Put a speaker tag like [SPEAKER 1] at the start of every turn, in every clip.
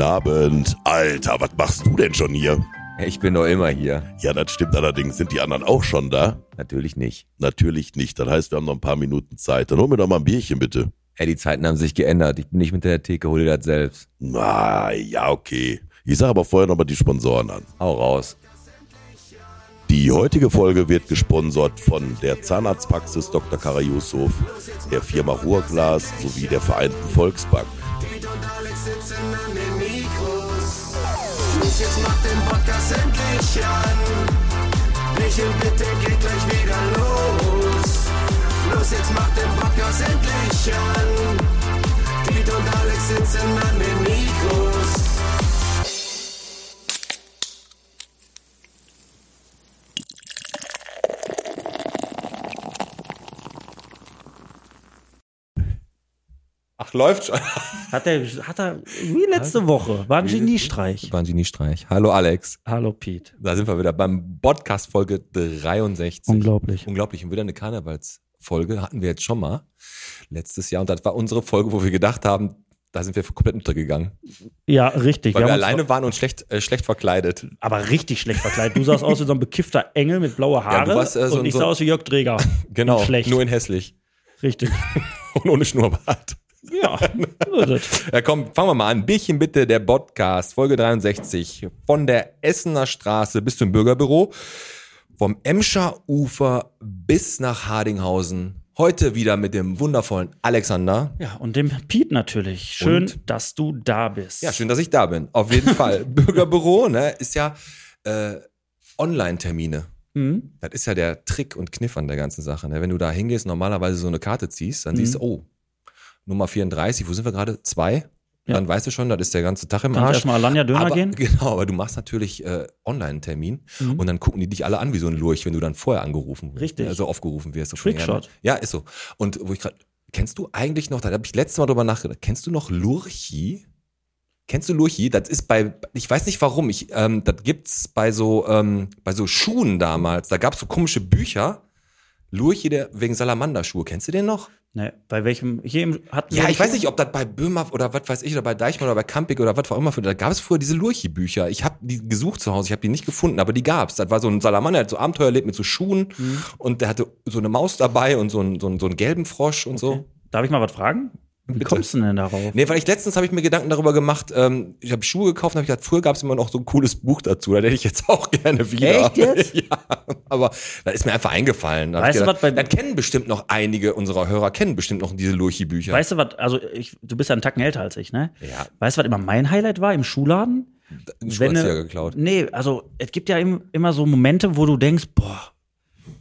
[SPEAKER 1] Abend. Alter, was machst du denn schon hier?
[SPEAKER 2] Ich bin doch immer hier.
[SPEAKER 1] Ja, das stimmt allerdings. Sind die anderen auch schon da?
[SPEAKER 2] Natürlich nicht.
[SPEAKER 1] Natürlich nicht. Das heißt, wir haben noch ein paar Minuten Zeit. Dann hol mir doch mal ein Bierchen, bitte.
[SPEAKER 2] Ey, die Zeiten haben sich geändert. Ich bin nicht mit der Theke, hol dir das selbst.
[SPEAKER 1] Na, ja, okay. Ich sag aber vorher nochmal die Sponsoren an.
[SPEAKER 2] Hau raus.
[SPEAKER 1] Die heutige Folge wird gesponsert von der Zahnarztpraxis Dr. Kara Yusuf, der Firma Ruhrglas sowie der Vereinten Volksbank.
[SPEAKER 3] jetzt mach den Podcast endlich an. Michel, bitte geht gleich wieder los. Los, jetzt mach den Podcast endlich an. Piet und Alex sitzen an den Mikros.
[SPEAKER 4] Ach, läuft schon.
[SPEAKER 5] Hat er, hat er, wie letzte Woche, war ein Geniestreich.
[SPEAKER 2] Waren Sie nicht streich. Hallo Alex.
[SPEAKER 5] Hallo Pete.
[SPEAKER 2] Da sind wir wieder beim Podcast Folge 63.
[SPEAKER 5] Unglaublich.
[SPEAKER 2] Unglaublich. Und wieder eine Karnevalsfolge hatten wir jetzt schon mal letztes Jahr. Und das war unsere Folge, wo wir gedacht haben, da sind wir komplett untergegangen.
[SPEAKER 5] Ja, richtig.
[SPEAKER 2] Weil wir,
[SPEAKER 5] haben uns-
[SPEAKER 2] alleine waren und schlecht, äh, schlecht verkleidet.
[SPEAKER 5] aber richtig schlecht verkleidet. Du sahst aus wie so ein bekiffter Engel mit blauer
[SPEAKER 2] Ja,
[SPEAKER 5] Haare
[SPEAKER 2] du warst, äh, so
[SPEAKER 5] und
[SPEAKER 2] ein-
[SPEAKER 5] ich
[SPEAKER 2] so-
[SPEAKER 5] sah aus wie Jörg Dreger.
[SPEAKER 2] Genau.
[SPEAKER 5] schlecht.
[SPEAKER 2] Nur in hässlich.
[SPEAKER 5] Richtig.
[SPEAKER 2] Und ohne Schnurrbart.
[SPEAKER 5] Ja. so ist es.
[SPEAKER 2] Ja, komm, fangen wir mal an. Bierchen bitte, der Podcast, Folge 63. Von der Essener Straße bis zum Bürgerbüro. Vom Emscher Ufer bis nach Hardinghausen. Heute wieder mit dem wundervollen Alexander.
[SPEAKER 5] ja, und dem Pete natürlich. Schön, dass du da bist.
[SPEAKER 2] Ja, schön, dass ich da bin. Auf jeden Fall. Bürgerbüro, ne, ist ja äh, Online-Termine.
[SPEAKER 5] Mhm.
[SPEAKER 2] Das ist ja der Trick und Kniff an der ganzen Sache. Ne? Wenn du da hingehst, normalerweise so eine Karte ziehst, dann siehst du, oh, Nummer 34, wo sind wir gerade? Zwei?
[SPEAKER 5] Ja.
[SPEAKER 2] Dann weißt du schon, das ist der ganze Tag im
[SPEAKER 5] Kannst
[SPEAKER 2] Arsch.
[SPEAKER 5] erstmal Alanya Döner
[SPEAKER 2] aber,
[SPEAKER 5] gehen? Hm? Mhm.
[SPEAKER 2] Genau, aber du machst natürlich äh, Online-Termin und dann gucken die dich alle an wie so ein Lurch, wenn du dann vorher angerufen wirst.
[SPEAKER 5] Richtig.
[SPEAKER 2] Also aufgerufen wirst. So
[SPEAKER 5] Trickshot.
[SPEAKER 2] von, Ja, ja, ist so. Und wo ich gerade, kennst du eigentlich noch, da habe ich letztes Mal drüber nachgedacht, kennst du noch Lurchi? Kennst du Lurchi? Das ist bei, ich weiß nicht warum, ich, ähm, das gibt's bei so, ähm, bei so Schuhen damals. Da gab's so komische Bücher. Lurchi, der wegen Salamanderschuhe. Kennst du den noch?
[SPEAKER 5] Ne, bei welchem? Hier im, hatten
[SPEAKER 2] Ja,
[SPEAKER 5] wir-
[SPEAKER 2] ich weiß nicht, ob das bei Böhmer oder was weiß ich, oder bei Deichmann oder bei Kampig oder was auch immer, für- da gab es früher diese Lurchi-Bücher. Ich habe die gesucht zu Hause, ich habe die nicht gefunden, aber die gab's. Das war so ein Salamander, der hat so Abenteuer erlebt mit so Schuhen
[SPEAKER 5] Hm?
[SPEAKER 2] und der hatte so eine Maus dabei und so einen, so einen, so einen gelben Frosch und so.
[SPEAKER 5] Darf ich mal was fragen? Wie
[SPEAKER 2] Oh. Bitte.
[SPEAKER 5] kommst du denn darauf?
[SPEAKER 2] Nee, weil ich letztens habe ich mir Gedanken darüber gemacht, ähm, ich habe Schuhe gekauft und habe gedacht, früher gab's immer noch so ein cooles Buch dazu, da hätte ich jetzt auch gerne wieder.
[SPEAKER 5] Echt jetzt?
[SPEAKER 2] Ja, aber da ist mir einfach eingefallen. Da hab
[SPEAKER 5] Weißt
[SPEAKER 2] ich
[SPEAKER 5] du,
[SPEAKER 2] gedacht,
[SPEAKER 5] was bei-
[SPEAKER 2] Dann kennen bestimmt noch einige unserer Hörer, kennen bestimmt noch diese Lurchi-Bücher.
[SPEAKER 5] Weißt du was, also ich, du bist ja einen Tacken älter als ich, ne?
[SPEAKER 2] Ja.
[SPEAKER 5] Weißt du, was immer mein Highlight war im Schuhladen?
[SPEAKER 2] Ein Schuh
[SPEAKER 5] wenn
[SPEAKER 2] hat's
[SPEAKER 5] ne-
[SPEAKER 2] ja geklaut.
[SPEAKER 5] Nee, also es gibt ja im, immer so Momente, wo du denkst, boah,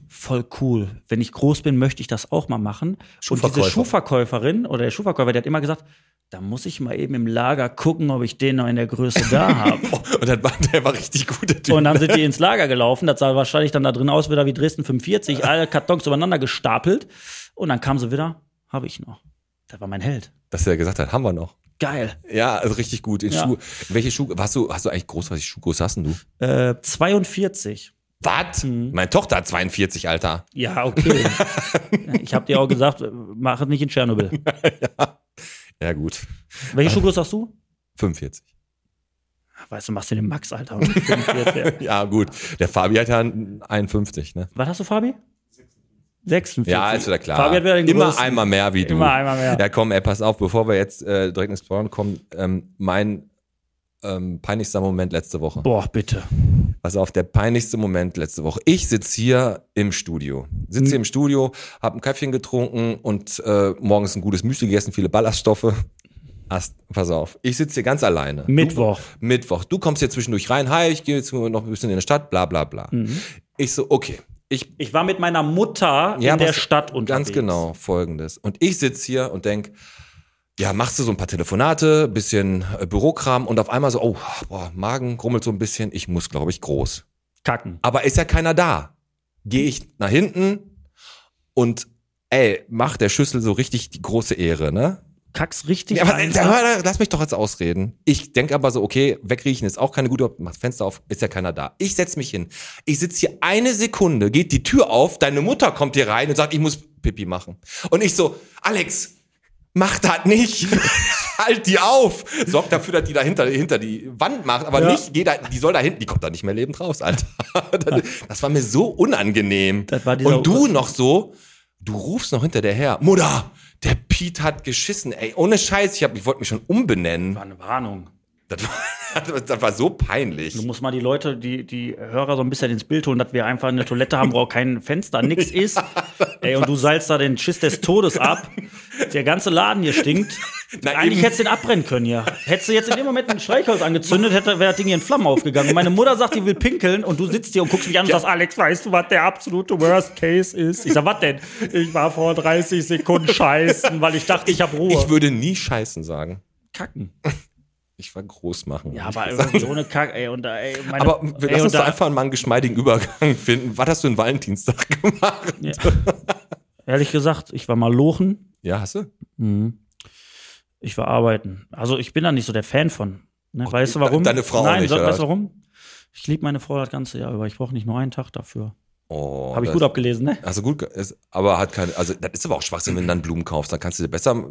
[SPEAKER 5] voll cool. Wenn ich groß bin, möchte ich das auch mal machen. Und diese
[SPEAKER 2] Schuhverkäufer.
[SPEAKER 5] Schuhverkäuferin oder der Schuhverkäufer, der hat immer gesagt, da muss ich mal eben im Lager gucken, ob ich den noch in der Größe da habe.
[SPEAKER 2] Und dann war, der war richtig gut, der Typ.
[SPEAKER 5] Und dann sind die ins Lager gelaufen. Das sah wahrscheinlich dann da drin aus, wieder wie Dresden 45, alle Kartons übereinander gestapelt. Und dann kam sie wieder, habe ich noch. Das war mein Held.
[SPEAKER 2] Dass er gesagt hat, haben wir noch.
[SPEAKER 5] Geil.
[SPEAKER 2] Ja, also richtig gut. In
[SPEAKER 5] Ja.
[SPEAKER 2] Schuhe. Welche Schuhe? Hast du, hast du eigentlich groß, was ich Schuhgröße hast denn du?
[SPEAKER 5] Äh, 42.
[SPEAKER 2] Was?
[SPEAKER 5] Mhm.
[SPEAKER 2] Meine Tochter hat 42, Alter.
[SPEAKER 5] Ja, okay. ich habe dir auch gesagt, mach es nicht in Tschernobyl.
[SPEAKER 2] Ja, gut.
[SPEAKER 5] Welche Schuhgröße hast du?
[SPEAKER 2] 45.
[SPEAKER 5] Ah. Weißt du, machst du den Max, Alter. Und ich bin jetzt, ja.
[SPEAKER 2] Ja, gut. Der Fabi hat ja einen 51, ne?
[SPEAKER 5] Was hast du, Fabi? 46.
[SPEAKER 2] Ja, ist wieder klar.
[SPEAKER 5] Fabi hat wieder den
[SPEAKER 2] Immer
[SPEAKER 5] größten.
[SPEAKER 2] einmal mehr wie du.
[SPEAKER 5] Immer einmal mehr.
[SPEAKER 2] Ja, komm, ey, pass auf, bevor wir jetzt äh, direkt ins Plauen kommen, ähm, mein ähm, peinlichster Moment letzte Woche.
[SPEAKER 5] Boah, bitte.
[SPEAKER 2] Pass auf, der peinlichste Moment letzte Woche. Ich sitze hier im Studio. Sitze
[SPEAKER 5] Hm.
[SPEAKER 2] hier im Studio, habe ein Kaffeechen getrunken und äh, morgens ein gutes Müsli gegessen, viele Ballaststoffe. Ast, pass auf, ich sitze hier ganz alleine.
[SPEAKER 5] Mittwoch.
[SPEAKER 2] Du, Mittwoch. Du kommst hier zwischendurch rein. Hi, ich gehe jetzt noch ein bisschen in die Stadt, bla bla bla.
[SPEAKER 5] Mhm.
[SPEAKER 2] Ich so, okay. Ich
[SPEAKER 5] Ich war mit meiner Mutter in der
[SPEAKER 2] was-
[SPEAKER 5] Stadt unterwegs.
[SPEAKER 2] Ganz genau, folgendes. Und ich sitze hier und denk, ja, machst du so ein paar Telefonate, bisschen äh, Bürokram und auf einmal so, oh, boah, Magen grummelt so ein bisschen, ich muss, glaube ich, groß.
[SPEAKER 5] Kacken.
[SPEAKER 2] Aber ist ja keiner da. Gehe ich nach hinten und ey, mach der Schüssel so richtig die große Ehre, ne?
[SPEAKER 5] Kack's richtig.
[SPEAKER 2] Ja, aber
[SPEAKER 5] ein-
[SPEAKER 2] äh, hör, lass mich doch jetzt ausreden. Ich denk aber so, okay, wegriechen ist auch keine gute, Op- mach Fenster auf, ist ja keiner da. Ich setz mich hin. Ich sitz hier eine Sekunde, geht die Tür auf, deine Mutter kommt hier rein und sagt, ich muss Pipi machen. Und ich so, Alex, Mach das nicht. halt die auf. Sorg dafür, dass die da hinter, hinter die Wand macht. Aber
[SPEAKER 5] Ja.
[SPEAKER 2] nicht, geh da, die soll da hinten, die kommt da nicht mehr lebend raus, Alter. Das- Das war mir so unangenehm.
[SPEAKER 5] Das war dieser-
[SPEAKER 2] Und du noch so, du rufst noch hinter der her. Mutter, der Piet hat geschissen, ey. Ohne Scheiß, ich, hab, ich wollte mich schon umbenennen.
[SPEAKER 5] War eine Warnung.
[SPEAKER 2] Das war, das war so
[SPEAKER 5] Du
[SPEAKER 2] peinlich.
[SPEAKER 5] musst mal die Leute, die, die Hörer so ein bisschen ins Bild holen, dass wir einfach eine Toilette haben, wo auch kein Fenster, nix ist. Ey, und du salzt da den Schiss des Todes ab. Der ganze Laden hier stinkt.
[SPEAKER 2] Na,
[SPEAKER 5] Eigentlich
[SPEAKER 2] eben.
[SPEAKER 5] hättest du den abbrennen können, ja. Hättest du jetzt in dem Moment ein Streichholz angezündet, hätte wäre das Ding hier in Flammen aufgegangen. Und meine Mutter sagt, die will pinkeln und du sitzt hier und guckst mich an und sagst, Alex, weißt du, was der absolute Worst Case ist? Ich sag, was denn? Ich war vor 30 Sekunden scheißen, weil ich dachte, ich habe Ruhe.
[SPEAKER 2] Ich würde nie scheißen sagen.
[SPEAKER 5] kacken.
[SPEAKER 2] Ich war groß machen.
[SPEAKER 5] Ja, aber irgendwie ohne Kack, ey. Und da, ey, meine,
[SPEAKER 2] Aber
[SPEAKER 5] ey,
[SPEAKER 2] lass
[SPEAKER 5] und
[SPEAKER 2] uns
[SPEAKER 5] da-
[SPEAKER 2] doch einfach mal einen geschmeidigen Übergang finden. Was hast du in Valentinstag gemacht?
[SPEAKER 5] Ja. Ehrlich gesagt, ich war mal lochen,
[SPEAKER 2] Ja, hast du? Mhm.
[SPEAKER 5] ich war arbeiten. Also ich bin da nicht so der Fan von. Ne? Weißt du warum?
[SPEAKER 2] deine Frau auch
[SPEAKER 5] Nein,
[SPEAKER 2] nicht,
[SPEAKER 5] so,
[SPEAKER 2] oder
[SPEAKER 5] weißt du
[SPEAKER 2] was?
[SPEAKER 5] warum? Ich liebe meine Frau das ganze Jahr über. Ich brauche nicht nur einen Tag dafür.
[SPEAKER 2] Oh,
[SPEAKER 5] Habe ich
[SPEAKER 2] das-
[SPEAKER 5] gut abgelesen, ne?
[SPEAKER 2] Hast du gut, ge- ist, aber hat keine, also das ist aber auch Schwachsinn, wenn du dann Blumen kaufst, dann kannst du dir besser. äh,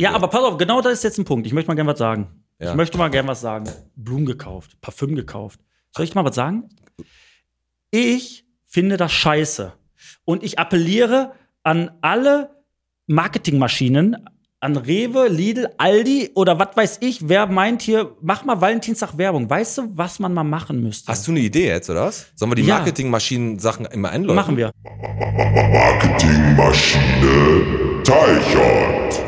[SPEAKER 5] Ja, aber pass auf, genau das ist jetzt ein Punkt. Ich möchte mal gern was sagen.
[SPEAKER 2] Ja.
[SPEAKER 5] Ich möchte mal gern was sagen. Blumen gekauft, Parfüm gekauft. Soll ich mal was sagen? Ich finde das scheiße. Und ich appelliere an alle Marketingmaschinen, an Rewe, Lidl, Aldi oder was weiß ich, wer meint hier, mach mal Valentinstag Werbung. Weißt du, was man mal machen müsste?
[SPEAKER 2] Hast du eine Idee jetzt, oder was? Sollen wir die
[SPEAKER 5] Ja.
[SPEAKER 2] Marketingmaschinen-Sachen immer einläuten?
[SPEAKER 5] machen wir.
[SPEAKER 6] Marketingmaschine Teichert.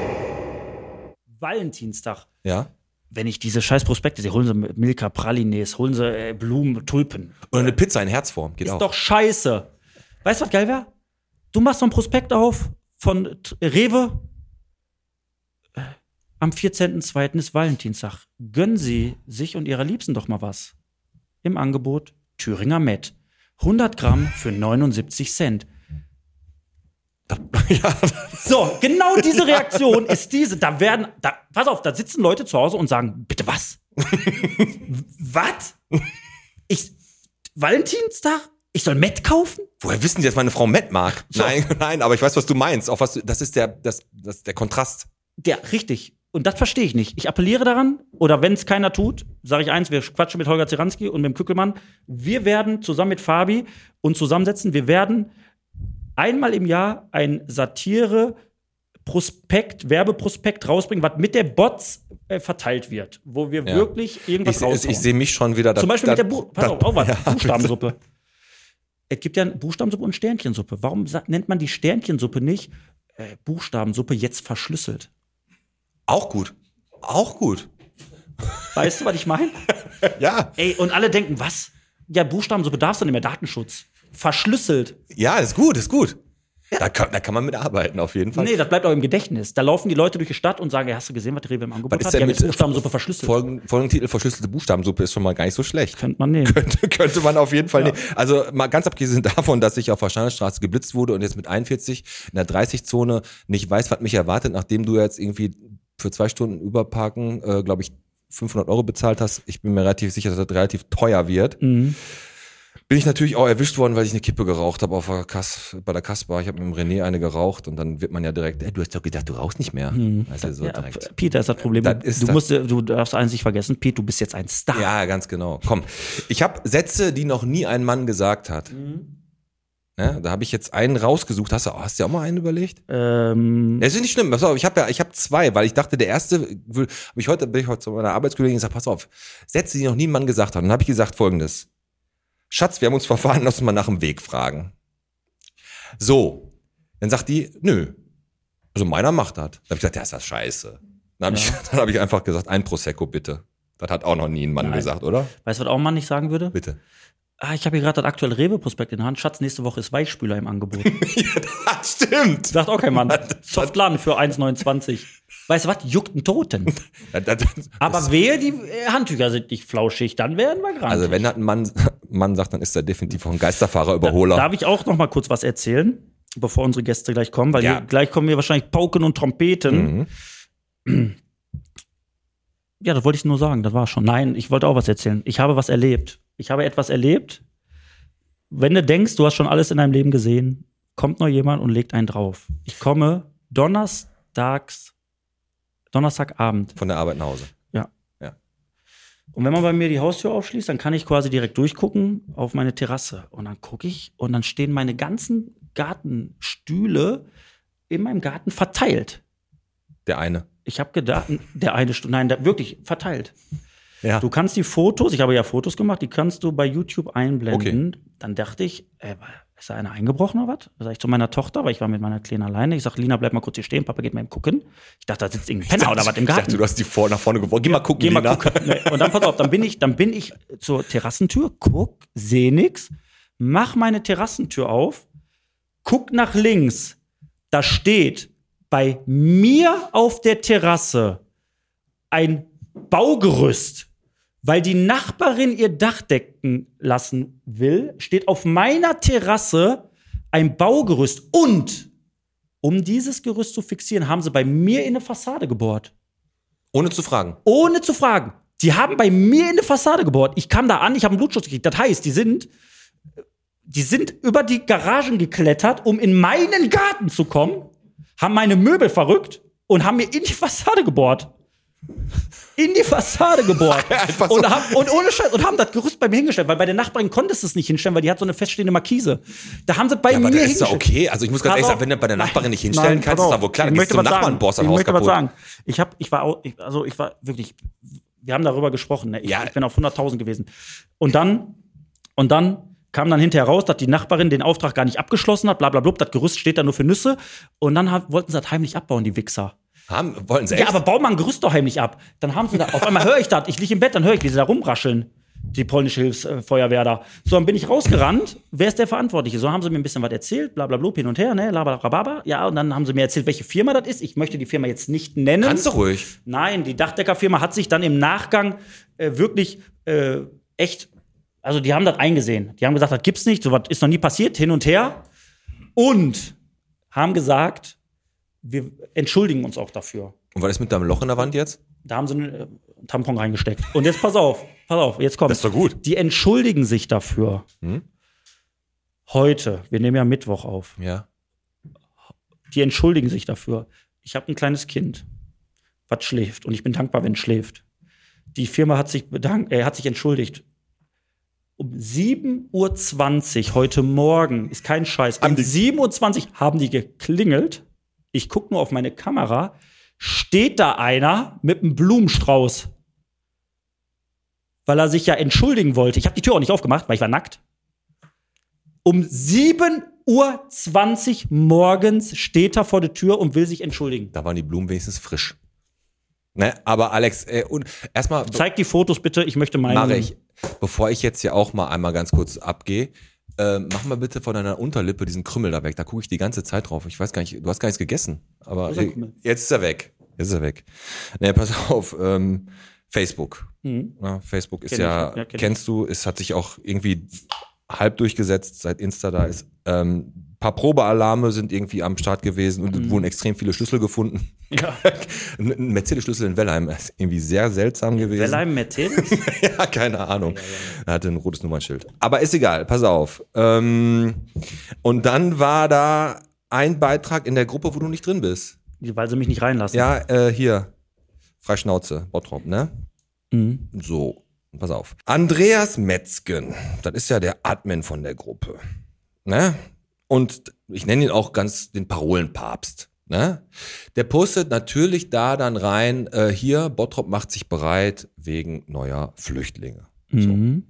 [SPEAKER 5] Valentinstag.
[SPEAKER 2] Ja.
[SPEAKER 5] Wenn ich diese scheiß Prospekte sehe, holen sie Milka Pralines, holen sie äh, Blumen, Tulpen.
[SPEAKER 2] Oder eine Pizza in Herzform, geht
[SPEAKER 5] Ist
[SPEAKER 2] auch.
[SPEAKER 5] doch scheiße. Weißt du, was geil wäre? Du machst so einen Prospekt auf von T- Rewe. Äh, Am 14.02. ist Valentinstag. Gönnen Sie sich und Ihrer Liebsten doch mal was. Im Angebot Thüringer Met. 100 Gramm für 79 Cent. So, genau diese Reaktion ist diese. Da werden, da, pass auf, da sitzen Leute zu Hause und sagen, bitte was? was? Ich, Valentinstag? Ich soll Met kaufen?
[SPEAKER 2] Woher wissen die, dass meine Frau Matt mag? Nein, nein, aber ich weiß, was du meinst. Auch was du, das ist der, das, das, der Kontrast.
[SPEAKER 5] Ja, richtig. Und das verstehe ich nicht. Ich appelliere daran, oder wenn es keiner tut, sage ich eins, wir quatschen mit Holger Zeranski und mit dem Kückelmann. Wir werden zusammen mit Fabi uns zusammensetzen. Wir werden einmal im Jahr ein Satire- Prospekt, Werbeprospekt rausbringen, was mit der Bots äh, verteilt wird, wo wir
[SPEAKER 2] Ja.
[SPEAKER 5] wirklich irgendwas
[SPEAKER 2] Ich, ich,
[SPEAKER 5] raushauen.
[SPEAKER 2] ich sehe mich schon wieder da.
[SPEAKER 5] Zum Beispiel
[SPEAKER 2] da,
[SPEAKER 5] mit der Buch Pass
[SPEAKER 2] da-
[SPEAKER 5] auf, auch was.
[SPEAKER 2] Ja,
[SPEAKER 5] Buchstabensuppe. Es gibt ja Buchstabensuppe und Sternchensuppe. Warum sa- nennt man die Sternchensuppe nicht äh, Buchstabensuppe jetzt verschlüsselt?
[SPEAKER 2] Auch gut. Auch gut.
[SPEAKER 5] Weißt du, was ich meine?
[SPEAKER 2] Ja.
[SPEAKER 5] Ey, und alle denken, was? Ja, Buchstabensuppe darfst du nicht mehr, Datenschutz. Verschlüsselt.
[SPEAKER 2] Ja, ist gut, ist gut. Da, kann, da kann man mitarbeiten, auf jeden Fall.
[SPEAKER 5] Nee, das bleibt auch im Gedächtnis. Da laufen die Leute durch die Stadt und sagen, ey, hast du gesehen, was Rewe im Angebot hat? Die haben jetzt Buchstabensuppe verschlüsselt.
[SPEAKER 2] Folgen, Folgentitel verschlüsselte Buchstabensuppe ist schon mal gar nicht so schlecht.
[SPEAKER 5] Könnte man nehmen.
[SPEAKER 2] Könnte, könnte man auf jeden Fall nehmen. Also mal ganz abgesehen davon, dass ich auf der Steinstraße geblitzt wurde und jetzt mit 41 in der 30-Zone nicht weiß, was mich erwartet, nachdem du jetzt irgendwie für zwei Stunden überparken, äh, glaube ich, 500 Euro bezahlt hast. Ich bin mir relativ sicher, dass das relativ teuer wird. Bin ich natürlich auch erwischt worden, weil ich eine Kippe geraucht habe auf der Kass, bei der Kassbar. Ich habe mit dem René eine geraucht und dann wird man ja direkt, "Ey, du hast doch gedacht, du rauchst nicht mehr. Also so
[SPEAKER 5] Ja, äh,
[SPEAKER 2] direkt.
[SPEAKER 5] Peter ist das Problem.
[SPEAKER 2] Das ist
[SPEAKER 5] du,
[SPEAKER 2] das-
[SPEAKER 5] musst, du darfst eins nicht vergessen, Pete, du bist jetzt ein Star.
[SPEAKER 2] Ja, ganz genau. Komm, ich habe Sätze, die noch nie ein Mann gesagt hat. Ne, da habe ich jetzt einen rausgesucht. Hast du, oh, hast du dir auch mal einen überlegt?
[SPEAKER 5] Ähm,
[SPEAKER 2] Es ist nicht schlimm. Pass auf, ich habe ja, ich habe zwei, weil ich dachte, der erste, will- hab ich heute bin ich heute zu meiner Arbeitskollegin und gesagt, pass auf, Sätze, die noch nie ein Mann gesagt hat. Und dann habe ich gesagt Folgendes: Schatz, wir haben uns verfahren, lass uns mal nach dem Weg fragen. So, dann sagt die, nö. Also meiner macht das. Dann habe ich gesagt, ja, ist das scheiße. Dann habe ich, dann hab ich einfach gesagt, ein Prosecco bitte. Das hat auch noch nie ein Mann
[SPEAKER 5] Nein.
[SPEAKER 2] gesagt, oder?
[SPEAKER 5] weißt du, was auch man nicht sagen würde?
[SPEAKER 2] Bitte.
[SPEAKER 5] Ah, ich habe hier gerade das aktuelle Rewe-Prospekt in der Hand. Schatz, nächste Woche ist Weichspüler im Angebot.
[SPEAKER 2] Das stimmt.
[SPEAKER 5] Sagt auch kein Mann. Softladen für 1,29. Weißt du was? Juckt einen Toten. Aber wehe, die äh, Handtücher sind nicht flauschig, dann werden wir gerade.
[SPEAKER 2] also wenn das ein Mann, Mann sagt, dann ist er definitiv auch ein Geisterfahrer, Überholer.
[SPEAKER 5] Darf ich auch noch mal kurz was erzählen, bevor unsere Gäste gleich kommen? Weil
[SPEAKER 2] Ja. Mhm.
[SPEAKER 5] hier, gleich kommen hier wahrscheinlich Pauken und Trompeten. Ja, das wollte ich nur sagen, das war schon. Nein, ich wollte auch was erzählen. Ich habe was erlebt. Ich habe etwas erlebt. Wenn du denkst, du hast schon alles in deinem Leben gesehen, kommt noch jemand und legt einen drauf. Ich komme donnerstags Donnerstagabend.
[SPEAKER 2] Von der Arbeit nach Hause.
[SPEAKER 5] Und wenn man bei mir die Haustür aufschließt, dann kann ich quasi direkt durchgucken auf meine Terrasse. Und dann gucke ich und dann stehen meine ganzen Gartenstühle in meinem Garten verteilt.
[SPEAKER 2] Der eine.
[SPEAKER 5] Ich habe gedacht, der eine Stuhl, nein, da, wirklich verteilt.
[SPEAKER 2] Ja.
[SPEAKER 5] Du kannst die Fotos, ich habe ja Fotos gemacht, die kannst du bei YouTube einblenden. Dann dachte ich, ey, ist da einer eingebrochen oder was? Da sag ich zu meiner Tochter, weil ich war mit meiner Kleinen alleine. Ich sag, Lina, bleib mal kurz hier stehen, Papa geht mal eben gucken. Ich dachte, genau, da sitzt irgendein Penner oder was im Garten.
[SPEAKER 2] Ich dachte, du hast die vor, nach vorne geworfen. Geh mal gucken,
[SPEAKER 5] Geh mal
[SPEAKER 2] Lina.
[SPEAKER 5] gucken. Nee, Und dann pass auf, dann bin ich, dann bin ich zur Terrassentür, guck, seh nix, mach meine Terrassentür auf, guck nach links. Da steht bei mir auf der Terrasse ein Baugerüst, weil die Nachbarin ihr Dach decken lassen will, steht auf meiner Terrasse ein Baugerüst und um dieses Gerüst zu fixieren, haben sie bei mir in eine Fassade gebohrt
[SPEAKER 2] Ohne zu fragen.
[SPEAKER 5] ohne zu fragen. Die haben bei mir in eine Fassade gebohrt. Ich kam da an, ich habe einen Blutschuss gekriegt. Das heißt, die sind, die sind über die Garagen geklettert, um in meinen Garten zu kommen, haben meine Möbel verrückt und haben mir in die Fassade gebohrt. In die Fassade gebohrt.
[SPEAKER 2] so.
[SPEAKER 5] und, haben, und ohne Scheiß, und haben das Gerüst bei mir hingestellt, weil bei der Nachbarin konntest du es nicht hinstellen, weil die hat so eine feststehende Markise. Da haben sie bei mir
[SPEAKER 2] Aber das ist
[SPEAKER 5] hingestellt.
[SPEAKER 2] doch okay. Also ich muss ganz
[SPEAKER 5] Pass
[SPEAKER 2] ehrlich sagen,
[SPEAKER 5] auf.
[SPEAKER 2] wenn du bei der Nachbarin nicht
[SPEAKER 5] Nein,
[SPEAKER 2] hinstellen kannst,
[SPEAKER 5] pass
[SPEAKER 2] ist
[SPEAKER 5] auf.
[SPEAKER 2] da wohl klar.
[SPEAKER 5] Ich
[SPEAKER 2] Dann gehst
[SPEAKER 5] möchte
[SPEAKER 2] du zum
[SPEAKER 5] was sagen.
[SPEAKER 2] Nachbarnboss am
[SPEAKER 5] Ich
[SPEAKER 2] Haus
[SPEAKER 5] möchte was
[SPEAKER 2] kaputt.
[SPEAKER 5] sagen. Ich hab, ich war auch, ich, also ich war wirklich, wir haben darüber gesprochen. Ne? Ich,
[SPEAKER 2] Ja.
[SPEAKER 5] ich bin auf 100.000 gewesen. Und dann, und dann kam dann hinterher raus, dass die Nachbarin den Auftrag gar nicht abgeschlossen hat, blablabla, das Gerüst steht da nur für Nüsse. Und dann hat, wollten sie das heimlich abbauen, die Wichser.
[SPEAKER 2] Haben, wollen sie echt?
[SPEAKER 5] Ja, aber bau mal ein Gerüst doch heimlich ab. Dann haben sie da, auf einmal höre ich das, ich liege im Bett, dann höre ich, wie sie da rumrascheln. Die polnische Hilfsfeuerwehr da. So, dann bin ich rausgerannt. Wer ist der Verantwortliche? So haben sie mir ein bisschen was erzählt, bla bla bla, hin und her, ne, labarababa. Ja, und dann haben sie mir erzählt, welche Firma das ist. Ich möchte die Firma jetzt nicht nennen.
[SPEAKER 2] kannst du ruhig.
[SPEAKER 5] Nein, die Dachdeckerfirma hat sich dann im Nachgang äh, wirklich äh, echt, also die haben das eingesehen. Die haben gesagt, das gibt's nicht, sowas ist noch nie passiert, hin und her. Und haben gesagt, wir entschuldigen uns auch dafür.
[SPEAKER 2] Und was ist mit deinem Loch in der Wand jetzt?
[SPEAKER 5] Da haben sie einen äh, Tampon reingesteckt. Und jetzt pass auf, pass auf, jetzt kommt.
[SPEAKER 2] Das ist doch gut.
[SPEAKER 5] Die entschuldigen sich dafür.
[SPEAKER 2] Hm?
[SPEAKER 5] Heute, wir nehmen ja Mittwoch auf.
[SPEAKER 2] Ja.
[SPEAKER 5] Die entschuldigen sich dafür. Ich habe ein kleines Kind, was schläft. Und ich bin dankbar, wenn es schläft. Die Firma hat sich bedankt, äh, hat sich entschuldigt. Um 7.20 Uhr heute Morgen, ist kein Scheiß, um 7.20 Uhr haben die geklingelt. Ich gucke nur auf meine Kamera. Steht da einer mit einem Blumenstrauß? weil er sich ja entschuldigen wollte. Ich habe die Tür auch nicht aufgemacht, weil ich war nackt. Um 7.20 Uhr morgens steht er vor der Tür und will sich entschuldigen.
[SPEAKER 2] Da waren die Blumen wenigstens frisch. Ne, aber Alex, äh, und erstmal
[SPEAKER 5] Zeig die Fotos bitte, ich möchte meinen.
[SPEAKER 2] mache ich, bevor ich jetzt hier auch mal einmal ganz kurz abgehe, äh, mach mal bitte von deiner Unterlippe diesen Krümmel da weg. Da gucke ich die ganze Zeit drauf. Ich weiß gar nicht, du hast gar nichts gegessen. Aber
[SPEAKER 5] ist der Krümmel?
[SPEAKER 2] jetzt ist er weg. Jetzt ist er weg. Ne, pass auf, ähm, Facebook.
[SPEAKER 5] Mhm.
[SPEAKER 2] Ja, Facebook ist
[SPEAKER 5] Kenn
[SPEAKER 2] ja,
[SPEAKER 5] ich, ja, kenn ich.
[SPEAKER 2] kennst du, es hat sich auch irgendwie halb durchgesetzt, seit Insta da ist. Ähm, paar Probealarme sind irgendwie am Start gewesen und es wurden extrem viele Schlüssel gefunden.
[SPEAKER 5] Mhm. Ja.
[SPEAKER 2] Ein ein Mercedes-Schlüssel in Wellheim ist irgendwie sehr seltsam gewesen.
[SPEAKER 5] Bellheim Mercedes?
[SPEAKER 2] Ja, keine Ahnung. Er hatte ein rotes Nummernschild. Aber ist egal, pass auf. Ähm, und dann war da ein Beitrag in der Gruppe, wo du nicht drin bist.
[SPEAKER 5] weil sie mich nicht reinlassen.
[SPEAKER 2] Ja, äh, hier. Freischnauze, Bottrop, ne?
[SPEAKER 5] Mhm.
[SPEAKER 2] So, pass auf. Andreas Metzgen, das ist ja der Admin von der Gruppe. Ne? Und ich nenne ihn auch ganz den Parolenpapst. Ne? Der postet natürlich da dann rein, äh, hier, Bottrop macht sich bereit wegen neuer Flüchtlinge.
[SPEAKER 5] Mhm.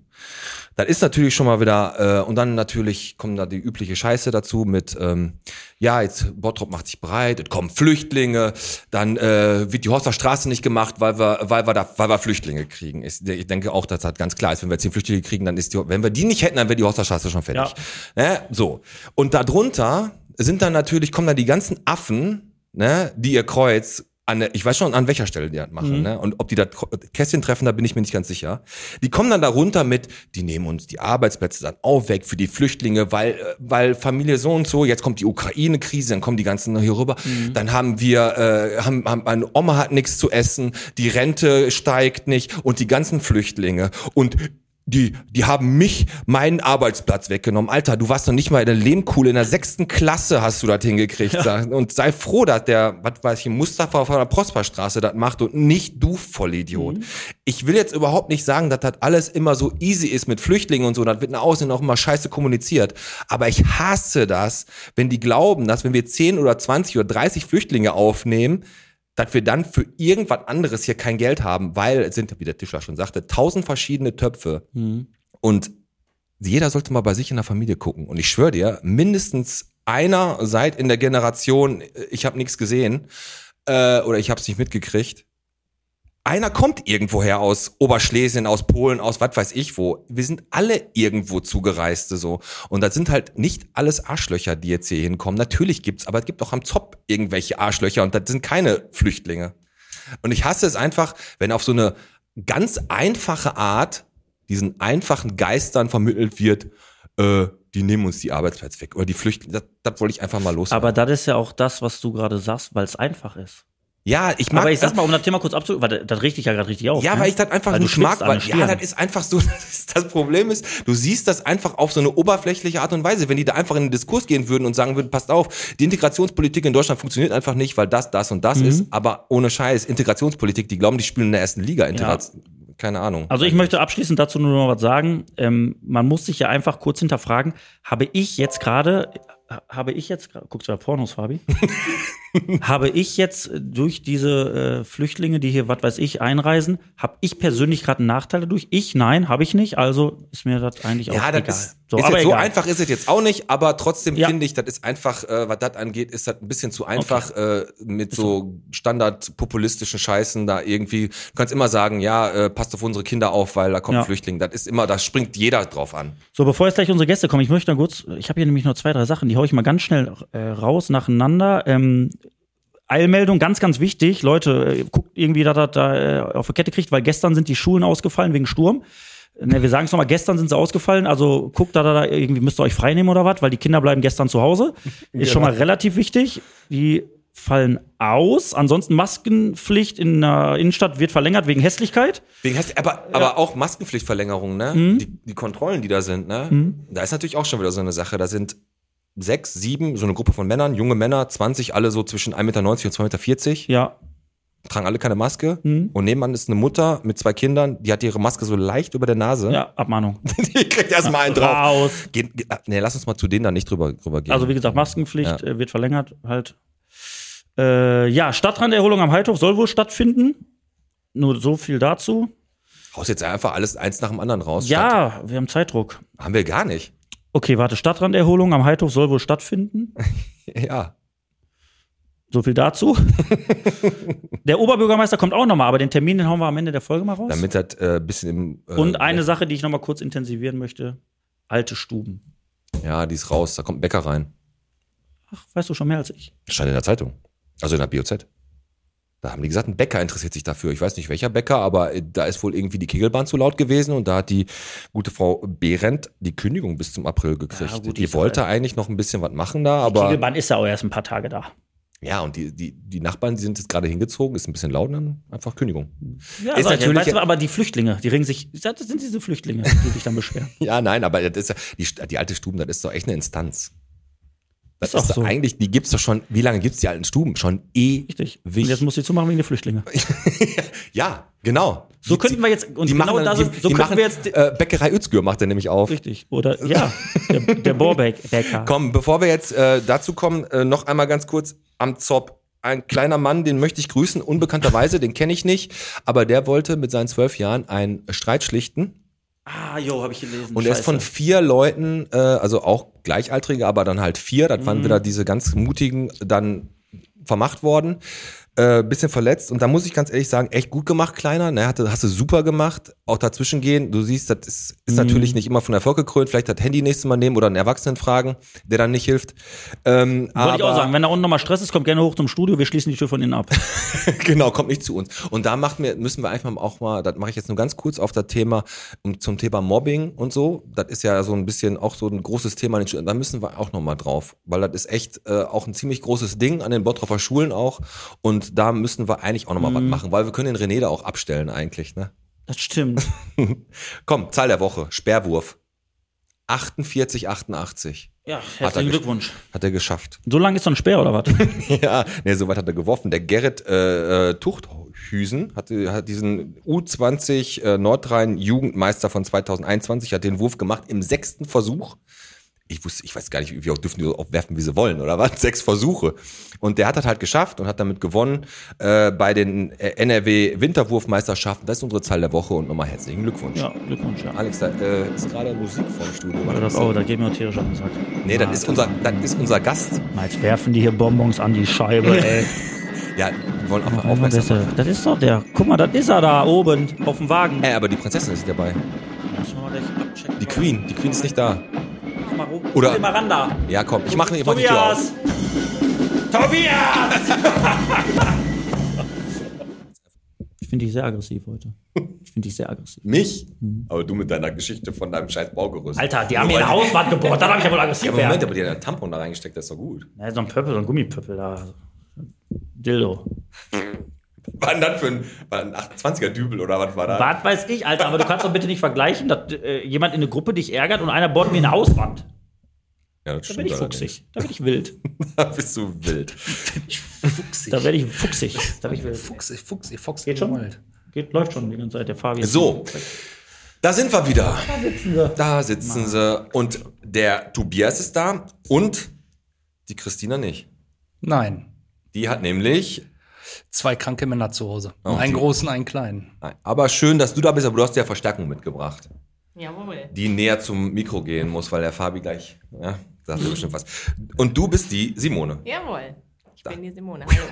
[SPEAKER 2] Das ist natürlich schon mal wieder, äh, und dann natürlich kommen da die übliche Scheiße dazu mit, ähm, ja, jetzt Bottrop macht sich bereit, es kommen Flüchtlinge, dann äh, wird die Horster Straße nicht gemacht, weil wir, weil wir, da, weil wir Flüchtlinge kriegen. Ich, ich denke auch, dass das ganz klar ist, wenn wir zehn Flüchtlinge kriegen, dann ist die, wenn wir die nicht hätten, dann wäre die Horster Straße schon fertig. Ne? So. Und darunter sind dann natürlich, kommen dann die ganzen Affen, ne, die ihr Kreuz an der, ich weiß schon, an welcher Stelle die das machen, ne? Und ob die das Kro- Kästchen treffen, da bin ich mir nicht ganz sicher. Die kommen dann darunter mit, die nehmen uns die Arbeitsplätze dann auch weg für die Flüchtlinge, weil, äh, weil Familie so und so, jetzt kommt die Ukraine-Krise, dann kommen die ganzen hier rüber, dann haben wir, äh, haben, haben, meine Oma hat nichts zu essen, die Rente steigt nicht und die ganzen Flüchtlinge und die, die haben mich meinen Arbeitsplatz weggenommen. Alter, du warst noch nicht mal in der Lehmkuhle. In der sechsten Klasse hast du das hingekriegt. sag- Und sei froh, dass der, was weiß ich, Mustafa von der Prosperstraße das macht und nicht du Vollidiot. Ich will jetzt überhaupt nicht sagen, dass das alles immer so easy ist mit Flüchtlingen und so. Das wird nach außen auch immer scheiße kommuniziert. Aber ich hasse das, wenn die glauben, dass wenn wir 10 oder 20 oder 30 Flüchtlinge aufnehmen, dass wir dann für irgendwas anderes hier kein Geld haben, weil es sind, wie der Tischler schon sagte, tausend verschiedene Töpfe. Und jeder sollte mal bei sich in der Familie gucken. Und ich schwöre dir, mindestens einer seit in der Generation, äh, ich habe nichts gesehen äh, oder ich habe es nicht mitgekriegt. Einer kommt irgendwoher aus Oberschlesien, aus Polen, aus was weiß ich wo. Wir sind alle irgendwo Zugereiste so. Und das sind halt nicht alles Arschlöcher, die jetzt hier hinkommen. Natürlich gibt's, aber es gibt auch am Zopf irgendwelche Arschlöcher und das sind keine Flüchtlinge. Und ich hasse es einfach, wenn auf so eine ganz einfache Art diesen einfachen Geistern vermittelt wird, äh, die nehmen uns die Arbeitsplätze weg oder die Flüchtlinge. Das, das wollte ich einfach mal loswerden.
[SPEAKER 5] Aber das ist ja auch das, was du gerade sagst, weil es einfach ist.
[SPEAKER 2] ja, ich mag
[SPEAKER 5] Aber ich
[SPEAKER 2] das-
[SPEAKER 5] sag mal, um das Thema kurz abzu... Weil das- das richte ich ja gerade richtig auf.
[SPEAKER 2] Ja,
[SPEAKER 5] ne?
[SPEAKER 2] weil ich das einfach
[SPEAKER 5] Weil du
[SPEAKER 2] nicht mag.
[SPEAKER 5] schwitzt an
[SPEAKER 2] Weil,
[SPEAKER 5] der
[SPEAKER 2] ja,
[SPEAKER 5] Stirn.
[SPEAKER 2] das ist einfach so, das, ist, das Problem ist, du siehst das einfach auf so eine oberflächliche Art und Weise. Wenn die da einfach in den Diskurs gehen würden und sagen würden, passt auf, die Integrationspolitik in Deutschland funktioniert einfach nicht, weil das, das und das
[SPEAKER 5] Mhm.
[SPEAKER 2] ist, aber ohne Scheiß, Integrationspolitik, die glauben, die spielen in der ersten Liga. Integra- Keine Ahnung.
[SPEAKER 5] Also ich möchte abschließend dazu nur noch was sagen. Ähm, man muss sich ja einfach kurz hinterfragen, habe ich jetzt gerade, ha- habe ich jetzt, gra- guckst du ja Pornos, Fabi? habe ich jetzt äh, durch diese äh, Flüchtlinge, die hier, was weiß ich, einreisen, habe ich persönlich gerade einen Nachteil dadurch? Ich? Nein, habe ich nicht. Also ist mir das eigentlich auch
[SPEAKER 2] ja,
[SPEAKER 5] egal.
[SPEAKER 2] das ist, ist jetzt so einfach ist es jetzt auch nicht, aber trotzdem
[SPEAKER 5] Ja.
[SPEAKER 2] finde ich, das ist einfach, äh, was das angeht, ist das ein bisschen zu einfach äh, mit so standardpopulistischen Scheißen da irgendwie. Du kannst immer sagen, ja, äh, passt auf unsere Kinder auf, weil da kommt
[SPEAKER 5] Ja.
[SPEAKER 2] ein Flüchtling. Das ist immer, da springt jeder drauf an.
[SPEAKER 5] So, bevor jetzt gleich unsere Gäste kommen, ich möchte noch kurz, ich habe hier nämlich nur zwei, drei Sachen, die haue ich mal ganz schnell äh, raus nacheinander. Ähm, Eilmeldung, ganz, ganz wichtig. Leute, äh, guckt irgendwie, dass das da äh, auf die Kette kriegt, weil gestern sind die Schulen ausgefallen wegen Sturm. Ne, wir sagen es nochmal, gestern sind sie ausgefallen, also guckt da, da, da irgendwie müsst ihr euch freinehmen oder was, weil die Kinder bleiben gestern zu Hause. Ist schon mal relativ wichtig. Die fallen aus. Ansonsten Maskenpflicht in der Innenstadt wird verlängert wegen Hässlichkeit.
[SPEAKER 2] Wegen heißt, aber, aber auch Maskenpflichtverlängerung, ne?
[SPEAKER 5] Mhm.
[SPEAKER 2] Die, die Kontrollen, die da sind, ne? Da ist natürlich auch schon wieder so eine Sache. Da sind sechs, sieben, so eine Gruppe von Männern, junge Männer, 20, alle so zwischen 1,90 Meter und 2,40 Meter.
[SPEAKER 5] Ja,
[SPEAKER 2] tragen alle keine Maske.
[SPEAKER 5] Mhm.
[SPEAKER 2] Und nebenan ist eine Mutter mit zwei Kindern, die hat ihre Maske so leicht über der Nase.
[SPEAKER 5] ja, Abmahnung.
[SPEAKER 2] Die kriegt erstmal einen drauf.
[SPEAKER 5] Raus.
[SPEAKER 2] Geh, geh, ah, nee, lass uns mal zu denen da nicht drüber, drüber gehen.
[SPEAKER 5] Also wie gesagt, Maskenpflicht äh, wird verlängert halt. Äh, ja, Stadtranderholung am Heidhof soll wohl stattfinden. Nur so viel dazu.
[SPEAKER 2] Haust jetzt einfach alles eins nach dem anderen raus. Statt-
[SPEAKER 5] Ja, wir haben Zeitdruck.
[SPEAKER 2] Haben wir gar nicht.
[SPEAKER 5] Okay, warte, Stadtranderholung am Heidhof soll wohl stattfinden.
[SPEAKER 2] Ja.
[SPEAKER 5] So viel dazu. der Oberbürgermeister kommt auch nochmal, aber den Termin den hauen wir am Ende der Folge mal raus.
[SPEAKER 2] Damit das äh, ein bisschen im. Äh,
[SPEAKER 5] Und eine Sache, die ich nochmal kurz intensivieren möchte. Alte Stuben.
[SPEAKER 2] Ja, die ist raus. Da kommt ein Bäcker rein.
[SPEAKER 5] Ach, weißt du schon mehr als ich.
[SPEAKER 2] Stand in der Zeitung. Also in der BOZ. Da haben die gesagt, ein Bäcker interessiert sich dafür. Ich weiß nicht welcher Bäcker, aber äh, da ist wohl irgendwie die Kegelbahn zu laut gewesen und da hat die gute Frau Behrendt die Kündigung bis zum April gekriegt.
[SPEAKER 5] Ja, gut, die
[SPEAKER 2] die
[SPEAKER 5] ist
[SPEAKER 2] wollte
[SPEAKER 5] aber-
[SPEAKER 2] eigentlich noch ein bisschen was machen da,
[SPEAKER 5] Die
[SPEAKER 2] aber
[SPEAKER 5] Kegelbahn ist ja auch erst ein paar Tage da.
[SPEAKER 2] ja, und die, die, die Nachbarn, die sind jetzt gerade hingezogen, ist ein bisschen laut, und dann einfach Kündigung.
[SPEAKER 5] Ja,
[SPEAKER 2] Ist
[SPEAKER 5] sag ich ja.
[SPEAKER 2] natürlich-
[SPEAKER 5] weißt du, aber die Flüchtlinge, die regen sich. Das sind diese Flüchtlinge, die sich dann beschweren.
[SPEAKER 2] Ja, nein, aber das ist ja, die, St- die alte Stuben, das ist doch echt eine Instanz. Das
[SPEAKER 5] Ist
[SPEAKER 2] ist,
[SPEAKER 5] auch
[SPEAKER 2] doch
[SPEAKER 5] so.
[SPEAKER 2] eigentlich, die gibt's doch schon, wie lange gibt's die alten Stuben? Schon eh, ewig.
[SPEAKER 5] Richtig. Und jetzt muss sie zumachen wegen der Flüchtlinge.
[SPEAKER 2] Ja, genau.
[SPEAKER 5] So
[SPEAKER 2] Die-
[SPEAKER 5] könnten wir jetzt, und
[SPEAKER 2] die
[SPEAKER 5] genau
[SPEAKER 2] machen,
[SPEAKER 5] da
[SPEAKER 2] dann-
[SPEAKER 5] sind,
[SPEAKER 2] die,
[SPEAKER 5] so
[SPEAKER 2] die
[SPEAKER 5] könnten
[SPEAKER 2] machen,
[SPEAKER 5] wir jetzt,
[SPEAKER 2] äh, Bäckerei Özgür macht er nämlich auf.
[SPEAKER 5] richtig, oder, ja, der, der Borbeck-Bäcker.
[SPEAKER 2] Komm, bevor wir jetzt äh, dazu kommen, äh, noch einmal ganz kurz am Zopp. Ein kleiner Mann, den möchte ich grüßen, unbekannterweise, den kenne ich nicht, aber der wollte mit seinen zwölf Jahren einen Streit schlichten.
[SPEAKER 5] Ah, jo, habe ich gelesen.
[SPEAKER 2] Und er ist von vier Leuten, äh, also auch Gleichaltrige, aber dann halt vier, das
[SPEAKER 5] Mhm.
[SPEAKER 2] waren wieder diese ganz mutigen, dann vermacht worden, äh, bisschen verletzt. Und da muss ich ganz ehrlich sagen, echt gut gemacht, Kleiner. Ne, hatte, hast du super gemacht. Auch dazwischen gehen. Du siehst, das ist, ist natürlich
[SPEAKER 5] Mhm.
[SPEAKER 2] nicht immer von Erfolg gekrönt. Vielleicht das Handy nächstes Mal nehmen oder einen Erwachsenen fragen, der dann nicht hilft. Ähm,
[SPEAKER 5] Wollte ich auch
[SPEAKER 2] aber-
[SPEAKER 5] sagen, wenn da unten nochmal Stress ist, kommt gerne hoch zum Studio, wir schließen die Tür von innen ab.
[SPEAKER 2] genau, kommt nicht zu uns. Und da macht mir, müssen wir einfach auch mal, das mache ich jetzt nur ganz kurz auf das Thema, um, zum Thema Mobbing und so. Das ist ja so ein bisschen auch so ein großes Thema. in den Schulen. Da müssen wir auch nochmal drauf, weil das ist echt äh, auch ein ziemlich großes Ding an den Bottroper Schulen auch. Und da müssen wir eigentlich auch nochmal was machen, weil wir können den René da auch abstellen eigentlich, ne?
[SPEAKER 5] Das stimmt.
[SPEAKER 2] Komm, Zahl der Woche. Sperrwurf. 48, 88.
[SPEAKER 5] Ja,
[SPEAKER 2] Hat er
[SPEAKER 5] herzlichen
[SPEAKER 2] gesch-
[SPEAKER 5] Glückwunsch.
[SPEAKER 2] Hat er geschafft.
[SPEAKER 5] So lang ist so ein Speer oder was?
[SPEAKER 2] ja, nee, so weit hat er geworfen. Der Gerrit äh, äh, Tuchthüsen hat, äh, hat diesen U20 äh, Nordrhein-Jugendmeister von 2021, hat den Wurf gemacht im sechsten Versuch. Ich wusste, ich weiß gar nicht, wie auch dürfen die so oft werfen, wie sie wollen, oder was? Sechs Versuche. Und der hat das halt geschafft und hat damit gewonnen äh, bei den äh, NRW Winterwurfmeisterschaften. Das ist unsere Zahl der Woche und nochmal herzlichen Glückwunsch.
[SPEAKER 5] Ja, Glückwunsch, ja.
[SPEAKER 2] Alex, da äh, ist gerade Musik vor dem Studio. War
[SPEAKER 5] Das,
[SPEAKER 2] das
[SPEAKER 5] oh,
[SPEAKER 2] so?
[SPEAKER 5] da geht mir auch tierisch auf den Sack.
[SPEAKER 2] Nee, das ist unser, das ist unser Gast.
[SPEAKER 5] Mal, jetzt werfen die hier Bonbons an die Scheibe, ey.
[SPEAKER 2] Ja, wir wollen auch mal
[SPEAKER 5] Immer
[SPEAKER 2] aufmerksam
[SPEAKER 5] besser. Das ist doch der. Guck mal, das ist er da oben auf dem Wagen.
[SPEAKER 2] Ey, aber die Prinzessin ist nicht dabei.
[SPEAKER 5] Müssen wir mal gleich abchecken.
[SPEAKER 2] Äh, Die Queen, die Queen ist nicht da.
[SPEAKER 5] Maro-
[SPEAKER 2] Oder-
[SPEAKER 5] Geh mal ran da.
[SPEAKER 2] Ja, komm, ich mache ich mach die Tür auf.
[SPEAKER 5] Tobias! Tobias! ich finde dich sehr aggressiv heute. Ich finde dich sehr aggressiv.
[SPEAKER 2] Mich? Aber du mit deiner Geschichte von deinem scheiß Baugerüst.
[SPEAKER 5] Alter, die haben mir eine Hauswand gebohrt, dann hab ich ja wohl aggressiv
[SPEAKER 2] Aber Moment,
[SPEAKER 5] werden.
[SPEAKER 2] aber die hat einen Tampon da reingesteckt, das ist doch gut.
[SPEAKER 5] Ja, so ein Pöppel, so ein Gummipöppel da. Dildo.
[SPEAKER 2] War denn das für ein, war ein 28er Dübel oder was war das?
[SPEAKER 5] Was weiß ich, Alter, aber du kannst doch bitte nicht vergleichen, dass äh, jemand in eine Gruppe dich ärgert und einer bohrt mir eine Hauswand.
[SPEAKER 2] Ja, das
[SPEAKER 5] Da bin ich
[SPEAKER 2] allerdings.
[SPEAKER 5] fuchsig. Da bin ich wild.
[SPEAKER 2] Da bist du wild.
[SPEAKER 5] Da werde ich fuchsig. Da bin ich wild.
[SPEAKER 7] Fuchs, Fuchs, Fuchs.
[SPEAKER 5] Geht schon? Geht, läuft schon die ganze Zeit, der Fabi.
[SPEAKER 2] So, da sind wir wieder. Da sitzen sie. Und der Tobias ist da und die Christina nicht.
[SPEAKER 7] Nein.
[SPEAKER 2] Die hat nämlich.
[SPEAKER 7] Zwei kranke Männer zu Hause.
[SPEAKER 2] Oh,
[SPEAKER 7] einen
[SPEAKER 2] die-
[SPEAKER 7] großen, einen kleinen.
[SPEAKER 2] Ah, Aber schön, dass du da bist, aber du hast ja Verstärkung mitgebracht.
[SPEAKER 8] Jawohl.
[SPEAKER 2] die näher zum Mikro gehen muss, weil der Fabi gleich, ja, sagt dir bestimmt was. Und du bist die Simone.
[SPEAKER 8] Jawohl. Ich bin die Simone. Hallo.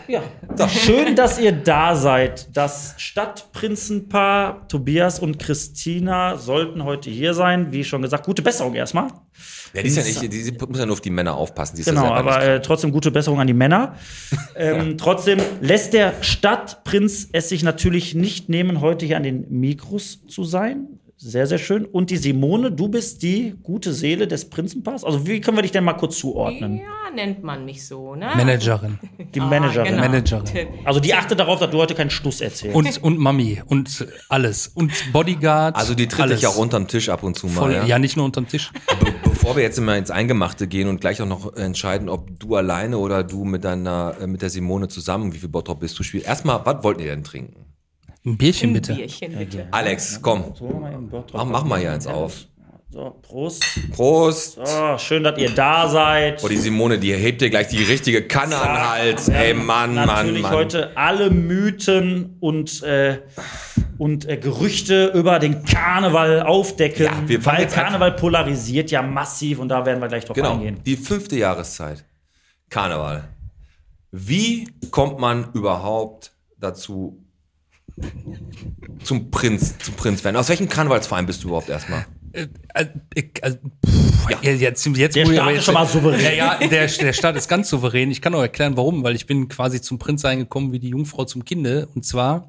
[SPEAKER 5] Ja. Schön, dass ihr da seid. Das Stadtprinzenpaar Tobias und Christina sollten heute hier sein. Wie schon gesagt, gute Besserung erstmal.
[SPEAKER 2] Ja, die ist ja nicht, die, die muss ja nur auf die Männer aufpassen. Die ist ja
[SPEAKER 5] Genau,
[SPEAKER 2] selber
[SPEAKER 5] aber
[SPEAKER 2] nicht-
[SPEAKER 5] äh, trotzdem gute Besserung an die Männer. Ähm, Trotzdem lässt der Stadtprinz es sich natürlich nicht nehmen, heute hier an den Mikros zu sein. Sehr, sehr schön. Und die Simone, du bist die gute Seele des Prinzenpaars. Also, wie können wir dich denn mal kurz zuordnen?
[SPEAKER 8] Ja, nennt man mich so,
[SPEAKER 2] Ah.
[SPEAKER 8] ne?
[SPEAKER 7] Managerin.
[SPEAKER 5] Die Managerin.
[SPEAKER 8] genau.
[SPEAKER 7] Managerin.
[SPEAKER 5] Also, die achtet darauf, dass du heute keinen Schluss erzählst.
[SPEAKER 7] Und, und Mami. Und alles. Und Bodyguard.
[SPEAKER 2] also die tritt
[SPEAKER 7] alles.
[SPEAKER 2] dich auch unterm Tisch ab und zu mal.
[SPEAKER 7] Voll,
[SPEAKER 2] ja?
[SPEAKER 7] ja. nicht nur unterm Tisch.
[SPEAKER 2] Be bevor wir jetzt immer ins Eingemachte gehen und gleich auch noch entscheiden, ob du alleine oder du mit deiner, äh, mit der Simone zusammen, wie viel Bottrop bist du spielst. Erstmal, was wollt ihr denn trinken?
[SPEAKER 7] Ein Bierchen
[SPEAKER 8] Ein
[SPEAKER 7] bitte.
[SPEAKER 8] Bierchen, bitte.
[SPEAKER 2] Alex, komm,
[SPEAKER 5] Holen wir mal eben Bert drauf.
[SPEAKER 2] mach, mach mal hier eins auf.
[SPEAKER 5] So, Prost.
[SPEAKER 2] Prost!
[SPEAKER 5] So, schön, dass ihr da seid.
[SPEAKER 2] Oh, die Simone, die hebt dir gleich die richtige Kanne an den Hals. Ey, Mann, Mann,
[SPEAKER 5] Natürlich
[SPEAKER 2] Mann.
[SPEAKER 5] heute alle Mythen und, äh, und äh, Gerüchte über den Karneval aufdecken.
[SPEAKER 2] Ja, wir fangen
[SPEAKER 5] weil
[SPEAKER 2] jetzt einfach-
[SPEAKER 5] Karneval polarisiert ja massiv und da werden wir gleich drauf
[SPEAKER 2] Genau,
[SPEAKER 5] eingehen.
[SPEAKER 2] die fünfte Jahreszeit. Karneval. Wie kommt man überhaupt dazu, zum Prinz, zum Prinz werden? Aus welchem Karnevalsverein bist du überhaupt erstmal?
[SPEAKER 7] Äh, ich- also, pff, ja. jetzt, jetzt,
[SPEAKER 5] Der
[SPEAKER 7] wo ihr-
[SPEAKER 5] Staat
[SPEAKER 7] jetzt,
[SPEAKER 5] ist schon mal souverän.
[SPEAKER 7] Ja, ja der, der Staat ist ganz souverän. Ich kann auch erklären, warum, weil ich bin quasi zum Prinz eingekommen wie die Jungfrau zum Kinde. Und zwar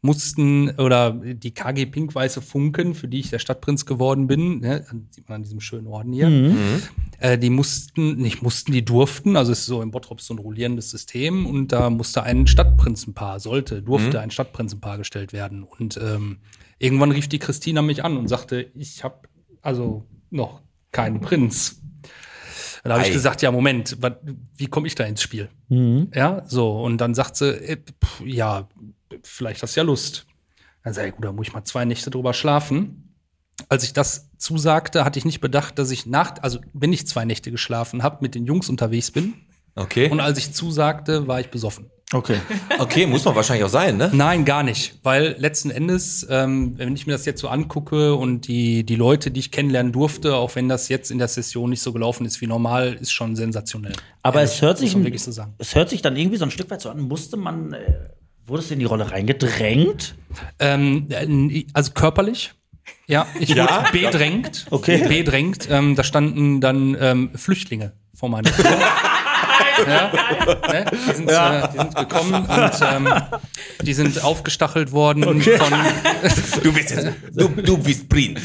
[SPEAKER 7] mussten oder die KG Pinkweiße Funken, für die ich der Stadtprinz geworden bin, ne, sieht man an diesem schönen Orden hier,
[SPEAKER 5] Mhm.
[SPEAKER 7] äh, die mussten, nicht mussten, die durften, also es ist so im Bottrop so ein rollierendes System und da musste ein Stadtprinzenpaar, sollte, durfte ein Stadtprinzenpaar gestellt werden. Und ähm, irgendwann rief die Christina mich an und sagte, ich habe also noch keinen Prinz. Dann habe ich
[SPEAKER 2] Ei.
[SPEAKER 7] gesagt, ja, Moment, wat, wie komme ich da ins Spiel? Ja, so. Und dann sagt sie, äh, pf, ja, vielleicht hast du ja Lust. Dann sage ich, gut, da muss ich mal zwei Nächte drüber schlafen. Als ich das zusagte, hatte ich nicht bedacht, dass ich nach, also wenn ich zwei Nächte geschlafen habe, mit den Jungs unterwegs bin.
[SPEAKER 2] Okay.
[SPEAKER 7] Und als ich zusagte, war ich besoffen.
[SPEAKER 5] Okay.
[SPEAKER 2] Okay, muss man wahrscheinlich auch sein, ne?
[SPEAKER 7] Nein, gar nicht. Weil letzten Endes, ähm, wenn ich mir das jetzt so angucke und die, die Leute, die ich kennenlernen durfte, auch wenn das jetzt in der Session nicht so gelaufen ist wie normal, ist schon sensationell.
[SPEAKER 5] Aber es hört, sich,
[SPEAKER 7] muss man wirklich so sagen.
[SPEAKER 5] es hört sich dann irgendwie so ein Stück weit so an. Musste man, äh, wurdest du in die Rolle reingedrängt?
[SPEAKER 7] Ähm, äh, also körperlich. Ja, ich
[SPEAKER 2] Ja?
[SPEAKER 7] wurde bedrängt.
[SPEAKER 5] Okay.
[SPEAKER 7] Bedrängt. Ähm, da standen dann ähm, Flüchtlinge vor meiner Tür. ja, ne? die, sind, Äh, die sind gekommen und ähm, die sind aufgestachelt worden von.
[SPEAKER 2] Du bist jetzt, du, du bist Prinz.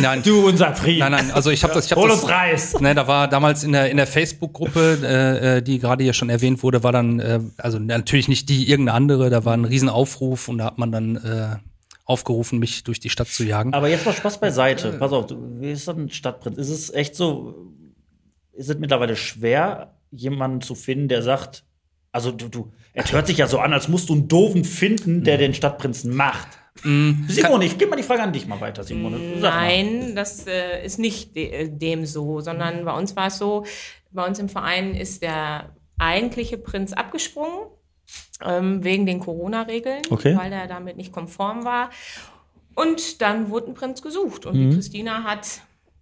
[SPEAKER 7] Nein,
[SPEAKER 5] Du, unser Prinz.
[SPEAKER 7] nein, nein. Also ich habe das. Ich hab
[SPEAKER 5] Hol
[SPEAKER 7] das
[SPEAKER 5] uns Reis.
[SPEAKER 7] Ne, da war damals in der, in der Facebook-Gruppe, äh, äh, die gerade hier schon erwähnt wurde, war dann, äh, also natürlich nicht die, irgendeine andere, da war ein Riesenaufruf und da hat man dann äh, aufgerufen, mich durch die Stadt zu jagen.
[SPEAKER 5] Aber jetzt mal Spaß beiseite. Pass auf, du bist ein Stadtprinz. Ist es echt so, ist es mittlerweile schwer, jemanden zu finden, der sagt, also du, du, es hört sich ja so an, als musst du einen Doofen finden, der den Stadtprinzen macht. Simone, ich gebe mal die Frage an dich mal weiter, Simone. Sag mal.
[SPEAKER 8] Nein, das äh, ist nicht de äh, dem so, sondern bei uns war es so, bei uns im Verein ist der eigentliche Prinz abgesprungen, ähm, wegen den Corona-Regeln,
[SPEAKER 5] Okay.
[SPEAKER 8] weil er damit nicht konform war. Und dann wurde ein Prinz gesucht und
[SPEAKER 2] Mhm.
[SPEAKER 8] die Christina hat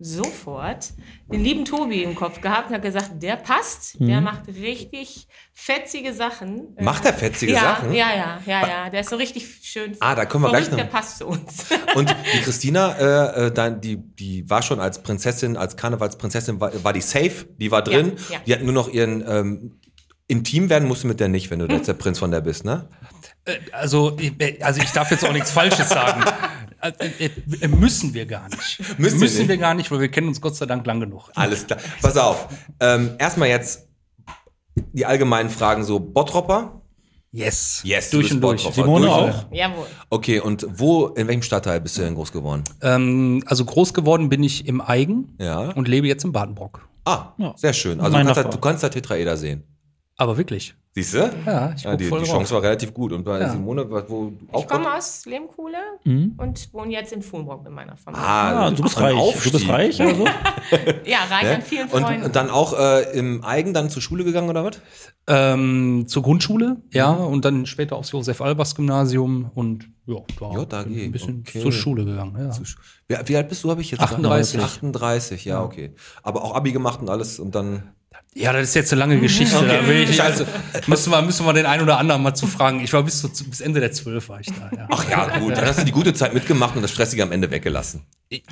[SPEAKER 8] sofort den lieben Tobi im Kopf gehabt und hat gesagt, der passt,
[SPEAKER 2] Mhm.
[SPEAKER 8] der macht richtig fetzige Sachen. Äh,
[SPEAKER 2] Macht er fetzige
[SPEAKER 8] ja,
[SPEAKER 2] Sachen?
[SPEAKER 8] Ja, ja, ja, ja, der ist so richtig schön
[SPEAKER 2] Ah, da kommen wir gleich
[SPEAKER 8] verrückt,
[SPEAKER 2] noch-
[SPEAKER 8] Der passt zu uns.
[SPEAKER 2] Und die Christina, äh, äh, dann, die, die war schon als Prinzessin, als Karnevalsprinzessin, war, war die safe, die war drin.
[SPEAKER 8] Ja, ja.
[SPEAKER 2] Die hat nur noch ihren. Ähm, intim werden musst du mit der nicht, wenn
[SPEAKER 8] Mhm.
[SPEAKER 2] du jetzt der Prinz von der bist, ne?
[SPEAKER 7] Also, ich- also ich darf jetzt auch nichts Falsches sagen. Äh, äh, Müssen wir gar nicht.
[SPEAKER 2] Müssen wir nicht.
[SPEAKER 7] wir gar nicht, weil wir kennen uns Gott sei Dank lang genug.
[SPEAKER 2] Alles klar. Pass auf. Ähm, erstmal jetzt die allgemeinen Fragen so Bottropper.
[SPEAKER 7] Yes.
[SPEAKER 2] Yes,
[SPEAKER 7] durch
[SPEAKER 2] du
[SPEAKER 7] und
[SPEAKER 2] bist
[SPEAKER 7] durch.
[SPEAKER 2] Bottropper.
[SPEAKER 5] Simone
[SPEAKER 2] Durch und-
[SPEAKER 5] auch?
[SPEAKER 8] Jawohl.
[SPEAKER 2] Okay, und wo, in welchem Stadtteil bist du denn groß geworden?
[SPEAKER 7] Ähm, also groß geworden bin ich im Eigen
[SPEAKER 2] Ja.
[SPEAKER 7] und lebe jetzt in Badenbrock.
[SPEAKER 2] Ah, sehr schön. Also du
[SPEAKER 5] Mein
[SPEAKER 2] kannst, da,
[SPEAKER 5] Nachbar.
[SPEAKER 2] du kannst da Tetraeder sehen.
[SPEAKER 7] Aber wirklich.
[SPEAKER 2] Siehst du?
[SPEAKER 7] Ja, ich guck
[SPEAKER 2] die,
[SPEAKER 7] voll
[SPEAKER 2] die
[SPEAKER 7] drauf.
[SPEAKER 2] Chance war relativ gut. Und bei
[SPEAKER 7] Ja.
[SPEAKER 2] Simone, wa- wo du auch
[SPEAKER 8] Ich komme
[SPEAKER 2] Gott- Mhm.
[SPEAKER 8] aus Lehmkuhle und wohne jetzt in Fulmbrock mit meiner Familie.
[SPEAKER 2] Ah,
[SPEAKER 5] Ah, du bist
[SPEAKER 2] ein
[SPEAKER 5] reich.
[SPEAKER 2] Aufstieg.
[SPEAKER 5] Du bist reich oder so?
[SPEAKER 8] Ja, reich
[SPEAKER 2] Ne?
[SPEAKER 8] an vielen
[SPEAKER 2] Und,
[SPEAKER 8] Freunden.
[SPEAKER 2] und dann auch äh, im Eigen dann zur Schule gegangen oder was?
[SPEAKER 7] Ähm, zur Grundschule, ja,
[SPEAKER 2] Mhm.
[SPEAKER 7] und dann später aufs Josef-Albers-Gymnasium und ja, da
[SPEAKER 2] Ja, da
[SPEAKER 7] bin ich
[SPEAKER 2] geh,
[SPEAKER 7] ein bisschen
[SPEAKER 2] okay.
[SPEAKER 7] zur Schule gegangen. Ja.
[SPEAKER 2] Wie, wie alt bist du, habe ich jetzt?
[SPEAKER 7] 38.
[SPEAKER 2] 38, ja, okay. Aber auch Abi gemacht und alles und dann.
[SPEAKER 7] ja, das ist jetzt eine lange Geschichte. Da will ich nicht, also müssen wir, müssen wir den einen oder anderen mal zu fragen. Ich war bis, zu, bis Ende der 12 war ich da. Ja.
[SPEAKER 2] Ach ja, gut. Dann hast du die gute Zeit mitgemacht und das Stressige am Ende weggelassen.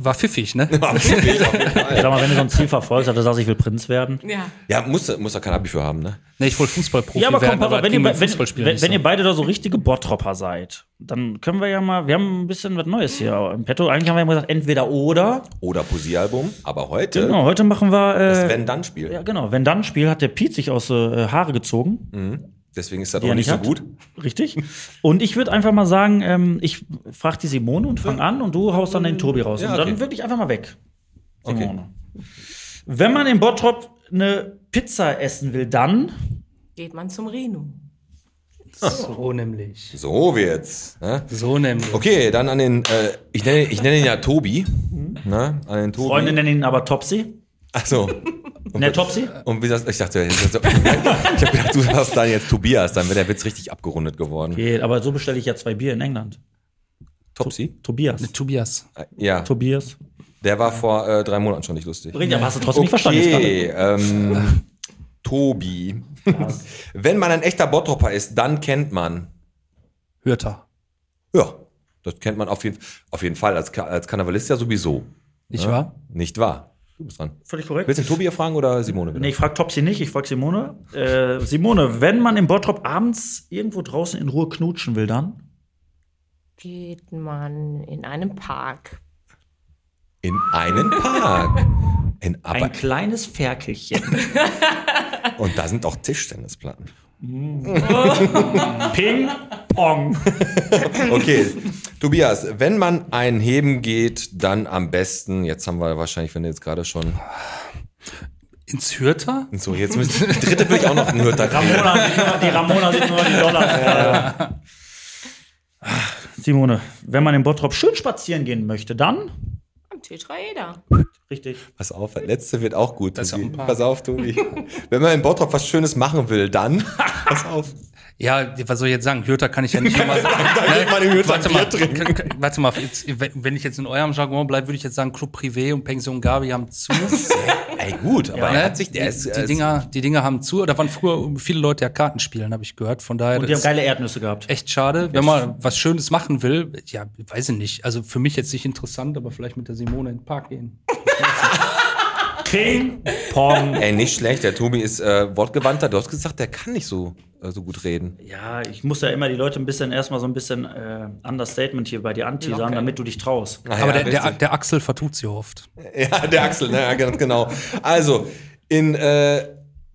[SPEAKER 7] War pfiffig, ne?
[SPEAKER 5] Ich sag mal, wenn du so ein Ziel verfolgst, dass du sagst, ich will Prinz werden.
[SPEAKER 8] ja.
[SPEAKER 2] Ja, muss, muss er kein Abi für haben, ne?
[SPEAKER 7] Ne, ich wollte Fußballprofi
[SPEAKER 5] Ja, aber komm,
[SPEAKER 7] werden,
[SPEAKER 5] Papa,
[SPEAKER 7] aber
[SPEAKER 5] wenn, ihr,
[SPEAKER 7] das
[SPEAKER 5] be-
[SPEAKER 7] ging
[SPEAKER 5] wenn,
[SPEAKER 7] beim Fußballspielen
[SPEAKER 5] wenn,
[SPEAKER 7] nicht
[SPEAKER 5] wenn
[SPEAKER 7] so.
[SPEAKER 5] ihr beide da so richtige Bottropper seid, dann können wir ja mal, wir haben ein bisschen was Neues hier im Petto. Eigentlich haben wir immer gesagt, entweder oder.
[SPEAKER 2] Oder Posieralbum. Aber heute,
[SPEAKER 5] Genau, heute machen wir.
[SPEAKER 2] das
[SPEAKER 5] Äh,
[SPEAKER 2] Wenn-Dann-Spiel.
[SPEAKER 5] ja, genau. Wenn dann Spiel hat der Piet sich aus äh, Haare gezogen,
[SPEAKER 2] Deswegen ist das
[SPEAKER 5] Die
[SPEAKER 2] auch
[SPEAKER 5] er
[SPEAKER 2] nicht so
[SPEAKER 5] nicht
[SPEAKER 2] gut.
[SPEAKER 5] richtig? Und ich würde einfach mal sagen, ähm, ich frage die Simone und fang an und du haust dann den Tobi raus.
[SPEAKER 2] Ja,
[SPEAKER 5] Und dann
[SPEAKER 2] okay.
[SPEAKER 5] wirklich einfach mal weg. Simone. Wenn man in Bottrop eine Pizza essen will, dann.
[SPEAKER 8] Geht man zum Reno.
[SPEAKER 7] So nämlich.
[SPEAKER 2] So wird's. Ne?
[SPEAKER 7] So nämlich.
[SPEAKER 2] Okay, dann an den, äh, ich, nenne, ich nenne ihn ja Tobi. Ne? An den Tobi.
[SPEAKER 5] Mhm. Freunde nennen ihn aber Topsy.
[SPEAKER 2] Achso.
[SPEAKER 5] Ne, Topsy?
[SPEAKER 2] Und wie das, ich dachte, ich habe gedacht, du sagst dann jetzt Tobias, dann wäre der Witz richtig abgerundet geworden.
[SPEAKER 5] Geht, aber so bestelle ich ja zwei Bier in England.
[SPEAKER 2] Topsi?
[SPEAKER 5] Tobias.
[SPEAKER 7] Ne, Tobias.
[SPEAKER 2] Ja,
[SPEAKER 5] Tobias.
[SPEAKER 2] der war vor äh, drei Monaten schon nicht lustig.
[SPEAKER 5] Richtig, aber hast du trotzdem nicht verstanden jetzt gerade.
[SPEAKER 2] ähm, Tobi. Wenn man ein echter Bottropper ist, dann kennt man.
[SPEAKER 7] Hört er.
[SPEAKER 2] Ja, das kennt man auf jeden, auf jeden Fall als, Ka- als Karnevalist ja sowieso.
[SPEAKER 7] Nicht wahr?
[SPEAKER 2] Nicht wahr? Du bist dran.
[SPEAKER 5] Völlig korrekt.
[SPEAKER 2] Willst du den Tobi fragen oder Simone? wieder?
[SPEAKER 5] Nee, ich frage Topsi nicht, ich frage Simone. Äh, Simone, wenn man im Bottrop abends irgendwo draußen in Ruhe knutschen will, dann?
[SPEAKER 8] Geht man in einem Park.
[SPEAKER 2] In einen Park. In aber,
[SPEAKER 5] kleines Ferkelchen.
[SPEAKER 2] und da sind auch Tischtennisplatten.
[SPEAKER 5] Ping Pong.
[SPEAKER 2] Okay, Tobias, wenn man ein Heben geht, dann am besten, jetzt haben wir wahrscheinlich, wenn du jetzt gerade schon
[SPEAKER 7] Ins Hürter?
[SPEAKER 2] So, jetzt müssen, dritte will ich auch noch einen Hürter kriegen.
[SPEAKER 5] Ramona, sieht nur- die Ramona sieht nur die Dollars. Simone, wenn man im Bottrop schön spazieren gehen möchte, dann?
[SPEAKER 8] Am Tetraeder.
[SPEAKER 5] Richtig.
[SPEAKER 2] Pass auf, das letzte wird auch gut.
[SPEAKER 7] ist ja
[SPEAKER 2] Tobi.
[SPEAKER 7] ein paar.
[SPEAKER 2] Pass auf, Tobi. Wenn man in Bottrop was Schönes machen will, dann. Pass auf.
[SPEAKER 7] Ja, was soll ich jetzt sagen? Hürter kann ich ja nicht nochmal sagen. ne?
[SPEAKER 2] geht man in Hürter
[SPEAKER 7] warte,
[SPEAKER 2] ein
[SPEAKER 7] mal,
[SPEAKER 2] Bier trinken.
[SPEAKER 7] k- k- warte mal, jetzt, wenn wenn ich jetzt in eurem Jargon bleibe, würde ich jetzt sagen, Club Privé und Pension Gabi haben zu.
[SPEAKER 2] Ey, gut, aber
[SPEAKER 7] Ne?
[SPEAKER 2] er hat sich, der
[SPEAKER 7] die,
[SPEAKER 2] ist,
[SPEAKER 7] die,
[SPEAKER 2] er ist
[SPEAKER 7] Dinger, die Dinger haben zu. Da waren früher viele Leute ja Karten spielen, habe ich gehört. Von daher
[SPEAKER 5] Und die
[SPEAKER 7] das
[SPEAKER 5] haben geile Erdnüsse gehabt.
[SPEAKER 7] echt schade. Wenn man was Schönes machen will, ja, weiß ich nicht. Also für mich jetzt nicht interessant, aber vielleicht mit der Simone in den Park gehen.
[SPEAKER 5] Ping Pong.
[SPEAKER 2] Ey, nicht schlecht. Der Tobi ist äh, wortgewandter. Du hast gesagt, der kann nicht so, äh, so gut reden.
[SPEAKER 5] Ja, ich muss ja immer die Leute ein bisschen erstmal so ein bisschen äh, Understatement hier bei dir anteasern, damit du dich traust.
[SPEAKER 7] aber
[SPEAKER 2] ja,
[SPEAKER 7] der, der,
[SPEAKER 2] richtig.
[SPEAKER 7] der Axel vertut sie oft.
[SPEAKER 2] Ja, der Axel, ne? ja, ganz genau. Also, in, äh,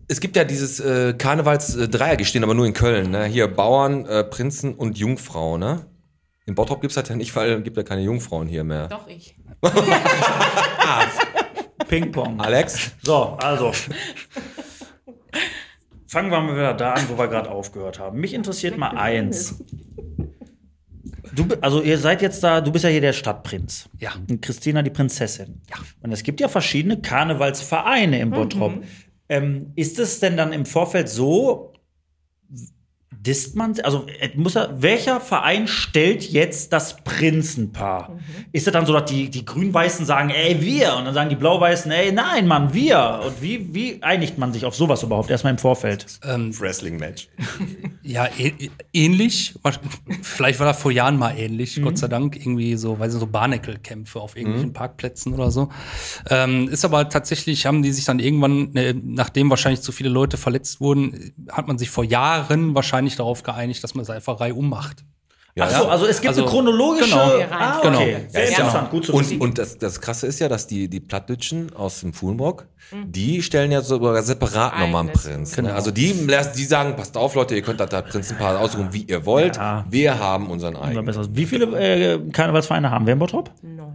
[SPEAKER 2] es gibt ja dieses äh, Karnevals-Dreier, die stehen aber nur in Köln. Ne? Hier Bauern, äh, Prinzen und Jungfrau, ne? In Bottrop gibt's das ja nicht, weil gibt ja keine Jungfrauen hier mehr.
[SPEAKER 8] Doch ich.
[SPEAKER 5] Ping-Pong.
[SPEAKER 2] Alex?
[SPEAKER 5] So, also. Fangen wir mal wieder da an, wo wir gerade aufgehört haben. Mich interessiert mal eins. Du, bi- also ihr seid jetzt da, du bist ja hier der Stadtprinz.
[SPEAKER 7] Ja.
[SPEAKER 5] Und Christina die Prinzessin. Ja. Und es gibt ja verschiedene Karnevalsvereine im Bottrop. Ähm, ist es denn dann im Vorfeld so, disst man, also es muss ja, welcher Verein stellt jetzt das Prinzenpaar? Ist das dann so, dass die, die Grün-Weißen sagen, ey, wir? Und dann sagen die Blau-Weißen, ey, nein, Mann, wir. Und wie, wie einigt man sich auf sowas überhaupt erstmal im Vorfeld?
[SPEAKER 7] Äh,
[SPEAKER 2] Wrestling-Match.
[SPEAKER 7] Ja, ä- ä- ähnlich. Vielleicht war das vor Jahren mal ähnlich,
[SPEAKER 2] Mhm.
[SPEAKER 7] Gott sei Dank. Irgendwie so, weiß nicht, so Barnacle-Kämpfe auf irgendwelchen Parkplätzen oder so. Ähm, ist aber tatsächlich, haben die sich dann irgendwann, äh, nachdem wahrscheinlich zu viele Leute verletzt wurden, äh, hat man sich vor Jahren wahrscheinlich darauf geeinigt, dass man es einfach reihum macht.
[SPEAKER 5] Ach so, also es gibt
[SPEAKER 7] Also,
[SPEAKER 5] eine chronologische.
[SPEAKER 7] genau.
[SPEAKER 5] ah, okay.
[SPEAKER 7] Genau.
[SPEAKER 5] Sehr
[SPEAKER 7] Ja,
[SPEAKER 5] interessant,
[SPEAKER 7] genau.
[SPEAKER 5] gut zu wissen.
[SPEAKER 2] Und, und das, das Krasse ist ja, dass die, die Plattdütschen aus dem Fuhlenbrock, die stellen ja sogar separat nochmal einen
[SPEAKER 8] Mhm. Eigenes.
[SPEAKER 2] Prinz.
[SPEAKER 5] Genau.
[SPEAKER 2] Ne? Also die, lassen- die sagen, passt auf Leute, ihr könnt das da Prinzenpaar aussuchen, wie ihr wollt.
[SPEAKER 5] Ja.
[SPEAKER 2] Wir haben unseren eigenen.
[SPEAKER 5] Wie viele äh, Karnevalsvereine haben wir in Bottrop?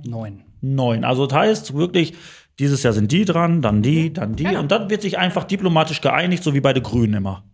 [SPEAKER 7] Neun.
[SPEAKER 5] Neun. Also das heißt wirklich, dieses Jahr sind die dran, dann die, dann die.
[SPEAKER 8] Genau.
[SPEAKER 5] Und dann wird sich einfach diplomatisch geeinigt, so wie bei den Grünen immer.
[SPEAKER 2] Oh,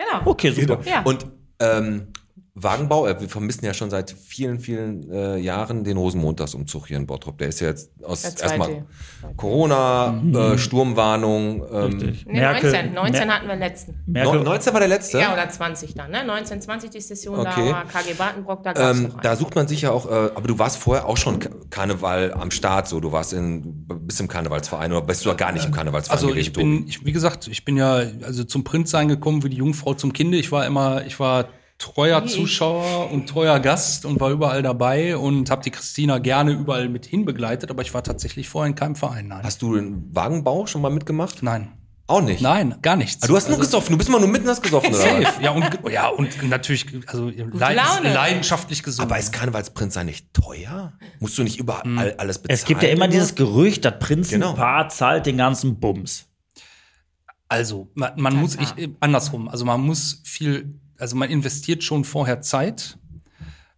[SPEAKER 8] Genau.
[SPEAKER 5] Okay, super.
[SPEAKER 8] Ja.
[SPEAKER 2] Und ähm, Wagenbau, äh, wir vermissen ja schon seit vielen, vielen äh, Jahren den Rosenmontagsumzug hier in Bottrop. Der ist ja jetzt aus
[SPEAKER 8] Der zweite.
[SPEAKER 2] erstmal Corona, äh, Sturmwarnung. Ähm,
[SPEAKER 5] Mhm. Richtig. genau.
[SPEAKER 8] Nee, 19. 19 hatten wir den letzten.
[SPEAKER 5] Mer
[SPEAKER 2] Neu-
[SPEAKER 5] Merkel,
[SPEAKER 2] 19 war der letzte.
[SPEAKER 8] Ja, oder 20 dann, ne? 19, 20 die Session,
[SPEAKER 2] Okay.
[SPEAKER 8] da war KG Bartenbrock, da gab's
[SPEAKER 2] Ähm,
[SPEAKER 8] noch
[SPEAKER 2] da
[SPEAKER 8] einen.
[SPEAKER 2] sucht man sich ja auch, äh, aber du warst vorher auch schon Ka- Karneval am Start, so du warst in, bist im Karnevalsverein oder bist du gar nicht im Karnevalsverein
[SPEAKER 7] Also
[SPEAKER 2] gewesen,
[SPEAKER 7] ich bin, ich, wie gesagt, ich bin ja also zum Prinz sein gekommen wie die Jungfrau zum Kinde. Ich war immer, ich war treuer Zuschauer und treuer Gast und war überall dabei und habe die Christina gerne überall mit hinbegleitet, aber ich war tatsächlich vorher in keinem Verein. Nein.
[SPEAKER 2] Hast du den Wagenbau schon mal mitgemacht?
[SPEAKER 7] Nein.
[SPEAKER 2] Auch nicht.
[SPEAKER 7] Nein, gar nichts.
[SPEAKER 2] Ah, Du hast nur gesoffen, du bist mal nur mitten hast gesoffen, oder? was?
[SPEAKER 7] Safe. Ja und, ja, und natürlich, also leid,
[SPEAKER 8] Laune.
[SPEAKER 7] leidenschaftlich gesund.
[SPEAKER 2] Aber ist Karnevalsprinz sein nicht teuer? Musst du nicht überall
[SPEAKER 7] Hm.
[SPEAKER 2] alles bezahlen?
[SPEAKER 5] es gibt ja immer dieses Gerücht, das
[SPEAKER 7] Genau.
[SPEAKER 5] Prinzenpaar zahlt den ganzen Bums.
[SPEAKER 7] Also, man, man muss, ich, äh, andersrum, also man muss viel, also man investiert schon vorher Zeit,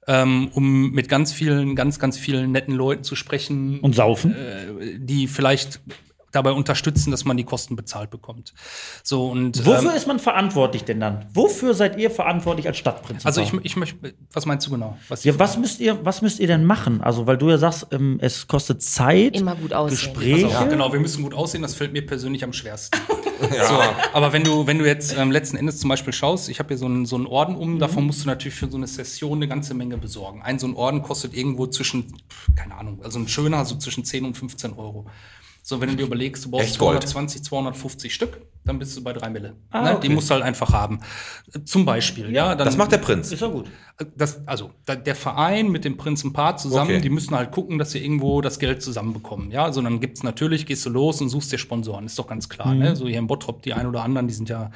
[SPEAKER 7] ähm, um mit ganz vielen, ganz, ganz vielen netten Leuten zu sprechen,
[SPEAKER 5] Und saufen?
[SPEAKER 7] Äh, die vielleicht dabei unterstützen, dass man die Kosten bezahlt bekommt. So, und,
[SPEAKER 5] Wofür
[SPEAKER 7] ähm,
[SPEAKER 5] ist man verantwortlich denn dann? Wofür seid ihr verantwortlich als Stadtprinzenpaar?
[SPEAKER 7] also ich, ich möchte, was meinst du genau? Was
[SPEAKER 5] ja, was müsst ihr, was müsst ihr denn machen? Also, weil du ja sagst, ähm, es kostet Zeit,
[SPEAKER 8] Immer gut aussehen.
[SPEAKER 5] Gespräche.
[SPEAKER 7] Ja, genau, wir müssen gut aussehen, das fällt mir persönlich am schwersten. so, aber wenn du, wenn du jetzt ähm, letzten Endes zum Beispiel schaust, ich habe hier so einen, so einen Orden
[SPEAKER 5] Mhm.
[SPEAKER 7] um, davon musst du natürlich für so eine Session eine ganze Menge besorgen. Ein so ein Orden kostet irgendwo zwischen, pf, keine Ahnung, also ein schöner, so zwischen 10 und 15 Euro. So, wenn du dir überlegst, du brauchst
[SPEAKER 2] Echt Gold.
[SPEAKER 7] 220, 250 Stück, dann bist du bei drei Mille.
[SPEAKER 5] Ah,
[SPEAKER 7] ne?
[SPEAKER 5] okay.
[SPEAKER 7] Die musst du halt einfach haben. Äh, Zum Beispiel, ja. dann,
[SPEAKER 2] Das macht der Prinz.
[SPEAKER 5] Ist ja gut.
[SPEAKER 7] das, also da, der Verein mit dem Prinzenpaar zusammen,
[SPEAKER 2] Okay.
[SPEAKER 7] die müssen halt gucken, dass sie irgendwo das Geld zusammenbekommen. Ja, also dann gibt's natürlich, gehst du los und suchst dir Sponsoren, ist doch ganz klar. Ne? So hier im Bottrop, die ein oder anderen, die sind ja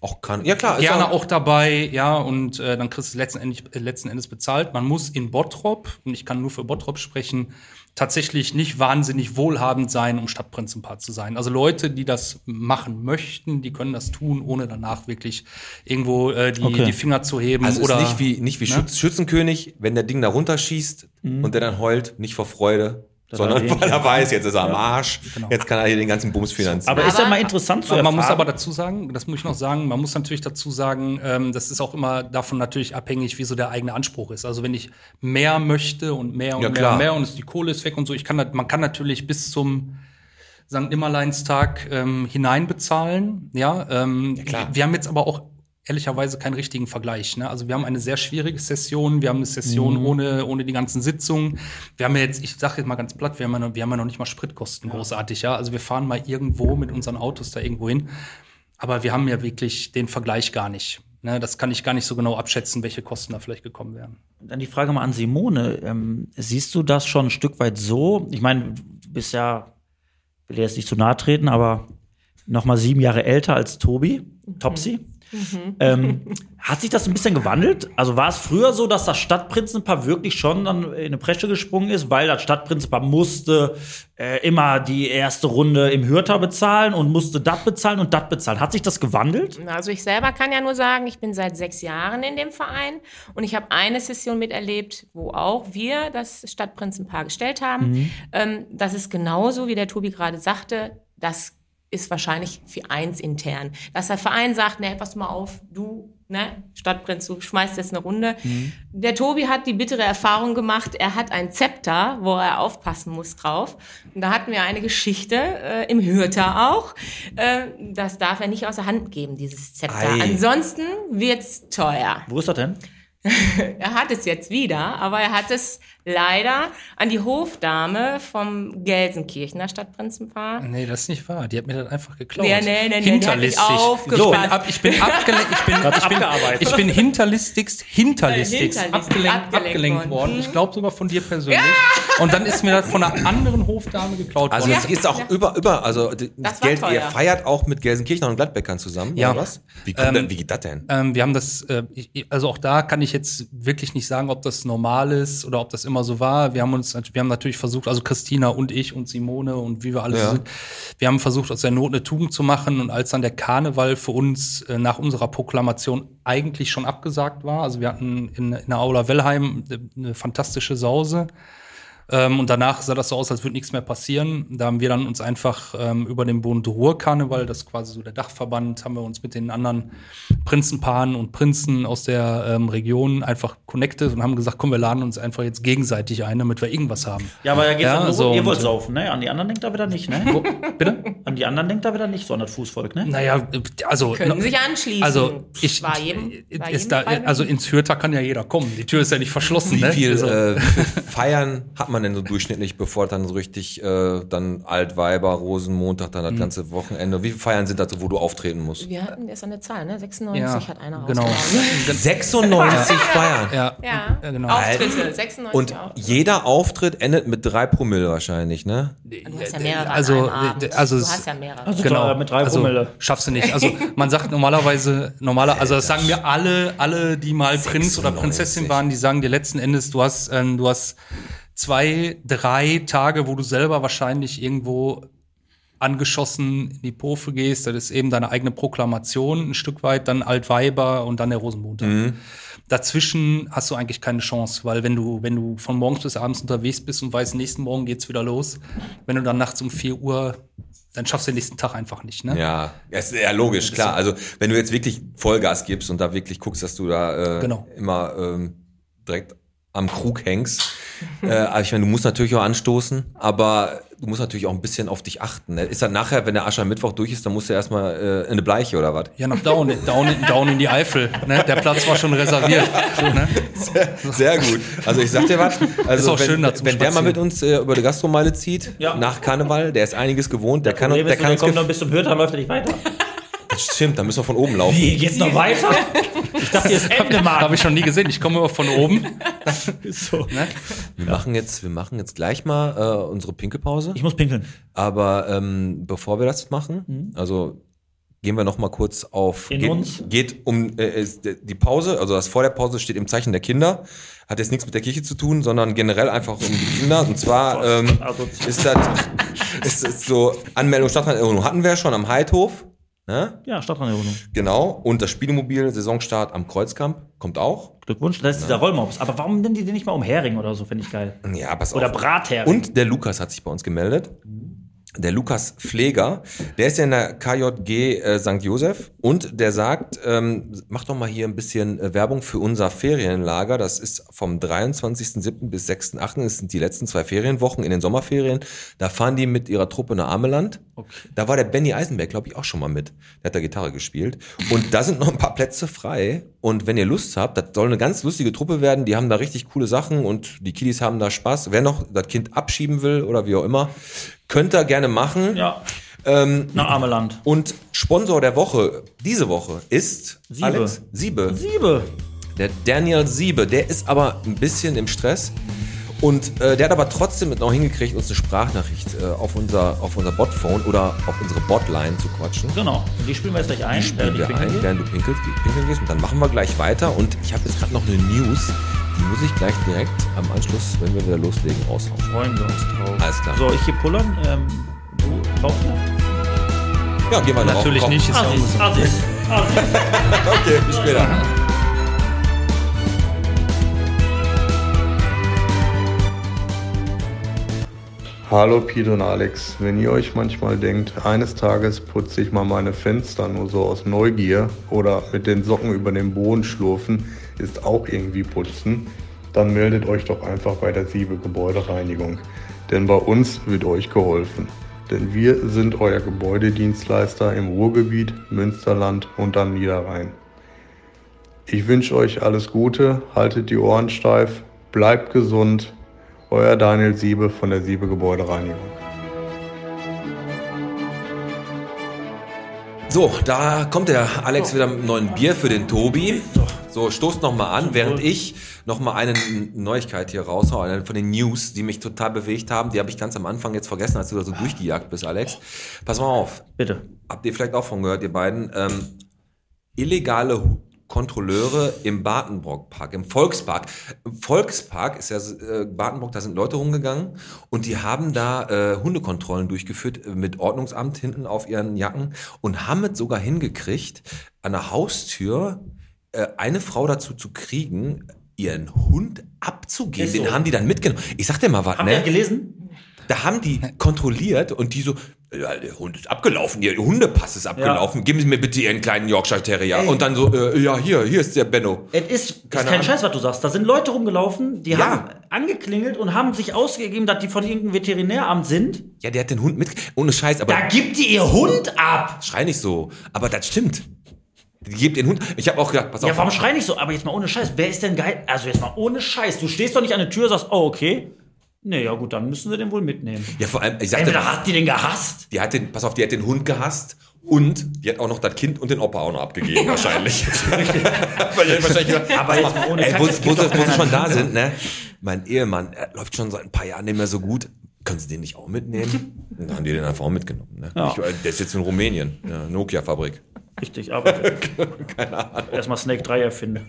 [SPEAKER 2] Auch kann, ja klar. ist
[SPEAKER 7] gerne
[SPEAKER 2] auch-
[SPEAKER 7] auch dabei, ja, und äh, dann kriegst du es letzten Endes, äh, letzten Endes bezahlt. Man muss in Bottrop, und ich kann nur für Bottrop sprechen, tatsächlich nicht wahnsinnig wohlhabend sein, um Stadtprinzenpaar zu sein. Also Leute, die das machen möchten, die können das tun, ohne danach wirklich irgendwo äh, die,
[SPEAKER 5] Okay.
[SPEAKER 7] die Finger zu heben.
[SPEAKER 2] Also
[SPEAKER 7] oder Ne?
[SPEAKER 2] ist nicht wie, nicht wie Schütz, Schützenkönig, wenn der Ding da runterschießt
[SPEAKER 7] Hm.
[SPEAKER 2] und der dann heult, nicht vor Freude, sondern
[SPEAKER 5] hat er
[SPEAKER 2] weil er weiß, jetzt ist er am Arsch,
[SPEAKER 7] Genau.
[SPEAKER 2] jetzt kann er hier den ganzen Bums finanzieren.
[SPEAKER 5] Aber, ist ja
[SPEAKER 8] Aber-
[SPEAKER 5] mal interessant zu
[SPEAKER 7] Man,
[SPEAKER 5] erfahren.
[SPEAKER 7] man muss aber dazu sagen, das muss ich noch sagen, man muss natürlich dazu sagen, ähm, das ist auch immer davon natürlich abhängig, wie so der eigene Anspruch ist. Also wenn ich mehr möchte und mehr und
[SPEAKER 2] Ja,
[SPEAKER 7] mehr
[SPEAKER 2] klar.
[SPEAKER 7] und mehr und es die Kohle ist weg und so, ich kann das, man kann natürlich bis zum St. Nimmerleinstag ähm, hineinbezahlen. Ja, ähm,
[SPEAKER 2] klar.
[SPEAKER 7] Wir, wir haben jetzt aber auch ehrlicherweise keinen richtigen Vergleich. Ne? Also wir haben eine sehr schwierige Session, wir haben eine Session ohne, ohne die ganzen Sitzungen. Wir haben ja jetzt, ich sage jetzt mal ganz platt, wir haben, ja noch, wir haben ja noch nicht mal Spritkosten großartig, ja. Also wir fahren mal irgendwo mit unseren Autos da irgendwo hin. Aber wir haben ja wirklich den Vergleich gar nicht. Ne? Das kann ich gar nicht so genau abschätzen, welche Kosten da vielleicht gekommen wären.
[SPEAKER 5] Dann die Frage mal an Simone. Ähm, siehst du das schon ein Stück weit so? Ich meine, du bist ja, will dir jetzt nicht zu nahe treten, aber noch mal sieben Jahre älter als Tobi, Topsy. Ähm, hat sich das ein bisschen gewandelt? Also war es früher so, dass das Stadtprinzenpaar wirklich schon dann in eine Presche gesprungen ist, weil das Stadtprinzenpaar musste äh, immer die erste Runde im Hürter bezahlen und musste das bezahlen und das bezahlen. Hat sich das gewandelt?
[SPEAKER 8] Also ich selber kann ja nur sagen, ich bin seit sechs Jahren in dem Verein und ich habe eine Session miterlebt, wo auch wir das Stadtprinzenpaar gestellt haben. Ähm, das ist genauso, wie der Tobi gerade sagte, das ist wahrscheinlich vereinsintern. Dass der Verein sagt, ne, pass mal auf, du, ne, Stadtprinz, du schmeißt jetzt eine Runde.
[SPEAKER 2] Mhm.
[SPEAKER 8] Der Tobi hat die bittere Erfahrung gemacht, er hat ein Zepter, wo er aufpassen muss drauf. Und da hatten wir eine Geschichte, äh, im Hürter auch. Äh, das darf er nicht außer Hand geben, dieses Zepter.
[SPEAKER 2] Ei.
[SPEAKER 8] Ansonsten wird's teuer.
[SPEAKER 5] Wo ist das denn?
[SPEAKER 8] Er hat es jetzt wieder, aber er hat es leider an die Hofdame vom Gelsenkirchener Stadtprinzenpaar.
[SPEAKER 2] Mhm.
[SPEAKER 7] Nee, das ist nicht wahr. Die hat mir das einfach geklaut.
[SPEAKER 8] Nee, nee, nee, nee,
[SPEAKER 7] hinterlistig.
[SPEAKER 8] die hat nicht aufgepasst.
[SPEAKER 7] ich bin, ab, ich bin abgelenkt. Ich bin, ich bin,
[SPEAKER 5] abgearbeitet.
[SPEAKER 7] ich bin hinterlistigst, hinterlistigst,
[SPEAKER 8] Äh, hinterlistigst,
[SPEAKER 7] abgelenkt, abgelenkt,
[SPEAKER 8] abgelenkt
[SPEAKER 7] worden.
[SPEAKER 8] worden.
[SPEAKER 7] Ich glaube sogar von dir persönlich. Und dann ist mir das von einer anderen Hofdame geklaut
[SPEAKER 2] Also
[SPEAKER 7] worden.
[SPEAKER 2] es ist auch über, über, also d-
[SPEAKER 8] Das war
[SPEAKER 2] Geld, ihr
[SPEAKER 8] teuer.
[SPEAKER 2] feiert auch mit Gelsenkirchen und Gladbeckern zusammen,
[SPEAKER 7] Ja.
[SPEAKER 2] oder was? ne? Wie, kommt
[SPEAKER 7] Ähm,
[SPEAKER 2] denn, wie geht das denn?
[SPEAKER 7] Ähm, wir haben das, äh, ich, also auch da kann ich jetzt wirklich nicht sagen, ob das normal ist oder ob das immer so war. Wir haben uns, nat- wir haben natürlich versucht, also Christina und ich und Simone und wie wir alle
[SPEAKER 2] Ja.
[SPEAKER 7] sind, wir haben versucht, aus der Not eine Tugend zu machen. Und als dann der Karneval für uns äh, nach unserer Proklamation eigentlich schon abgesagt war, also wir hatten in, in der Aula Wellheim äh, eine fantastische Sause. Ähm, und danach sah das so aus, als würde nichts mehr passieren. Da haben wir dann uns einfach ähm, über den Bund Ruhr-Karneval, das ist quasi so der Dachverband, haben wir uns mit den anderen Prinzenpaaren und Prinzen aus der ähm, Region einfach connected und haben gesagt, komm, wir laden uns einfach jetzt gegenseitig ein, damit wir irgendwas haben.
[SPEAKER 5] Ja, aber da geht's
[SPEAKER 7] Ja,
[SPEAKER 5] dann nur,
[SPEAKER 7] so,
[SPEAKER 5] ihr wollt
[SPEAKER 7] und-
[SPEAKER 5] saufen, ne? An die anderen denkt er wieder nicht, ne?
[SPEAKER 7] Bitte?
[SPEAKER 5] An die anderen denkt er wieder nicht, so an das Fußvolk, ne?
[SPEAKER 7] Naja, also.
[SPEAKER 8] Können
[SPEAKER 7] no-
[SPEAKER 8] sich anschließen.
[SPEAKER 7] also ich
[SPEAKER 8] war jedem, war jedem
[SPEAKER 7] ist da,
[SPEAKER 8] freiwillig.
[SPEAKER 7] also ins Hürter kann ja jeder kommen. Die Tür ist ja nicht verschlossen.
[SPEAKER 2] Wie
[SPEAKER 7] ne?
[SPEAKER 2] viel,
[SPEAKER 7] Also-
[SPEAKER 2] äh, wie viel Feiern hat man denn so durchschnittlich, bevor dann so richtig äh, dann Altweiber, Rosenmontag, dann das ganze Wochenende? Wie viele Feiern sind das, so, wo du auftreten musst?
[SPEAKER 8] wir hatten gestern eine Zahl, ne? 96 hat einer
[SPEAKER 7] genau.
[SPEAKER 8] rausgehauen.
[SPEAKER 2] 96 Feiern.
[SPEAKER 7] Ja,
[SPEAKER 8] Ja,
[SPEAKER 7] äh, genau.
[SPEAKER 8] Auftritte, 96
[SPEAKER 2] Und
[SPEAKER 8] auch.
[SPEAKER 2] jeder Auftritt endet mit drei Promille wahrscheinlich, ne?
[SPEAKER 8] Du hast ja mehrere
[SPEAKER 7] also,
[SPEAKER 8] an einem Abend.
[SPEAKER 7] äh, also
[SPEAKER 8] du
[SPEAKER 7] es-
[SPEAKER 8] hast ja mehrere.
[SPEAKER 5] Also
[SPEAKER 7] Genau.
[SPEAKER 5] klar, mit drei
[SPEAKER 7] also,
[SPEAKER 5] Rummel.
[SPEAKER 7] Schaffst du nicht. Also man sagt normalerweise, normaler, also das sagen mir alle, alle, die mal Prinz oder
[SPEAKER 2] 96.
[SPEAKER 7] Prinzessin waren, die sagen dir letzten Endes, du hast, ähm, du hast zwei, drei Tage, wo du selber wahrscheinlich irgendwo angeschossen in die Pofe gehst. Das ist eben deine eigene Proklamation ein Stück weit, dann Altweiber und dann der Rosenmontag.
[SPEAKER 2] Mhm.
[SPEAKER 7] Dazwischen hast du eigentlich keine Chance, weil wenn du, wenn du von morgens bis abends unterwegs bist und weißt, nächsten Morgen geht's wieder los, wenn du dann nachts um 4 Uhr, dann schaffst du den nächsten Tag einfach nicht, ne?
[SPEAKER 2] Ja, ist ja logisch, klar. Also wenn du jetzt wirklich Vollgas gibst und da wirklich guckst, dass du da äh,
[SPEAKER 7] Genau.
[SPEAKER 2] immer ähm, direkt am Krug hängst. äh, aber ich meine, du musst natürlich auch anstoßen, aber du musst natürlich auch ein bisschen auf dich achten. Ne? Ist dann nachher, wenn der Aschermittwoch durch ist, dann musst du erstmal äh, in eine Bleiche oder was?
[SPEAKER 7] Ja, nach down, down, down in die Eifel. Ne? Der Platz war schon reserviert. So, ne?
[SPEAKER 2] Sehr gut. Also ich sag dir was, also
[SPEAKER 7] Ist auch
[SPEAKER 2] wenn,
[SPEAKER 7] schön, da zum
[SPEAKER 2] wenn der mal
[SPEAKER 7] Spazieren.
[SPEAKER 2] mit uns äh, über die Gastromeile zieht,
[SPEAKER 5] Ja.
[SPEAKER 2] nach Karneval, der ist einiges gewohnt, der kann,
[SPEAKER 5] Problem
[SPEAKER 2] der
[SPEAKER 5] ist,
[SPEAKER 2] kann
[SPEAKER 5] wenn
[SPEAKER 2] uns...
[SPEAKER 5] wir kommen noch
[SPEAKER 2] gef-
[SPEAKER 5] bis zum Hürter, läuft er nicht weiter.
[SPEAKER 2] Stimmt, dann müssen wir von oben laufen.
[SPEAKER 5] Wie, geht's noch weiter? Ich dachte, ihr ist Ende,
[SPEAKER 7] Habe
[SPEAKER 5] Marc.
[SPEAKER 7] ich schon nie gesehen. Ich komme immer von oben.
[SPEAKER 5] So.
[SPEAKER 2] ne? Wir machen jetzt, wir machen jetzt gleich mal äh, unsere Pinkelpause.
[SPEAKER 5] Ich muss pinkeln.
[SPEAKER 2] Aber ähm, bevor wir das machen, also gehen wir noch mal kurz auf.
[SPEAKER 5] Mhm. In
[SPEAKER 2] geht,
[SPEAKER 5] uns?
[SPEAKER 2] geht um äh, ist de- die Pause, also das vor der Pause steht im Zeichen der Kinder. Hat jetzt nichts mit der Kirche zu tun, sondern generell einfach um die Kinder. Und zwar ähm,
[SPEAKER 5] Asozial.
[SPEAKER 2] ist das ist, das so Anmeldung Stadtrat hatten wir ja schon am Heidhof. Ne?
[SPEAKER 5] Ja, Stadtranierung.
[SPEAKER 2] Genau. Und das Spielemobil Saisonstart am Kreuzkamp kommt auch.
[SPEAKER 5] Glückwunsch, das ist dieser Rollmops. Aber warum nennen die den nicht mal um Hering oder so, finde ich geil.
[SPEAKER 2] Ja, pass
[SPEAKER 5] Oder
[SPEAKER 2] auf.
[SPEAKER 5] Brathering.
[SPEAKER 2] Und der Lukas hat sich bei uns gemeldet. Der Lukas Pfleger, der ist ja in der KJG äh, St. Josef und der sagt, ähm, mach doch mal hier ein bisschen äh, Werbung für unser Ferienlager. Das ist vom 23.07. bis 6.08. Das sind die letzten zwei Ferienwochen in den Sommerferien. Da fahren die mit ihrer Truppe nach Ameland. Da war der Benny Eisenberg, glaube ich, auch schon mal mit. Der hat da Gitarre gespielt. Und da sind noch ein paar Plätze frei. Und wenn ihr Lust habt, das soll eine ganz lustige Truppe werden. Die haben da richtig coole Sachen und die Kiddies haben da Spaß. Wer noch das Kind abschieben will oder wie auch immer, könnt ihr gerne machen.
[SPEAKER 5] Ja,
[SPEAKER 2] Ähm,
[SPEAKER 5] nach Ameland.
[SPEAKER 2] und Sponsor der Woche, diese Woche, ist
[SPEAKER 5] Siebe.
[SPEAKER 2] Alex Siebe.
[SPEAKER 5] Liebe.
[SPEAKER 2] Der Daniel Siebe. Der ist aber ein bisschen im Stress. Und äh, der hat aber trotzdem noch hingekriegt, uns eine Sprachnachricht äh, auf unser, auf unser Botphone oder auf unsere Botline zu quatschen.
[SPEAKER 5] Genau. Und die spielen wir jetzt gleich ein.
[SPEAKER 2] Spielen wir ein, während du pinkelst, pinkeln gehst. Und dann machen wir gleich weiter. Und ich habe jetzt gerade noch eine News. Die muss ich gleich direkt am Anschluss, wenn wir wieder loslegen, raushauen.
[SPEAKER 5] Freuen wir uns drauf.
[SPEAKER 2] Alles klar.
[SPEAKER 5] So, ich hier pullern. Ähm, du rauchst noch?
[SPEAKER 2] Ja, gehen wir noch.
[SPEAKER 7] Natürlich
[SPEAKER 2] Komm.
[SPEAKER 7] nicht, ist ja auch
[SPEAKER 5] Assis, Assis, Assis.
[SPEAKER 2] Okay, bis später.
[SPEAKER 9] Hallo Pete und Alex, wenn ihr euch manchmal denkt, eines Tages putze ich mal meine Fenster nur so aus Neugier oder mit den Socken über den Boden schlurfen, ist auch irgendwie putzen, dann meldet euch doch einfach bei der Siebe Gebäudereinigung, denn bei uns wird euch geholfen. Denn wir sind euer Gebäudedienstleister im Ruhrgebiet, Münsterland und am Niederrhein. Ich wünsche euch alles Gute, haltet die Ohren steif, bleibt gesund. Euer Daniel Siebe von der Siebe Gebäudereinigung.
[SPEAKER 2] So, da kommt der Alex wieder mit einem neuen Bier für den Tobi. So, stoßt nochmal an, während ich nochmal eine Neuigkeit hier raushaue, eine von den News, die mich total bewegt haben. Die habe ich ganz am Anfang jetzt vergessen, als du da so durchgejagt bist, Alex. Pass mal auf,
[SPEAKER 5] Bitte.
[SPEAKER 2] habt ihr vielleicht auch von gehört, ihr beiden. Ähm, illegale Hu- Kontrolleure im Bartenbrock-Park, im Volkspark. Im Volkspark ist ja äh, Bartenbrock, da sind Leute rumgegangen und die haben da äh, Hundekontrollen durchgeführt äh, mit Ordnungsamt hinten auf ihren Jacken und haben es sogar hingekriegt, an der Haustür äh, eine Frau dazu zu kriegen, ihren Hund abzugeben.
[SPEAKER 5] Ist
[SPEAKER 2] Den
[SPEAKER 5] so.
[SPEAKER 2] haben die dann mitgenommen. Ich sag dir mal was,
[SPEAKER 5] Habt ihr
[SPEAKER 2] ne?
[SPEAKER 5] das gelesen?
[SPEAKER 2] Da haben die kontrolliert und die so, ja, der Hund ist abgelaufen, ihr Hundepass ist abgelaufen, geben Sie mir bitte Ihren kleinen Yorkshire Terrier. Und dann so, äh, ja, hier, hier ist der Benno.
[SPEAKER 5] Es ist,
[SPEAKER 2] Keine
[SPEAKER 5] ist kein
[SPEAKER 2] Ahnung.
[SPEAKER 5] Scheiß, was du sagst. Da sind Leute rumgelaufen, die
[SPEAKER 2] Ja.
[SPEAKER 5] haben angeklingelt und haben sich ausgegeben, dass die von irgendeinem Veterinäramt sind.
[SPEAKER 2] Ja, der hat den Hund mit, ohne Scheiß, aber
[SPEAKER 5] Da gibt ihr ihr Hund ab.
[SPEAKER 2] schrei nicht so. Aber das stimmt. Die gebt den Hund, ich habe auch gedacht, pass
[SPEAKER 5] Ja,
[SPEAKER 2] auf.
[SPEAKER 5] warum schrei nicht so? Aber jetzt mal ohne Scheiß. Wer ist denn geil? Also jetzt mal ohne Scheiß. Du stehst doch nicht an der Tür und sagst, oh, okay. Nee, ja gut, dann müssen wir den wohl mitnehmen.
[SPEAKER 2] ja, vor allem, ich
[SPEAKER 5] Entweder
[SPEAKER 2] sagte,
[SPEAKER 5] hat die den gehasst.
[SPEAKER 2] die hat den, pass auf, die hat den Hund gehasst. Und die hat auch noch das Kind und den Opa auch noch abgegeben, wahrscheinlich. Weil die hat wahrscheinlich gedacht,
[SPEAKER 5] Aber jetzt mal ohne
[SPEAKER 2] Ey,
[SPEAKER 5] Kacke,
[SPEAKER 2] wo,
[SPEAKER 5] es
[SPEAKER 2] wo,
[SPEAKER 5] gibt
[SPEAKER 2] sie-
[SPEAKER 5] doch
[SPEAKER 2] wo sie
[SPEAKER 5] keiner-
[SPEAKER 2] schon da sind, ne? Mein Ehemann er läuft schon seit ein paar Jahren nicht mehr so gut. Können Sie den nicht auch mitnehmen? Und Dann haben die den einfach auch mitgenommen. Ne?
[SPEAKER 5] Ja.
[SPEAKER 2] Ich, äh, der ist jetzt in Rumänien, ja, Nokia-Fabrik.
[SPEAKER 5] Richtig, aber. Keine Ahnung. Erstmal Snake 3 erfinden.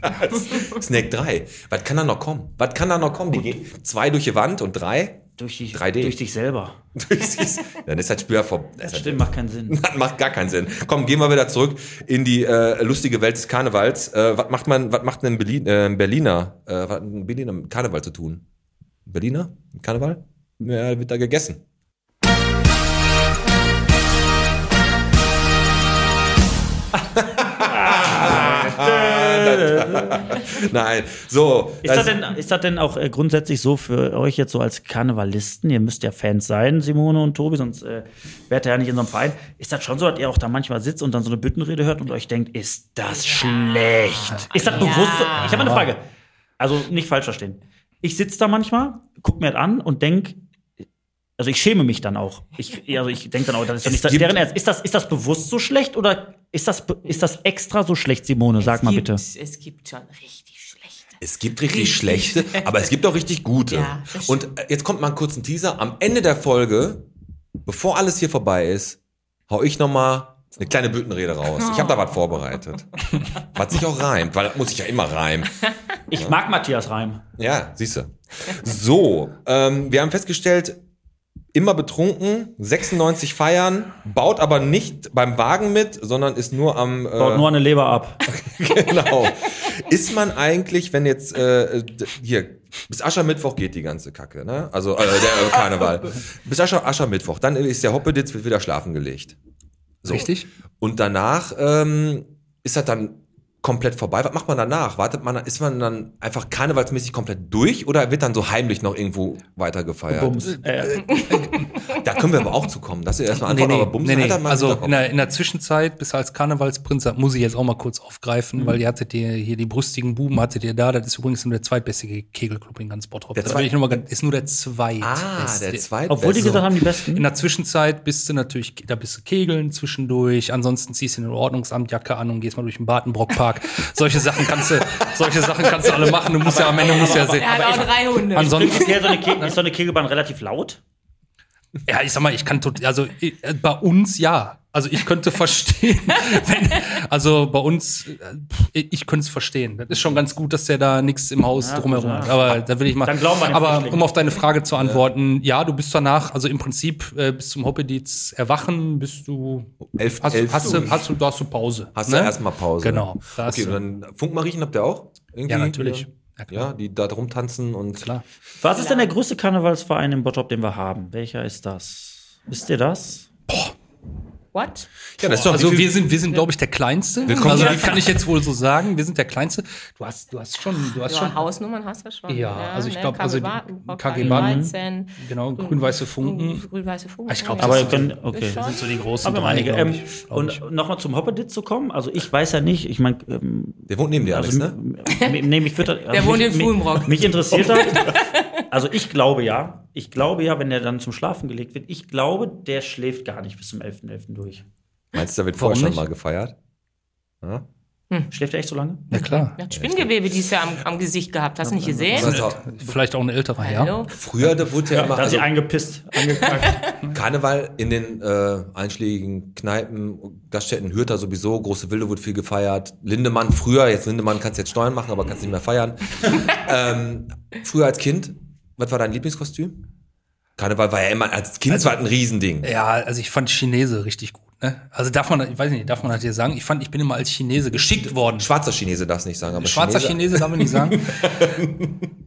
[SPEAKER 2] Snack 3. Was kann da noch kommen? Was kann da noch kommen? Die gehen zwei durch die Wand und drei
[SPEAKER 5] Durch, die,
[SPEAKER 2] 3D.
[SPEAKER 5] durch dich selber.
[SPEAKER 2] durch sie. Dann ist das Spiel ja vorbei.
[SPEAKER 5] Das stimmt, macht keinen Sinn.
[SPEAKER 2] Das macht gar keinen Sinn. Komm, gehen wir wieder zurück in die äh, lustige Welt des Karnevals. Äh, was macht man, was macht ein Berlin, äh, ein Berliner, äh, was hat ein Berliner mit Karneval zu tun? Berliner? Karneval? Ja, wird da gegessen. Nein, so.
[SPEAKER 5] Ist das, denn, ist das denn auch äh, grundsätzlich so für euch jetzt so als Karnevalisten? Ihr müsst ja Fans sein, Simone und Tobi, sonst äh, wärt ihr ja nicht in so einem Verein. Ist das schon so, dass ihr auch da manchmal sitzt und dann so eine Büttenrede hört und euch denkt, ist das schlecht? Ist das bewusst? so? Ich habe eine Frage. Also nicht falsch verstehen. Ich sitze da manchmal, guck mir das an und denk, also ich schäme mich dann auch. Ich, also ich denk dann auch, das ist doch
[SPEAKER 2] Es
[SPEAKER 5] nicht das-
[SPEAKER 2] gibt-
[SPEAKER 5] deren Ernst. Ist das, ist das bewusst so schlecht oder ist das, be- ist das extra so schlecht, Simone? Sag
[SPEAKER 8] es
[SPEAKER 5] mal
[SPEAKER 8] gibt,
[SPEAKER 5] bitte.
[SPEAKER 8] Es gibt schon richtig schlechte.
[SPEAKER 2] Es gibt richtig schlechte, aber es gibt auch richtig gute.
[SPEAKER 8] Ja, das
[SPEAKER 2] und äh, jetzt kommt mal einen kurzen Teaser. Am Ende der Folge, bevor alles hier vorbei ist, hau ich nochmal eine kleine Büttenrede raus. Ich habe da was vorbereitet. Was sich auch reimt, weil das muss ich ja immer reimen.
[SPEAKER 5] Ich mag Matthias Reim.
[SPEAKER 2] Ja, siehst du. So, ähm, wir haben festgestellt, immer betrunken, 96 feiern, baut aber nicht beim Wagen mit, sondern ist nur am... Äh,
[SPEAKER 5] Baut nur eine Leber ab.
[SPEAKER 2] genau. Ist man eigentlich, wenn jetzt äh, d- hier bis Aschermittwoch geht die ganze Kacke, ne? Also äh, der äh, Karneval. Bis Ascher, Aschermittwoch, dann ist der Hoppeditz wird wieder schlafen gelegt. So.
[SPEAKER 7] Richtig.
[SPEAKER 2] Und danach ähm, ist das dann komplett vorbei. Was macht man danach? Wartet man, ist man dann einfach karnevalsmäßig komplett durch oder wird dann so heimlich noch irgendwo weiter gefeiert?
[SPEAKER 5] Bums. Äh,
[SPEAKER 2] Da können wir aber auch zu kommen. Das ist erstmal
[SPEAKER 7] Nee,
[SPEAKER 2] Antwort,
[SPEAKER 7] nee,
[SPEAKER 2] aber Bums,
[SPEAKER 7] nee, nee.
[SPEAKER 2] Alter, mal
[SPEAKER 7] Also
[SPEAKER 2] Hinterkopf.
[SPEAKER 7] in der, in der Zwischenzeit, bis als Karnevalsprinz, das muss ich jetzt auch mal kurz aufgreifen, weil ihr hattet ihr hier die brustigen Buben, hattet ihr da. Das ist übrigens nur der zweitbeste Ke- Kegelclub in ganz Bottrop.
[SPEAKER 2] Der
[SPEAKER 7] Das
[SPEAKER 2] zweit-
[SPEAKER 7] will ich noch mal, ganz- ist nur der zweitbeste.
[SPEAKER 2] ah, der zweite.
[SPEAKER 5] obwohl die gesagt haben, die besten.
[SPEAKER 7] In der Zwischenzeit bist du natürlich, da bist du kegeln zwischendurch. Ansonsten ziehst du eine Ordnungsamtjacke an und gehst mal durch den Bartenbrockpark Tag. Solche Sachen kannst du, solche Sachen kannst du alle machen. Du musst ja am Ende musst ja sehen.
[SPEAKER 8] Er hat auch genau, drei Hunde.
[SPEAKER 7] Ansonsten,
[SPEAKER 5] Prinzipiell so eine Ke ist so eine Kegelbahn relativ laut.
[SPEAKER 7] ja, ich sag mal, ich kann tot, also ich, äh, bei uns ja. Also ich könnte verstehen, wenn, also bei uns, äh, pff, ich könnte es verstehen. Das ist schon ganz gut, dass der da nichts im Haus drumherum hat. Aber da will ich mal.
[SPEAKER 5] Dann glauben wir den
[SPEAKER 7] Aber
[SPEAKER 5] Flüchtlingen.
[SPEAKER 7] um auf deine Frage zu antworten, ja, du bist danach, also im Prinzip äh, bis zum Hoppediz erwachen, bist du
[SPEAKER 2] Elf,
[SPEAKER 7] hast,
[SPEAKER 2] elf
[SPEAKER 7] hast, du,
[SPEAKER 2] Stunden.
[SPEAKER 7] hast du, da hast du Pause.
[SPEAKER 2] Hast
[SPEAKER 7] ne?
[SPEAKER 2] du erstmal Pause.
[SPEAKER 7] Genau. Da hast
[SPEAKER 2] Okay,
[SPEAKER 7] du-
[SPEAKER 2] und dann Funkmariechen habt ihr auch? Irgendwie?
[SPEAKER 7] Ja, natürlich. Ja,
[SPEAKER 2] Ja,
[SPEAKER 7] klar.
[SPEAKER 2] die da drum tanzen und.
[SPEAKER 7] Klar.
[SPEAKER 5] Was ist denn der größte Karnevalsverein im Bottrop, den wir haben? Welcher ist das? Wisst ihr das?
[SPEAKER 8] What?
[SPEAKER 2] Ja, das ist doch
[SPEAKER 7] Also
[SPEAKER 2] wie viel-
[SPEAKER 7] wir sind, wir sind, glaube ich, der Kleinste.
[SPEAKER 2] kommen
[SPEAKER 7] also
[SPEAKER 2] ja-
[SPEAKER 7] das kann ich jetzt wohl so sagen. Wir sind der Kleinste. Du hast, du hast schon, du hast
[SPEAKER 8] Ja,
[SPEAKER 7] schon.
[SPEAKER 8] Hausnummern hast du schon. ne?
[SPEAKER 7] Ja, also ich glaub, also die KG
[SPEAKER 8] KG
[SPEAKER 7] Baden,
[SPEAKER 8] 13.
[SPEAKER 7] genau, grün-weiße Funken.
[SPEAKER 5] Mhm.
[SPEAKER 8] Grün-weiße Funken.
[SPEAKER 7] Ah, ich glaub, das
[SPEAKER 8] ja.
[SPEAKER 5] Aber ihr
[SPEAKER 7] ist-
[SPEAKER 5] könnt, okay.
[SPEAKER 8] schon.
[SPEAKER 7] Das sind so die großen
[SPEAKER 5] Aber
[SPEAKER 7] drei,
[SPEAKER 5] einige.
[SPEAKER 7] glaub
[SPEAKER 5] Ähm,
[SPEAKER 7] ich, glaub ich.
[SPEAKER 5] und nochmal zum Hoppeditz zu kommen. Also ich weiß ja nicht. Ich meine, ähm,
[SPEAKER 2] Der wohnt neben dir, Alex,
[SPEAKER 5] also,
[SPEAKER 2] ne?
[SPEAKER 5] m- nee, mich wird, das- also
[SPEAKER 8] wohnt
[SPEAKER 5] mich,
[SPEAKER 8] in Fuhlenbrock.
[SPEAKER 5] Mich, mich interessiert das. Also ich glaube ja. Ich glaube ja, wenn der dann zum Schlafen gelegt wird, ich glaube, der schläft gar nicht bis zum 11.11. durch.
[SPEAKER 2] Meinst du, da wird
[SPEAKER 7] Warum
[SPEAKER 2] vorher schon
[SPEAKER 7] nicht?
[SPEAKER 2] mal gefeiert? Ja?
[SPEAKER 8] Hm.
[SPEAKER 5] Schläft er echt so lange?
[SPEAKER 7] Ja, klar.
[SPEAKER 8] Er hat Spinngewebe dieses Jahr am, am Gesicht gehabt. Hast du nicht
[SPEAKER 2] Das
[SPEAKER 8] gesehen?
[SPEAKER 2] heißt auch,
[SPEAKER 7] Vielleicht auch ein älterer, ja.
[SPEAKER 8] Hallo?
[SPEAKER 2] früher da wurde ja immer
[SPEAKER 5] Da hat
[SPEAKER 2] also
[SPEAKER 5] sie eingepisst, angekackt.
[SPEAKER 2] Karneval in den äh, einschlägigen Kneipen, Gaststätten, Hürter sowieso, Große Wilde wurde viel gefeiert. Lindemann früher, jetzt Lindemann kannst jetzt Steuern machen, aber kannst nicht mehr feiern. ähm, früher als Kind, was war dein Lieblingskostüm? Karneval war ja immer als Kind
[SPEAKER 7] Also
[SPEAKER 2] war ein Riesending.
[SPEAKER 7] Ja, also ich fand Chinese richtig gut. Ne? Also darf man, ich weiß nicht, darf man das hier sagen? Ich fand, ich bin immer als Chinese geschickt worden.
[SPEAKER 2] Schwarzer Chinese darfst nicht sagen, aber
[SPEAKER 7] Schwarzer Chinese, darf man nicht sagen.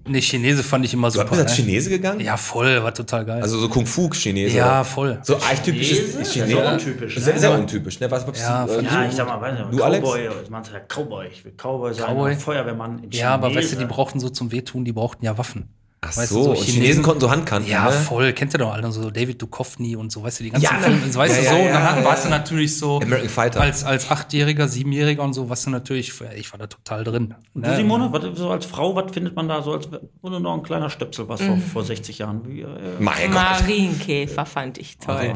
[SPEAKER 7] nee, Chinese fand ich immer
[SPEAKER 2] Du
[SPEAKER 7] super.
[SPEAKER 2] bist als
[SPEAKER 7] ne?
[SPEAKER 2] Chinese gegangen?
[SPEAKER 7] Ja, voll, war total geil.
[SPEAKER 2] Also so Kung Fu Chinese.
[SPEAKER 7] ja, voll.
[SPEAKER 2] So archetypisches Chinese.
[SPEAKER 5] Ja, so untypisch, ne?
[SPEAKER 2] Sehr, sehr untypisch. Ne? Was, was
[SPEAKER 7] Ja,
[SPEAKER 2] äh,
[SPEAKER 5] Ja, ich sag mal, weiß nicht,
[SPEAKER 2] Du, Alex?
[SPEAKER 5] Cowboy, man sagt Cowboy, ich will Cowboy sein,
[SPEAKER 7] Cowboy?
[SPEAKER 5] Feuerwehrmann in
[SPEAKER 7] ja, aber weißt du,
[SPEAKER 5] Chinesen.
[SPEAKER 7] die brauchten so zum Wehtun, die brauchten ja Waffen.
[SPEAKER 2] Ach
[SPEAKER 7] Weißt du,
[SPEAKER 2] so, und Chinesen konnten so Handkanten.
[SPEAKER 7] Ja,
[SPEAKER 2] ne?
[SPEAKER 7] voll. Kennt ihr doch alle so David Duchovny und so, weißt du, die ganzen
[SPEAKER 2] Ja,
[SPEAKER 7] Filme, also, weißt
[SPEAKER 2] ja,
[SPEAKER 7] du
[SPEAKER 2] ja,
[SPEAKER 7] so.
[SPEAKER 2] ja,
[SPEAKER 7] und danach
[SPEAKER 2] ja,
[SPEAKER 7] warst du
[SPEAKER 2] ja.
[SPEAKER 7] natürlich so
[SPEAKER 2] American Fighter.
[SPEAKER 7] als als achtjähriger, siebenjähriger und so, warst du natürlich. Ich war da total drin. ne?
[SPEAKER 5] Du, Simone, was, so als Frau, was findet man da so als oder noch ein kleiner Stöpsel, was vor, vor 60 Jahren? Wie, äh,
[SPEAKER 2] mein Gott.
[SPEAKER 8] Marienkäfer fand ich toll.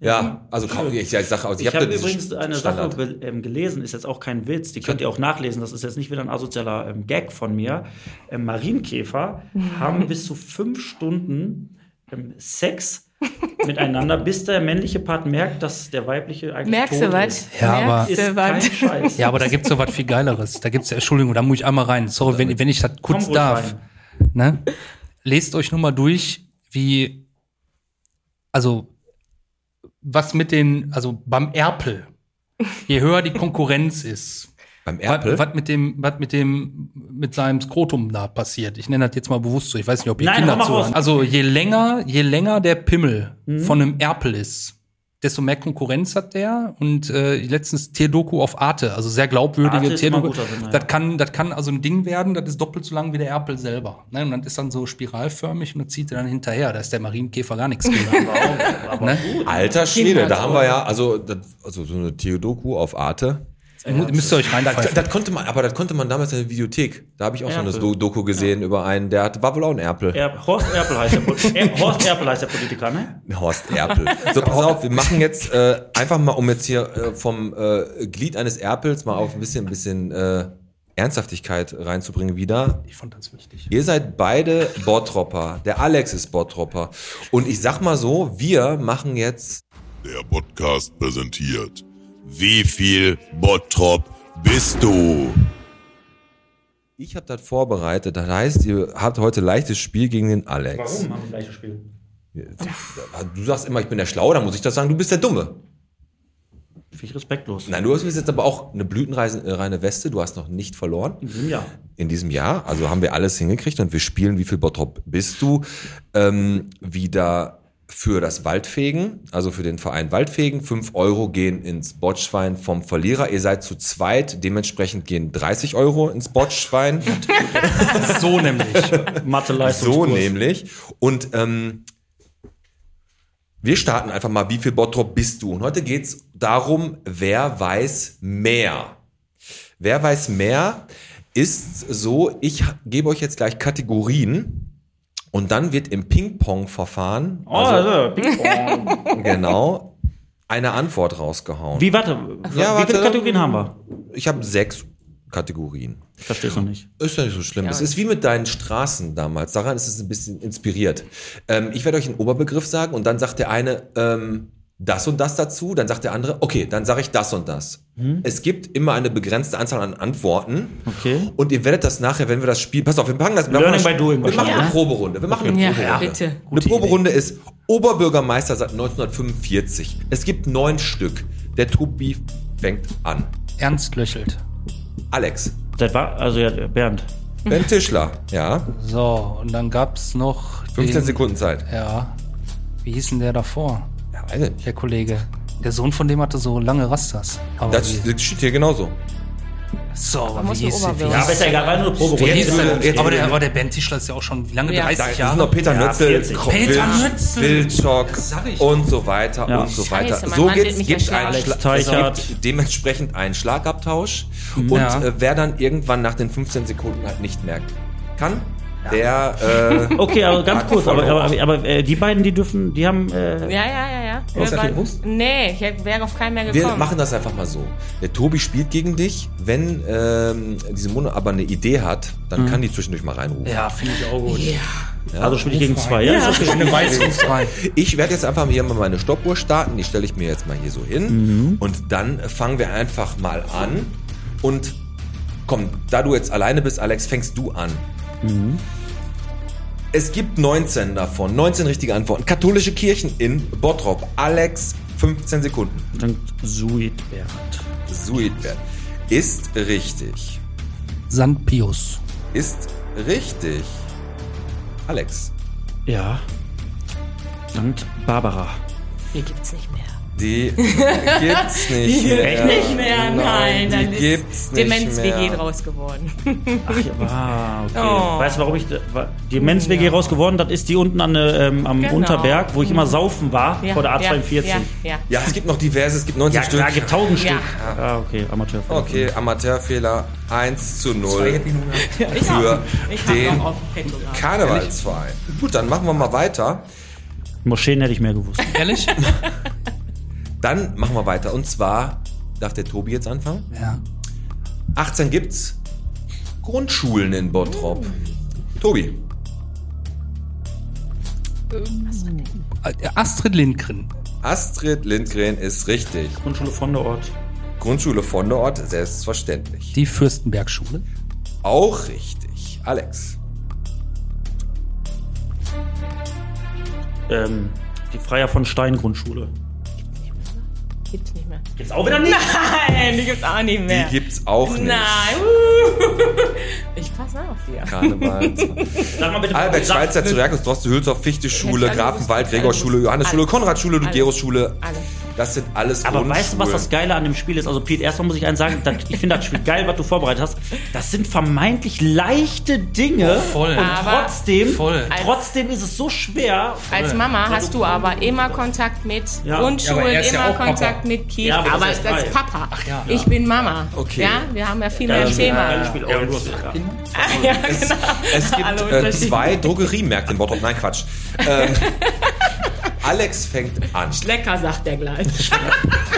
[SPEAKER 2] Ja, also kaum, ich, ich sag, also,
[SPEAKER 5] ich habe
[SPEAKER 2] da diese
[SPEAKER 5] übrigens eine
[SPEAKER 2] Standard.
[SPEAKER 5] Sache be- ähm, gelesen, ist jetzt auch kein Witz, die könnt ihr auch nachlesen, das ist jetzt nicht wieder ein asozialer ähm, Gag von mir. Ähm, Marienkäfer haben bis zu fünf Stunden ähm, Sex miteinander, bis der männliche Part merkt, dass der weibliche eigentlich
[SPEAKER 8] Merkst
[SPEAKER 5] tot
[SPEAKER 8] du was?
[SPEAKER 5] ist.
[SPEAKER 7] Ja, aber-
[SPEAKER 5] Ist
[SPEAKER 8] Merkst du
[SPEAKER 5] kein
[SPEAKER 8] was?
[SPEAKER 5] Scheiß.
[SPEAKER 7] Ja, aber da gibt's so was viel Geileres. Da gibt's, Entschuldigung, da muss ich einmal rein. Sorry, wenn, wenn ich das kurz
[SPEAKER 5] ruhig
[SPEAKER 7] darf.
[SPEAKER 5] rein.
[SPEAKER 7] Ne? Lest euch nur mal durch, wie, also, was mit den, also beim Erpel. Je höher die Konkurrenz ist,
[SPEAKER 2] Beim Erpel?
[SPEAKER 7] was, was mit dem, was mit dem, mit seinem Skrotum da passiert. Ich nenne das jetzt mal bewusst so. Ich weiß nicht, ob ihr
[SPEAKER 5] Nein, hau
[SPEAKER 7] Kinder
[SPEAKER 5] mal
[SPEAKER 7] zuhören.
[SPEAKER 5] raus. Mhm.
[SPEAKER 7] Also, je länger, je länger der Pimmel von einem Erpel ist, desto mehr Konkurrenz hat der. Und äh, letztens Tierdoku auf Arte, also sehr
[SPEAKER 5] Arte
[SPEAKER 7] glaubwürdige
[SPEAKER 5] ist immer ein
[SPEAKER 7] Tierdoku.
[SPEAKER 5] guter Sender, ja.
[SPEAKER 7] Das kann, das kann also ein Ding werden, das ist doppelt so lang wie der Erpel selber. Ne? Und das ist dann so spiralförmig und das zieht er dann hinterher. Da ist der Marienkäfer gar nichts gegen. ne?
[SPEAKER 2] Alter Schwede, da haben wir ja, also, das, also so eine Theodoku auf Arte.
[SPEAKER 7] Mu- Müsst ihr euch
[SPEAKER 2] Das,
[SPEAKER 7] reinpfeifen.
[SPEAKER 2] das konnte man, aber das konnte man damals in der Videothek. Da habe ich auch schon eine
[SPEAKER 5] Erpel.
[SPEAKER 2] Do- Doku gesehen über einen, der hat, war wohl auch ein Erpel.
[SPEAKER 5] Er, Horst Erpel heißt der, Pol- er, Horst Erpel heißt der Politiker, ne?
[SPEAKER 2] Horst Erpel. So, pass auf, wir machen jetzt äh, einfach mal, um jetzt hier äh, vom äh, Glied eines Erpels mal auf ein bisschen, ein bisschen äh, Ernsthaftigkeit reinzubringen wieder.
[SPEAKER 7] Ich fand das wichtig.
[SPEAKER 2] Ihr seid beide Bottropper. Der Alex ist Bottropper. Und ich sag mal so, wir machen jetzt
[SPEAKER 6] Der Podcast präsentiert. Wie viel Bottrop bist du?
[SPEAKER 2] Ich habe das vorbereitet. Das heißt, ihr habt heute leichtes Spiel gegen den Alex.
[SPEAKER 5] Warum haben wir gleiches Spiel?
[SPEAKER 2] Warum? Du sagst immer, ich bin der Schlaue, dann muss ich das sagen, du bist der Dumme.
[SPEAKER 5] Finde ich respektlos.
[SPEAKER 2] Nein, du hast jetzt aber auch eine blütenreine Weste. Du hast noch nicht verloren
[SPEAKER 5] In diesem Jahr.
[SPEAKER 2] in diesem Jahr. Also haben wir alles hingekriegt und wir spielen, wie viel Bottrop bist du, ähm, wieder für das Waldfegen, also für den Verein Waldfegen. Fünf Euro gehen ins Botschwein vom Verlierer. Ihr seid zu zweit, dementsprechend gehen 30 Euro ins Botschwein.
[SPEAKER 7] So nämlich.
[SPEAKER 5] Mathe
[SPEAKER 2] So
[SPEAKER 5] Leistungskurs.
[SPEAKER 2] nämlich. Und ähm, wir starten einfach mal, wie viel Bottrop bist du? Und heute geht's darum, wer weiß mehr. Wer weiß mehr ist so, ich ha- gebe euch jetzt gleich Kategorien und dann wird im Ping-Pong-Verfahren,
[SPEAKER 5] also, Oh, also, Ping-Pong.
[SPEAKER 2] genau, eine Antwort rausgehauen.
[SPEAKER 5] Wie, warte, wie
[SPEAKER 2] warte.
[SPEAKER 5] viele Kategorien haben wir?
[SPEAKER 2] Ich habe sechs Kategorien.
[SPEAKER 5] Ich verstehe es noch nicht.
[SPEAKER 2] Ist ja nicht so schlimm. Es ist wie mit deinen Straßen damals. Daran ist es ein bisschen inspiriert. Ähm, ich werde euch einen Oberbegriff sagen und dann sagt der eine ähm, das und das dazu, dann sagt der andere, okay, dann sage ich das und das. Es gibt immer eine begrenzte Anzahl an Antworten.
[SPEAKER 5] Okay.
[SPEAKER 2] Und ihr werdet das nachher, wenn wir das Spiel, pass auf, wir machen das. Wir
[SPEAKER 5] Learning
[SPEAKER 2] machen,
[SPEAKER 5] by
[SPEAKER 2] Wir
[SPEAKER 5] doing
[SPEAKER 2] machen
[SPEAKER 5] wahrscheinlich.
[SPEAKER 2] eine Proberunde. Wir machen eine
[SPEAKER 8] Ja,
[SPEAKER 2] Proberunde.
[SPEAKER 8] bitte.
[SPEAKER 2] Eine Proberunde ist Oberbürgermeister seit 1945. Es gibt neun Stück. Der Tobi fängt an.
[SPEAKER 7] Ernst löchelt.
[SPEAKER 2] Alex,
[SPEAKER 5] Das war, also ja, Bernd.
[SPEAKER 2] Ben Tischler, ja,
[SPEAKER 7] So, und dann gab's noch.
[SPEAKER 2] 15
[SPEAKER 7] den-
[SPEAKER 2] Sekunden Zeit.
[SPEAKER 7] Ja. Wie hieß denn der davor?
[SPEAKER 2] Ja, weiß ich nicht.
[SPEAKER 7] Der Kollege. Der Sohn von dem hatte so lange Rastas. Aber
[SPEAKER 2] Das
[SPEAKER 7] wie,
[SPEAKER 2] das steht hier genauso.
[SPEAKER 7] so, aber
[SPEAKER 8] muss
[SPEAKER 7] wie
[SPEAKER 8] ein
[SPEAKER 7] hieß der?
[SPEAKER 8] Oberbürger-
[SPEAKER 7] Wie
[SPEAKER 5] Ja, aber ist ja egal, war nur eine Probe.
[SPEAKER 7] wie hieß
[SPEAKER 2] Jetzt würde-
[SPEAKER 7] der?
[SPEAKER 2] jetzt
[SPEAKER 7] Aber
[SPEAKER 2] würde-
[SPEAKER 7] der, aber der Ben Tischler ist ja auch schon wie lange
[SPEAKER 8] Ja.
[SPEAKER 2] Da
[SPEAKER 7] 30
[SPEAKER 2] ist
[SPEAKER 7] Jahre.
[SPEAKER 2] noch Peter
[SPEAKER 5] Ja,
[SPEAKER 2] Nötzel,
[SPEAKER 5] 40.
[SPEAKER 2] Kro-
[SPEAKER 7] Peter
[SPEAKER 2] Wild-
[SPEAKER 7] Nötzel.
[SPEAKER 2] Wildschock
[SPEAKER 7] Sag ich.
[SPEAKER 2] und so weiter
[SPEAKER 5] Ja.
[SPEAKER 2] und so
[SPEAKER 8] Scheiße,
[SPEAKER 2] weiter.
[SPEAKER 8] mein
[SPEAKER 2] so
[SPEAKER 8] Mann
[SPEAKER 2] gibt's,
[SPEAKER 8] nennt mich
[SPEAKER 2] gibt's
[SPEAKER 8] ja
[SPEAKER 2] einen
[SPEAKER 8] Alex
[SPEAKER 2] Schla- es
[SPEAKER 5] Teichert.
[SPEAKER 2] gibt dementsprechend einen Schlagabtausch und
[SPEAKER 7] Ja.
[SPEAKER 2] äh, wer dann irgendwann nach den 15 Sekunden halt nicht merkt, kann der äh,
[SPEAKER 5] Okay, aber ganz
[SPEAKER 2] Hat
[SPEAKER 5] kurz, aber,
[SPEAKER 2] verloren.
[SPEAKER 5] aber, aber, äh, die beiden, die dürfen, die haben. Äh,
[SPEAKER 8] Ja, ja, ja, ja.
[SPEAKER 2] Hast du
[SPEAKER 8] Wir
[SPEAKER 2] das
[SPEAKER 8] waren-
[SPEAKER 2] gewusst?
[SPEAKER 8] Nee, ich wäre auf keinen mehr
[SPEAKER 2] Wir
[SPEAKER 8] gekommen.
[SPEAKER 2] machen das einfach mal so. Der Tobi spielt gegen dich. Wenn ähm, diese Mono aber eine Idee hat,
[SPEAKER 8] Mhm.
[SPEAKER 2] dann kann die zwischendurch mal reinrufen.
[SPEAKER 7] Ja, finde ich auch gut. Ja.
[SPEAKER 5] also spiele ich gegen zwei. Ja, Ist okay.
[SPEAKER 7] Eine weiße rein.
[SPEAKER 2] Ich werde jetzt einfach hier mal meine Stoppuhr starten. Die stelle ich mir jetzt mal hier so hin.
[SPEAKER 5] Mhm.
[SPEAKER 2] Und dann fangen wir einfach mal an. Und komm, da du jetzt alleine bist, Alex, fängst du an.
[SPEAKER 5] Mhm.
[SPEAKER 2] Es gibt 19 davon. 19 richtige Antworten. Katholische Kirchen in Bottrop. Alex, 15 Sekunden.
[SPEAKER 5] Dann Suid Bernd.
[SPEAKER 2] Suidberg. Ist richtig.
[SPEAKER 7] St. Pius.
[SPEAKER 2] Ist richtig. Alex,
[SPEAKER 5] Ja. St. Barbara.
[SPEAKER 8] Die gibt's nicht mehr.
[SPEAKER 2] die gibt's nicht mehr.
[SPEAKER 8] Echt nicht mehr, nein.
[SPEAKER 2] die
[SPEAKER 8] dann
[SPEAKER 2] gibt's
[SPEAKER 8] ist
[SPEAKER 2] nicht
[SPEAKER 8] Demenz-WG
[SPEAKER 2] mehr.
[SPEAKER 8] draus geworden.
[SPEAKER 5] Ach ja, ah, okay.
[SPEAKER 8] Oh.
[SPEAKER 5] Weißt du, warum ich da- wa- die Men's WG rausgeworden? Das ist die unten an, der, ähm, am
[SPEAKER 8] Genau.
[SPEAKER 5] Unterberg, wo ich immer saufen war
[SPEAKER 8] Ja,
[SPEAKER 5] vor der
[SPEAKER 8] ja,
[SPEAKER 5] A42. Ja,
[SPEAKER 8] Ja, ja.
[SPEAKER 2] Ja, es gibt noch diverse, es gibt 19 Stück.
[SPEAKER 5] klar, gibt tausend
[SPEAKER 8] Ja.
[SPEAKER 5] Stück. Ah, okay, Amateur.
[SPEAKER 2] Okay, Amateurfehler 1 zu 0
[SPEAKER 8] Ich
[SPEAKER 2] für
[SPEAKER 8] Ich hab
[SPEAKER 2] den
[SPEAKER 8] noch auf dem Petto gehabt.
[SPEAKER 2] Karnevalsverein. Gut, dann machen wir mal weiter.
[SPEAKER 5] Moscheen hätte ich mehr gewusst.
[SPEAKER 7] Ehrlich?
[SPEAKER 2] Dann machen wir weiter. Und zwar, darf der Tobi jetzt anfangen?
[SPEAKER 7] ja.
[SPEAKER 2] 18 gibt's Grundschulen in Bottrop.
[SPEAKER 8] Mm.
[SPEAKER 2] Tobi,
[SPEAKER 7] Astrid Lindgren.
[SPEAKER 2] Astrid Lindgren ist richtig.
[SPEAKER 5] Grundschule von der Ort.
[SPEAKER 2] Grundschule von der Ort, selbstverständlich.
[SPEAKER 7] Die Fürstenbergschule.
[SPEAKER 2] Auch richtig. Alex,
[SPEAKER 5] Ähm, die Freier von Stein Grundschule.
[SPEAKER 8] Gibt's nicht mehr.
[SPEAKER 5] Jetzt auch wieder nicht.
[SPEAKER 8] Nein, die gibt's auch nicht
[SPEAKER 2] die
[SPEAKER 8] mehr.
[SPEAKER 2] gibt's auch nicht.
[SPEAKER 8] Nein. uh. Ich passe auf hier.
[SPEAKER 2] Karneval.
[SPEAKER 5] Sag mal bitte,
[SPEAKER 2] Albert
[SPEAKER 5] sag-
[SPEAKER 2] Schweitzer, Zwergus, Droste, Hülshoff, Fichte Schule,
[SPEAKER 8] Ja, ich kann
[SPEAKER 2] Grafenwald,
[SPEAKER 8] alles.
[SPEAKER 2] Gregor Schule, Johannes Schule, Konrad Schule,
[SPEAKER 8] Alles.
[SPEAKER 2] Dugeros Schule.
[SPEAKER 8] Alles.
[SPEAKER 2] Das sind alles
[SPEAKER 5] Aber weißt du, was das
[SPEAKER 2] Grundschulen.
[SPEAKER 5] Geile an dem Spiel ist? Also, Pete, erstmal muss ich eins sagen, das, ich finde das Spiel geil, was du vorbereitet hast. Das sind vermeintlich leichte Dinge.
[SPEAKER 7] voll.
[SPEAKER 5] Und
[SPEAKER 8] Oh, Aber
[SPEAKER 5] trotzdem,
[SPEAKER 7] voll.
[SPEAKER 5] trotzdem ist es so schwer.
[SPEAKER 8] Als Mama hast du aber immer Kontakt mit
[SPEAKER 5] Ja.
[SPEAKER 7] Ja,
[SPEAKER 8] Grundschulen,
[SPEAKER 7] aber er ist ja
[SPEAKER 8] immer
[SPEAKER 7] auch
[SPEAKER 8] Kontakt
[SPEAKER 7] Papa.
[SPEAKER 8] mit Kind.
[SPEAKER 5] Ja, aber das
[SPEAKER 8] aber aber
[SPEAKER 5] ist
[SPEAKER 8] das ist
[SPEAKER 5] frei.
[SPEAKER 8] Papa.
[SPEAKER 7] ja.
[SPEAKER 8] Ich bin Mama.
[SPEAKER 2] Okay.
[SPEAKER 8] Ja, wir haben ja viel mehr
[SPEAKER 5] Geiles
[SPEAKER 8] Thema.
[SPEAKER 5] Spiel, Oh, auch du hast recht.
[SPEAKER 8] Ja, genau.
[SPEAKER 2] Es
[SPEAKER 8] Alle
[SPEAKER 2] gibt äh,
[SPEAKER 8] unterschiedlich.
[SPEAKER 2] zwei Drogeriemärkte in Bottrop. Nein, Quatsch. Ähm, Alex fängt an.
[SPEAKER 8] Lecker, sagt er gleich.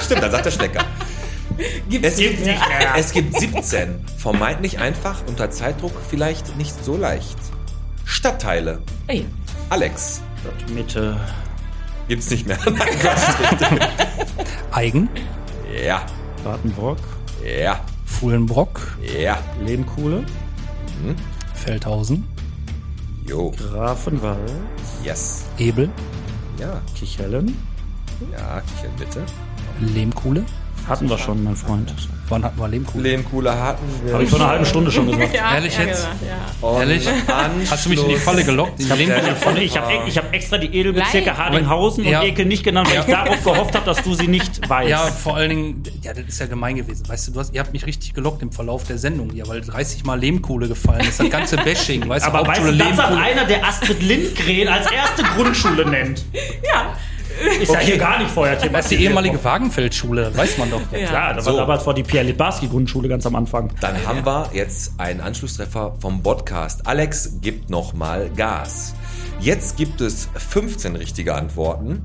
[SPEAKER 2] Stimmt, dann sagt der Schlecker.
[SPEAKER 8] Gibt's
[SPEAKER 2] Es gibt, es gibt 17. Vermeintlich einfach, unter Zeitdruck vielleicht nicht so leicht. Stadtteile.
[SPEAKER 8] Ey,
[SPEAKER 2] Alex.
[SPEAKER 5] Das Mitte.
[SPEAKER 2] Gibt's nicht mehr.
[SPEAKER 7] Eigen.
[SPEAKER 2] ja,
[SPEAKER 5] Wartenbrock.
[SPEAKER 2] ja,
[SPEAKER 7] Fuhlenbrock.
[SPEAKER 2] ja.
[SPEAKER 5] Lehmkuhle.
[SPEAKER 7] Feldhausen.
[SPEAKER 2] Jo,
[SPEAKER 5] Grafenwald.
[SPEAKER 2] yes.
[SPEAKER 7] Ebel.
[SPEAKER 2] Ja,
[SPEAKER 5] Kichellen.
[SPEAKER 2] ja, Kichel, bitte.
[SPEAKER 7] Lehmkuhle.
[SPEAKER 5] Hatten wir schon, mein Freund.
[SPEAKER 7] Wann hatten wir Lehmkuhle?
[SPEAKER 2] Lehmkuhle hatten wir.
[SPEAKER 5] Habe ich vor einer halben Stunde schon gesagt.
[SPEAKER 8] ja,
[SPEAKER 7] Ehrlich
[SPEAKER 8] ja,
[SPEAKER 7] jetzt?
[SPEAKER 8] genau, ja.
[SPEAKER 2] Und
[SPEAKER 7] Ehrlich?
[SPEAKER 2] Anschluss.
[SPEAKER 7] Hast du mich in die Falle gelockt? In Lehmkuhle.
[SPEAKER 5] Und ich habe ich hab extra die Edelbezirke
[SPEAKER 8] Nein.
[SPEAKER 5] Hardinghausen und
[SPEAKER 7] Ja.
[SPEAKER 5] Ekel nicht genannt, weil
[SPEAKER 7] Ja.
[SPEAKER 5] ich darauf gehofft habe, dass du sie nicht weißt.
[SPEAKER 7] Ja, vor allen Dingen, ja, das ist ja gemein gewesen. Weißt du, du hast, ihr habt mich richtig gelockt im Verlauf der Sendung hier, weil 30 Mal Lehmkohle gefallen ist. Das ganze Bashing, weißt du,
[SPEAKER 5] Aber weißt du,
[SPEAKER 7] Hauptschule
[SPEAKER 5] das hat
[SPEAKER 7] Lehmkohle.
[SPEAKER 5] einer, der Astrid Lindgren als erste Grundschule nennt.
[SPEAKER 8] Ja,
[SPEAKER 5] Ist ja hier gar nicht vorher Thema.
[SPEAKER 7] Weißt du, die ehemalige Wagenfeldschule, das weiß man doch.
[SPEAKER 5] Ja, das war damals vor die Pierre Litbarski Grundschule ganz am Anfang.
[SPEAKER 2] Dann haben wir jetzt einen Anschlusstreffer vom Podcast. Alex gibt nochmal Gas. Jetzt gibt es 15 richtige Antworten.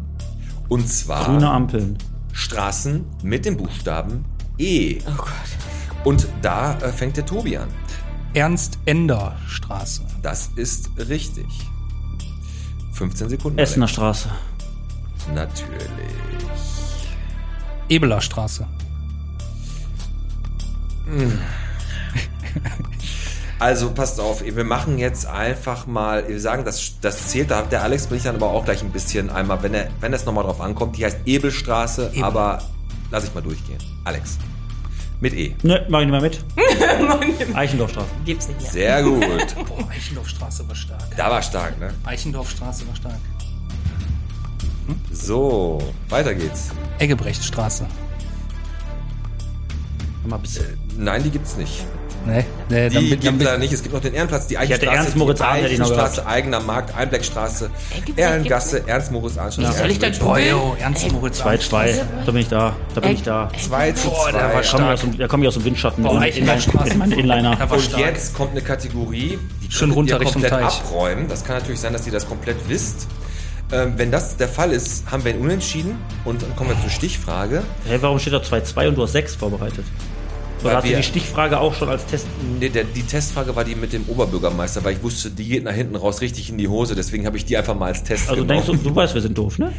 [SPEAKER 2] Und zwar
[SPEAKER 5] Ah. Grüne Ampeln.
[SPEAKER 2] Straßen mit dem Buchstaben E. Oh Gott. Und da äh, fängt der Tobi an.
[SPEAKER 7] Ernst-Ender-Straße.
[SPEAKER 2] Das ist richtig. 15 Sekunden.
[SPEAKER 5] Essener
[SPEAKER 2] Alex.
[SPEAKER 5] Straße.
[SPEAKER 2] Natürlich.
[SPEAKER 7] Ebeler Straße.
[SPEAKER 2] Also passt auf, wir machen jetzt einfach mal, wir sagen, das, das zählt, da hat der Alex mich dann aber auch gleich ein bisschen einmal, wenn er, wenn es nochmal drauf ankommt, die heißt Ebelstraße, aber lass ich mal durchgehen. Alex. Mit E.
[SPEAKER 5] Ne, mach ich nicht mehr mit. Eichendorfstraße.
[SPEAKER 8] Gibt's nicht mehr.
[SPEAKER 2] Sehr gut.
[SPEAKER 7] Boah, Eichendorfstraße war stark.
[SPEAKER 2] da war stark, ne?
[SPEAKER 7] Eichendorfstraße war stark.
[SPEAKER 2] So, weiter geht's.
[SPEAKER 7] Eggebrechtstraße.
[SPEAKER 5] Hör mal, bist du-
[SPEAKER 2] Nein, die gibt's nicht.
[SPEAKER 7] Nee, nee
[SPEAKER 2] Die
[SPEAKER 7] dann, bin- dann
[SPEAKER 2] gibt
[SPEAKER 7] bin-
[SPEAKER 2] da nicht. Es gibt noch den Ehrenplatz, die
[SPEAKER 5] hätte
[SPEAKER 2] Eichenstraße,
[SPEAKER 5] Ernst
[SPEAKER 2] die
[SPEAKER 5] Moritz Arndt hätte ich noch
[SPEAKER 2] Eichenstraße, Eigener Markt, Einbleckstraße,
[SPEAKER 8] gibt's nicht,
[SPEAKER 2] Ehrengasse, Ernst Moritz Arndt.
[SPEAKER 8] Soll ich das
[SPEAKER 7] Boah,
[SPEAKER 8] googeln?
[SPEAKER 7] yo, Ernst Moritz.
[SPEAKER 5] 2-2. Da bin ich da. Da bin ich da.
[SPEAKER 2] 2 zu 2.
[SPEAKER 7] der war
[SPEAKER 5] Da komme ich aus dem- da komme ich aus dem Windschatten.
[SPEAKER 7] Boah,
[SPEAKER 5] mit,
[SPEAKER 7] Eichenberg
[SPEAKER 5] Inline- mit meinem Inliner.
[SPEAKER 7] Da war
[SPEAKER 2] Und
[SPEAKER 7] stark.
[SPEAKER 2] jetzt kommt eine Kategorie, die
[SPEAKER 7] Schon
[SPEAKER 2] könntet
[SPEAKER 7] runter
[SPEAKER 2] ihr
[SPEAKER 7] Richtung
[SPEAKER 2] komplett
[SPEAKER 7] Teich.
[SPEAKER 2] abräumen. Das kann natürlich sein, dass ihr das komplett wisst. Ähm, wenn das der Fall ist, haben wir ein Unentschieden und dann kommen wir zur Stichfrage.
[SPEAKER 5] Hä, warum steht da 2-2 und du hast 6 vorbereitet?
[SPEAKER 2] Weil
[SPEAKER 5] Oder hast du
[SPEAKER 2] wir-
[SPEAKER 5] die Stichfrage auch schon als Test?
[SPEAKER 2] Nee, der, die Testfrage war die mit dem Oberbürgermeister, weil ich wusste, die geht nach hinten raus richtig in die Hose, deswegen habe ich die einfach mal als Test
[SPEAKER 5] Also
[SPEAKER 2] genommen.
[SPEAKER 5] denkst du, du weißt, wir sind doof, ne?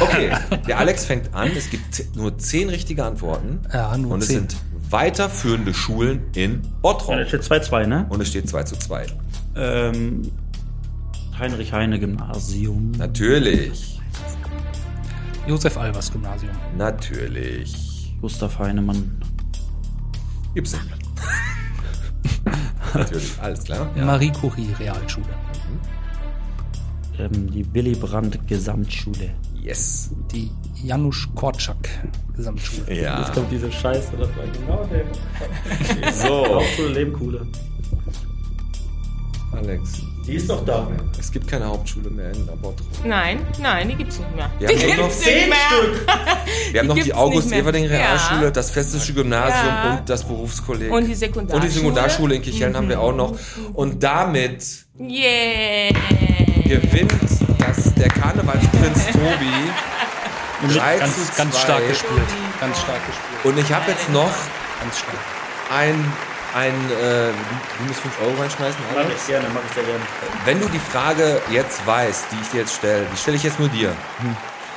[SPEAKER 2] Okay, der Alex fängt an. Es gibt z- nur zehn richtige Antworten.
[SPEAKER 7] Ja, nur
[SPEAKER 2] und es
[SPEAKER 7] zehn.
[SPEAKER 2] sind weiterführende Schulen in
[SPEAKER 5] Ja,
[SPEAKER 2] Bottrop.
[SPEAKER 5] da steht 2-2, ne?
[SPEAKER 2] Und es steht 2 zu 2.
[SPEAKER 5] Ähm, Heinrich-Heine-Gymnasium.
[SPEAKER 2] Natürlich.
[SPEAKER 7] Josef Albers Gymnasium.
[SPEAKER 2] Natürlich.
[SPEAKER 5] Gustav Heinemann.
[SPEAKER 2] Gibt's nicht. Natürlich, alles klar.
[SPEAKER 7] Marie Curie Realschule.
[SPEAKER 5] Ähm, die Willy Brandt Gesamtschule.
[SPEAKER 2] Yes.
[SPEAKER 7] Die Janusz Korczak Gesamtschule.
[SPEAKER 2] Ja.
[SPEAKER 5] diese Scheiße, das war genau der.
[SPEAKER 2] So,
[SPEAKER 5] Hauptschule Lehmkuhle.
[SPEAKER 2] Alex.
[SPEAKER 5] Die ist doch da.
[SPEAKER 2] Es gibt keine Hauptschule mehr in Bottrop.
[SPEAKER 8] Nein, nein, die gibt's nicht mehr.
[SPEAKER 2] Wir haben nur noch zehn
[SPEAKER 8] Stück.
[SPEAKER 2] Wir haben noch die
[SPEAKER 8] gibt's nicht mehr.
[SPEAKER 2] August-Everding-Realschule,
[SPEAKER 8] Ja.
[SPEAKER 2] das Festische Gymnasium
[SPEAKER 8] Ja.
[SPEAKER 2] und das Berufskolleg.
[SPEAKER 8] Und die Sekundarschule.
[SPEAKER 2] Und die Sekundarschule in Kichellen haben wir auch noch. Und damit
[SPEAKER 8] Yeah.
[SPEAKER 2] gewinnt das, der Karnevalsprinz Tobi. 3
[SPEAKER 7] Ganz,
[SPEAKER 2] zu
[SPEAKER 7] ganz
[SPEAKER 2] 2.
[SPEAKER 7] stark gespielt. Ganz stark gespielt.
[SPEAKER 2] Und ich habe jetzt noch
[SPEAKER 7] Ganz stark.
[SPEAKER 2] ein, ein äh, du- du musst 5 Euro reinschmeißen. Alter.
[SPEAKER 5] ich gerne, mach ich sehr gerne.
[SPEAKER 2] Wenn du die Frage jetzt weißt, die ich dir jetzt stelle, die stelle ich jetzt nur dir.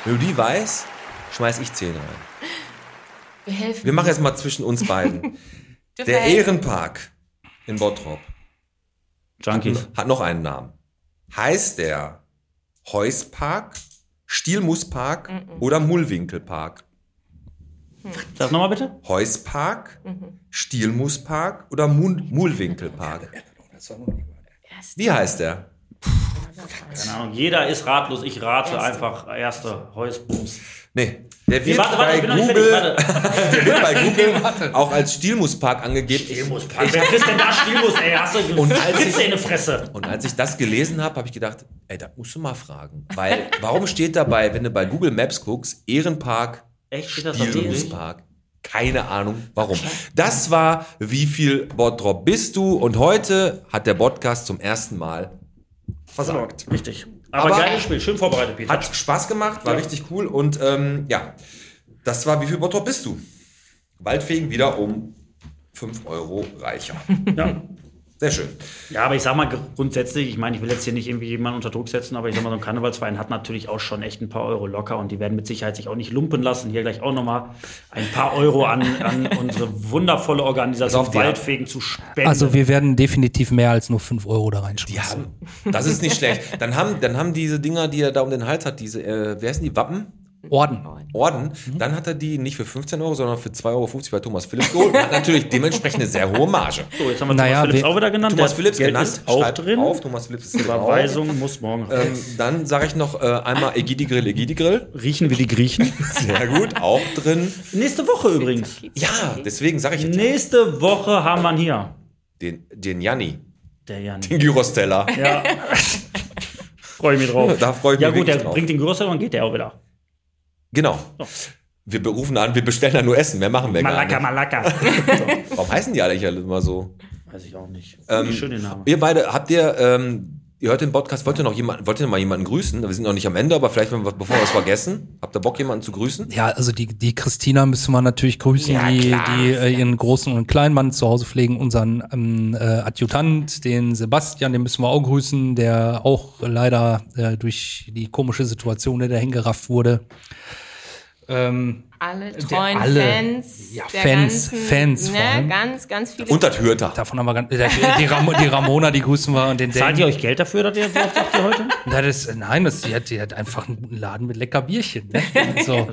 [SPEAKER 2] Wenn du die weißt, schmeiß ich 10 rein.
[SPEAKER 8] Wir helfen.
[SPEAKER 2] Wir machen jetzt mal zwischen uns beiden.
[SPEAKER 8] Dürfen wir
[SPEAKER 2] Der
[SPEAKER 8] helfen?
[SPEAKER 2] Ehrenpark in Bottrop
[SPEAKER 5] Junkies.
[SPEAKER 2] hat noch einen Namen. Heißt der Heuspark, Stielmuspark oder Mullwinkelpark?
[SPEAKER 5] Sag nochmal bitte.
[SPEAKER 2] Heuspark, Stielmuspark oder Mul Mullwinkelpark? Wie heißt der?
[SPEAKER 5] Keine Ahnung, jeder ist ratlos. Ich rate einfach erste Heusbums.
[SPEAKER 2] Nee, der wird
[SPEAKER 5] warte, warte,
[SPEAKER 2] bei
[SPEAKER 5] ich bin noch nicht
[SPEAKER 2] Google,
[SPEAKER 5] fertig,
[SPEAKER 2] der wird bei Google auch als Stielmuspark angegeben.
[SPEAKER 5] Stilmus, Wer frisst denn da Stilmus, ey? Hast du
[SPEAKER 2] Und
[SPEAKER 5] und
[SPEAKER 2] als ich-
[SPEAKER 5] Pizza in die Fresse?
[SPEAKER 2] Und als ich das gelesen habe, habe ich gedacht, ey, da musst du mal fragen. Weil, warum steht dabei, wenn du bei Google Maps guckst, Ehrenpark,
[SPEAKER 5] Echt? Steht das da wirklich?
[SPEAKER 2] Stielmuspark? Keine Ahnung, warum. Das war Wie viel Bottrop bist du? Und heute hat der Podcast zum ersten Mal versagt.
[SPEAKER 5] Richtig. Aber,
[SPEAKER 2] Aber-
[SPEAKER 5] geiles Spiel, schön vorbereitet, Peter.
[SPEAKER 2] Hat Spaß gemacht, war richtig cool. Und ähm, ja, das war Wie viel Bottrop bist du? Waldfegen wieder um 5 Euro reicher.
[SPEAKER 5] Ja.
[SPEAKER 2] Sehr schön.
[SPEAKER 5] ja, aber ich sag mal grundsätzlich, ich meine, ich will jetzt hier nicht irgendwie jemanden unter Druck setzen, aber ich sag mal, so ein Karnevalsverein hat natürlich auch schon echt ein paar Euro locker und die werden mit Sicherheit sich auch nicht lumpen lassen. Hier gleich auch nochmal ein paar Euro an, an unsere wundervolle
[SPEAKER 2] Pass
[SPEAKER 5] Organisation
[SPEAKER 2] auf, die-
[SPEAKER 5] Waldfegen zu spenden.
[SPEAKER 7] Also wir werden definitiv mehr als nur 5 Euro da
[SPEAKER 2] Die
[SPEAKER 7] reinschmeißen.
[SPEAKER 2] haben, das ist nicht schlecht. Dann haben, dann haben diese Dinger, die er da um den Hals hat, diese, äh, wer heißen die, Wappen?
[SPEAKER 7] Orden.
[SPEAKER 2] Orden.
[SPEAKER 5] Mhm.
[SPEAKER 2] Dann hat er die nicht für 15 Euro, sondern für 2,50 Euro bei Thomas Philips geholt. und Hat natürlich dementsprechend eine sehr hohe Marge.
[SPEAKER 5] so, jetzt haben wir
[SPEAKER 7] Naja,
[SPEAKER 5] Thomas Philips
[SPEAKER 7] wir-
[SPEAKER 5] auch wieder genannt.
[SPEAKER 2] Thomas
[SPEAKER 5] Der
[SPEAKER 2] Philips
[SPEAKER 5] Geld
[SPEAKER 2] genannt,
[SPEAKER 5] ist auch
[SPEAKER 2] schreibt
[SPEAKER 5] drin.
[SPEAKER 2] auf, Thomas Philips ist drin auch.
[SPEAKER 5] Überweisung muss morgen raus.
[SPEAKER 2] Ähm, dann sage ich noch äh, einmal Egidi Grill, Egidi Grill.
[SPEAKER 5] Riechen wir die Griechen?
[SPEAKER 2] Sehr gut, auch drin.
[SPEAKER 5] Nächste Woche übrigens.
[SPEAKER 2] Ja, deswegen sage ich jetzt
[SPEAKER 5] Nächste Woche haben wir ihn hier.
[SPEAKER 2] den, den Janni,
[SPEAKER 5] Der Jan.
[SPEAKER 2] den Gyrosteller.
[SPEAKER 5] Ja. Freue ich mich drauf.
[SPEAKER 2] Da freu ich mich
[SPEAKER 5] ja, gut,
[SPEAKER 2] wirklich
[SPEAKER 5] der
[SPEAKER 2] drauf.
[SPEAKER 5] bringt den Geburtstag und geht der auch wieder.
[SPEAKER 2] Genau. Wir berufen an, wir bestellen da nur Essen, mehr machen wir
[SPEAKER 5] Malaka,
[SPEAKER 2] gar nicht.
[SPEAKER 5] Malaka.
[SPEAKER 2] Warum heißen die alle nicht alle immer so?
[SPEAKER 5] Weiß ich auch nicht.
[SPEAKER 2] Ähm,
[SPEAKER 5] Schöne Name.
[SPEAKER 2] Ihr beide, habt ihr, ähm, ihr ihr hört den Podcast, wollt ihr noch jemanden, wollt ihr mal jemanden grüßen? Wir sind noch nicht am Ende, aber vielleicht, wenn wir- bevor wir es vergessen, habt ihr Bock, jemanden zu grüßen?
[SPEAKER 7] Ja, also die, die Christina müssen wir natürlich grüßen, die, die äh, ihren großen und kleinen Mann zu Hause pflegen, unseren ähm, äh, Adjutant, den Sebastian, den müssen wir auch grüßen, der auch leider äh, durch die komische Situation, in der er hingerafft wurde. Ähm,
[SPEAKER 8] Alle
[SPEAKER 7] Der-
[SPEAKER 8] treuen
[SPEAKER 7] alle.
[SPEAKER 8] Fans.
[SPEAKER 7] Ja,
[SPEAKER 8] der
[SPEAKER 7] Fans, Fans vor
[SPEAKER 8] Ne,
[SPEAKER 7] allem.
[SPEAKER 8] ganz, ganz viele.
[SPEAKER 2] Und das hört er.
[SPEAKER 7] davon haben wir ganz, äh, die, Ram die Ramona, die grüßen wir und den
[SPEAKER 5] Zahlt
[SPEAKER 7] Dan.
[SPEAKER 5] ihr euch Geld dafür, dass ihr so oft habt ihr heute?
[SPEAKER 7] Ja, das, nein, das, die, hat, die hat einfach einen guten Laden mit lecker Bierchen. Ne? So.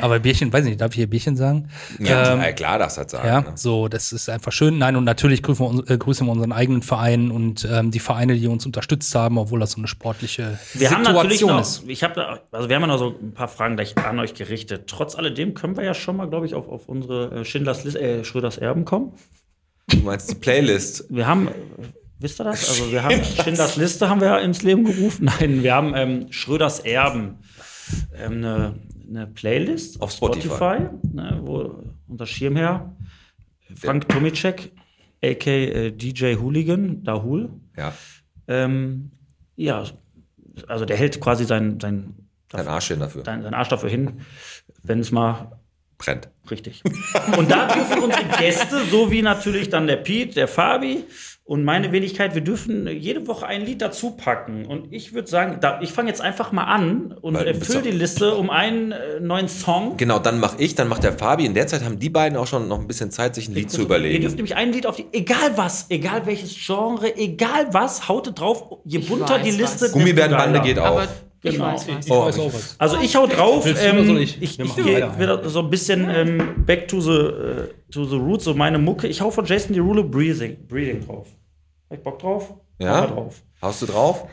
[SPEAKER 7] Aber Bierchen, weiß ich nicht, darf ich hier Bierchen sagen?
[SPEAKER 2] Ja,
[SPEAKER 7] Ähm,
[SPEAKER 2] na klar, das hat sagen.
[SPEAKER 7] Ja,
[SPEAKER 2] ne?
[SPEAKER 7] so, das ist einfach schön. Nein, und natürlich grüßen wir, uns- äh, grüßen wir unseren eigenen Verein und ähm, die Vereine, die uns unterstützt haben, obwohl das so eine sportliche
[SPEAKER 5] Wir haben natürlich
[SPEAKER 7] Situation
[SPEAKER 5] noch,
[SPEAKER 7] ist.
[SPEAKER 5] ich habe da, also wir haben ja noch so ein paar Fragen gleich an euch gerichtet. Trotz alledem können wir ja schon mal, glaube ich, auf, auf unsere äh, Schindlers List, äh, Schröders Erben kommen.
[SPEAKER 2] Du meinst die Playlist.
[SPEAKER 5] Wir haben, äh, wisst ihr das? Also wir haben Schindlers Liste haben wir ja ins Leben gerufen. Nein, wir haben ähm, Schröders Erben ähm, eine, eine Playlist
[SPEAKER 2] Auf Spotify.
[SPEAKER 5] ne, wo unser Schirmherr Frank Tomicek, a.k. äh, DJ Hooligan, Dahul,
[SPEAKER 2] Ja,
[SPEAKER 5] ähm, ja, also der hält quasi seinen sein,
[SPEAKER 2] dein Arsch hin dafür.
[SPEAKER 5] dein, dein Arsch dafür hin, wenn es mal
[SPEAKER 2] Brennt.
[SPEAKER 5] richtig. Und da dürfen unsere Gäste, so wie natürlich dann der Pete, der Fabi und meine Wenigkeit, wir dürfen jede Woche ein Lied dazu packen. Und ich würde sagen, da, ich fange jetzt einfach mal an und
[SPEAKER 2] Weil du
[SPEAKER 5] äh,
[SPEAKER 2] bist
[SPEAKER 5] fülle
[SPEAKER 2] ja-
[SPEAKER 5] die Liste um einen äh, neuen Song.
[SPEAKER 2] Genau, dann mache ich, dann macht der Fabi. In der Zeit haben die beiden auch schon noch ein bisschen Zeit, sich ein Lied zu
[SPEAKER 5] Ihr
[SPEAKER 2] überlegen.
[SPEAKER 5] dürft nämlich ein Lied auf die, egal was, egal welches Genre, egal was, hautet drauf, je bunter
[SPEAKER 8] weiß
[SPEAKER 5] die Liste.
[SPEAKER 8] was.
[SPEAKER 2] Gummibärenbande geht
[SPEAKER 5] auch.
[SPEAKER 2] auch.
[SPEAKER 8] Aber ich
[SPEAKER 5] Genau.
[SPEAKER 8] weiß was.
[SPEAKER 2] Oh,
[SPEAKER 5] Also ich hau drauf.
[SPEAKER 7] Willst du
[SPEAKER 5] ähm,
[SPEAKER 7] oder soll ich?
[SPEAKER 5] ich? Ich,
[SPEAKER 7] Wir machen
[SPEAKER 5] gehe
[SPEAKER 7] weiter.
[SPEAKER 5] wieder so ein bisschen ähm, back to the, äh, to the roots, so meine Mucke. Ich hau von Jason Derulo Breathing, Breathing drauf. Hab ich Bock drauf?
[SPEAKER 2] Ja?
[SPEAKER 5] Hau da drauf.
[SPEAKER 2] Haust du drauf?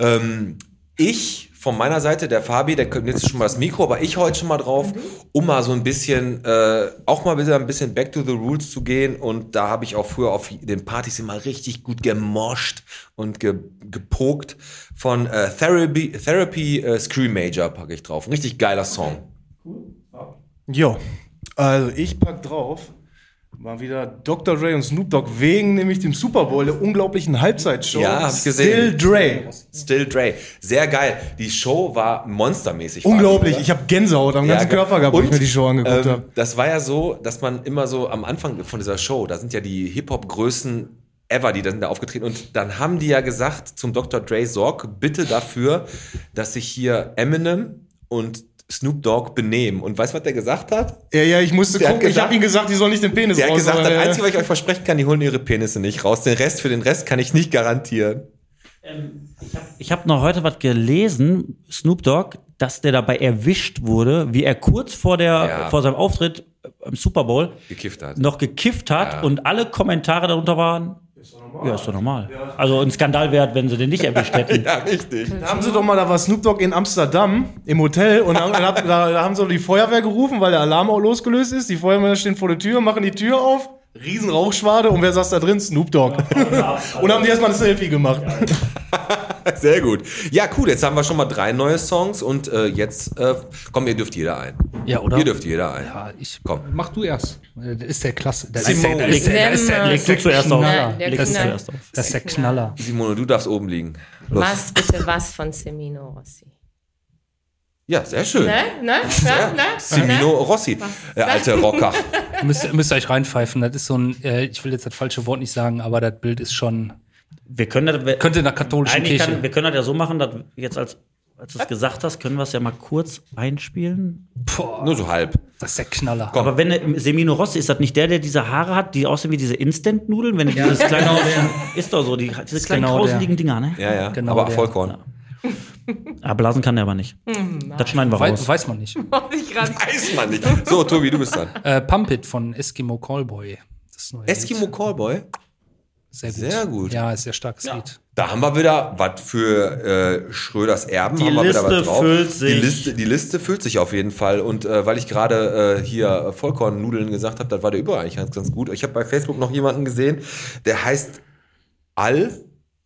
[SPEAKER 2] Ähm, ich von meiner Seite, der Fabi, der kommt jetzt schon mal das Mikro, aber ich heute schon mal drauf, um mal so ein bisschen, äh, auch mal wieder ein bisschen back to the roots zu gehen. Und da habe ich auch früher auf den Partys immer richtig gut gemoscht und ge gepokt. Von äh, Therapy, Therapy äh, Scream Major packe ich drauf. Ein richtig geiler Song.
[SPEAKER 10] Jo, also ich pack drauf. Mal wieder Dr. Dre und Snoop Dogg wegen nämlich dem Super Bowl, der unglaublichen Halbzeitshow.
[SPEAKER 2] Ja, hab ich
[SPEAKER 10] Still
[SPEAKER 2] gesehen.
[SPEAKER 10] Dre.
[SPEAKER 2] Still Dre. Sehr geil. Die Show war monstermäßig.
[SPEAKER 10] Unglaublich,
[SPEAKER 2] Fabi, oder?
[SPEAKER 10] ich habe Gänsehaut am ganzen
[SPEAKER 2] ge-
[SPEAKER 10] Körper gehabt, als ich
[SPEAKER 2] Und,
[SPEAKER 10] mir die Show angeguckt
[SPEAKER 2] ähm,
[SPEAKER 10] habe.
[SPEAKER 2] Das war ja so, dass man immer so am Anfang von dieser Show, da sind ja die Hip-Hop-Größen ever, die sind da aufgetreten. Und dann haben die ja gesagt zum Dr. Dre, sorg bitte dafür, dass sich hier Eminem und Snoop Dogg benehmen. Und weißt du, was der gesagt hat?
[SPEAKER 10] Ja, ja, ich musste
[SPEAKER 2] Der hat
[SPEAKER 10] gucken, ich
[SPEAKER 2] gesagt-
[SPEAKER 10] habe ihm gesagt, die soll nicht den Penis
[SPEAKER 2] Der hat gesagt,
[SPEAKER 10] rausholen,
[SPEAKER 2] das
[SPEAKER 10] ja.
[SPEAKER 2] Einzige, was ich euch versprechen kann, die holen ihre Penisse nicht raus. Den Rest, für den Rest kann ich nicht garantieren.
[SPEAKER 5] Ich habe noch heute was gelesen, Snoop Dogg, dass der dabei erwischt wurde, wie er kurz vor, der,
[SPEAKER 2] Ja.
[SPEAKER 5] vor seinem Auftritt im Super Bowl
[SPEAKER 2] Gekifft hat.
[SPEAKER 5] noch gekifft hat und alle Kommentare darunter waren. Ja, ist doch normal. Also ein Skandal wert, wenn sie den nicht erwischt hätten.
[SPEAKER 2] Ja, richtig.
[SPEAKER 10] Da haben sie doch mal, da war Snoop Dogg in Amsterdam im Hotel und haben, da, da haben sie die Feuerwehr gerufen, weil der Alarm auch losgelöst ist. Die Feuerwehrmänner stehen vor der Tür, machen die Tür auf, riesen Rauchschwade und wer saß da drin? Snoop Dogg. und haben die erstmal ein Selfie gemacht.
[SPEAKER 2] Sehr gut. Ja, cool. Jetzt haben wir schon mal drei neue Songs und äh, jetzt, äh, komm, ihr dürft jeder ein.
[SPEAKER 7] Ja, oder?
[SPEAKER 2] Ihr dürft jeder ein.
[SPEAKER 7] Ja, ich,
[SPEAKER 2] Komm.
[SPEAKER 7] Mach du erst. Äh, Das ist der Klasse. Das
[SPEAKER 2] Simone.
[SPEAKER 7] ist der, das ist der, das ist der,
[SPEAKER 8] Leg
[SPEAKER 7] das ist der
[SPEAKER 5] du zuerst auf.
[SPEAKER 7] Knaller.
[SPEAKER 8] Nein, der
[SPEAKER 7] das, ist der,
[SPEAKER 8] Knaller.
[SPEAKER 7] das ist der Knaller.
[SPEAKER 2] Simone, du darfst oben liegen. Los.
[SPEAKER 8] Was bitte was von Semino Rossi?
[SPEAKER 2] Ja, sehr schön.
[SPEAKER 8] Ne? Ne? Ne? Ne?
[SPEAKER 2] Simino Rossi, der alte Rocker.
[SPEAKER 7] Müsst, müsst ihr euch reinpfeifen. Das ist so ein, äh, ich will jetzt das falsche Wort nicht sagen, aber das Bild ist schon.
[SPEAKER 5] Wir können das,
[SPEAKER 7] Könnte in der katholischen
[SPEAKER 5] Eigentlich
[SPEAKER 7] Kirche.
[SPEAKER 5] kann, wir können das ja so machen, dass wir jetzt als, als du es gesagt hast, können wir es ja mal kurz einspielen.
[SPEAKER 7] Boah,
[SPEAKER 2] Nur so halb.
[SPEAKER 7] das ist der Knaller.
[SPEAKER 2] Komm.
[SPEAKER 5] Aber wenn er- Semino Rossi, ist das nicht der, der diese Haare hat, die aussehen wie diese Instant-Nudeln? Wenn ja, dieses kleine,
[SPEAKER 2] Genau
[SPEAKER 5] ist doch so, die, diese kleinen
[SPEAKER 7] genau der.
[SPEAKER 5] krauseligen Dinger, ne?
[SPEAKER 2] Ja, ja.
[SPEAKER 7] Genau
[SPEAKER 2] aber
[SPEAKER 7] der.
[SPEAKER 2] Vollkorn.
[SPEAKER 5] Ah, blasen kann der aber nicht.
[SPEAKER 2] Hm,
[SPEAKER 5] das schneiden wir
[SPEAKER 7] Weiß,
[SPEAKER 5] raus.
[SPEAKER 7] weiß man nicht.
[SPEAKER 2] Weiß man nicht. So, Tobi, du bist dran.
[SPEAKER 7] Äh, Pump It von Eskimo Callboy. Das neue
[SPEAKER 2] Eskimo
[SPEAKER 7] Lied.
[SPEAKER 2] Callboy.
[SPEAKER 7] Sehr gut.
[SPEAKER 2] Sehr gut.
[SPEAKER 7] Ja, ist sehr starkes Lied.
[SPEAKER 2] Da haben wir wieder was für äh, Schröders Erben.
[SPEAKER 5] Die
[SPEAKER 2] haben wir wieder
[SPEAKER 5] Liste
[SPEAKER 2] was drauf.
[SPEAKER 5] füllt sich.
[SPEAKER 2] Die Liste, die Liste füllt sich auf jeden Fall. Und äh, weil ich gerade äh, hier Vollkornnudeln gesagt habe, das war der überall eigentlich ganz, ganz gut. Ich habe bei Facebook noch jemanden gesehen, der heißt All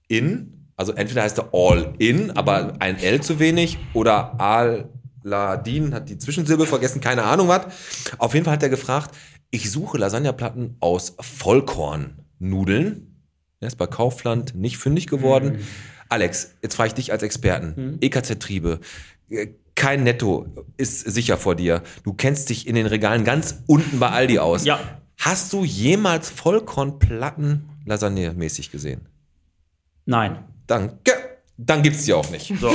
[SPEAKER 2] in. Also entweder heißt er All in, aber ein L zu wenig oder Al Ladin hat die Zwischensilbe vergessen, keine Ahnung was. Auf jeden Fall hat er gefragt, ich suche Lasagneplatten aus Vollkornnudeln Er ist bei Kaufland nicht fündig geworden. Alex, jetzt frage ich dich als Experten. E EKZ-Triebe, äh, kein Netto ist sicher vor dir. Du kennst dich in den Regalen ganz unten bei Aldi aus.
[SPEAKER 5] Ja.
[SPEAKER 2] Hast du jemals Vollkornplatten Lasagne-mäßig gesehen?
[SPEAKER 5] Nein.
[SPEAKER 2] Danke. Dann gibt's die auch nicht.
[SPEAKER 5] So.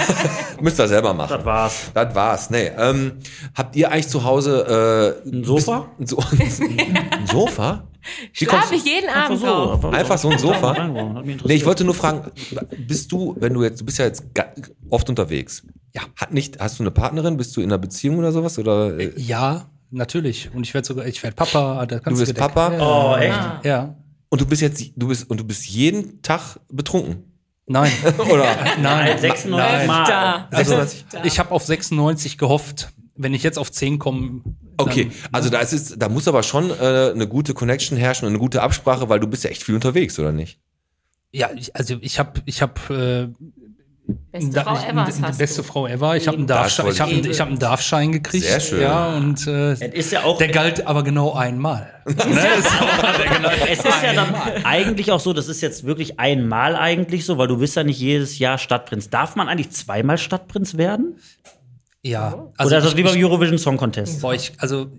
[SPEAKER 2] Müsst ihr selber machen.
[SPEAKER 5] Das war's.
[SPEAKER 2] Das war's, nee. Ähm, habt ihr eigentlich zu Hause äh, ein
[SPEAKER 5] Sofa?
[SPEAKER 2] Ein, so ein Sofa? Wie kommst
[SPEAKER 8] Schlafe
[SPEAKER 2] du-
[SPEAKER 8] ich jeden Abend auf.
[SPEAKER 2] Einfach so ein Sofa?
[SPEAKER 5] Hat mich
[SPEAKER 2] Nee, ich
[SPEAKER 5] interessiert.
[SPEAKER 2] wollte nur fragen, bist du, wenn du jetzt, du bist ja jetzt ga- oft unterwegs. Ja. Hat nicht, hast du eine Partnerin? Bist du in einer Beziehung oder sowas? Oder äh,
[SPEAKER 7] Ja, natürlich. Und ich werde sogar, ich werde Papa. ah, Das
[SPEAKER 2] du bist Papa?
[SPEAKER 5] Oh, echt?
[SPEAKER 7] Ja. ja.
[SPEAKER 2] Und du bist jetzt, du bist, und du bist jeden Tag betrunken.
[SPEAKER 7] Nein.
[SPEAKER 2] Oder?
[SPEAKER 7] Nein.
[SPEAKER 5] Nein, 96
[SPEAKER 7] Nein.
[SPEAKER 5] Mal.
[SPEAKER 8] Da.
[SPEAKER 2] Also,
[SPEAKER 7] Ich habe auf 96 gehofft. Wenn ich jetzt auf 10 komme. dann-
[SPEAKER 2] okay, also da ist es, da muss aber schon äh, eine gute Connection herrschen und eine gute Absprache, weil du bist ja echt viel unterwegs, oder nicht?
[SPEAKER 7] Ja, ich, also ich habe, ich habe. Äh,
[SPEAKER 8] Beste
[SPEAKER 7] Da-
[SPEAKER 8] Frau
[SPEAKER 7] ich-
[SPEAKER 8] ever
[SPEAKER 7] die
[SPEAKER 8] hast
[SPEAKER 7] beste
[SPEAKER 8] du.
[SPEAKER 7] Frau ever. Ich habe einen
[SPEAKER 2] Das
[SPEAKER 7] Darfschein,
[SPEAKER 2] wollte
[SPEAKER 7] ich hab,
[SPEAKER 2] ich.
[SPEAKER 7] einen- ich hab einen Darfschein gekriegt.
[SPEAKER 2] Sehr schön.
[SPEAKER 7] Ja, und äh,
[SPEAKER 5] Es ist ja auch.
[SPEAKER 7] der galt aber genau einmal. ne? genau-
[SPEAKER 5] es ist ja dann eigentlich auch so, das ist jetzt wirklich einmal eigentlich so, weil du bist ja nicht jedes Jahr Stadtprinz. Darf man eigentlich zweimal Stadtprinz werden?
[SPEAKER 7] Ja, also
[SPEAKER 5] Oder ist das
[SPEAKER 7] ich-
[SPEAKER 5] wie beim
[SPEAKER 7] ich-
[SPEAKER 5] Eurovision Song Contest?
[SPEAKER 7] Boah, ich, also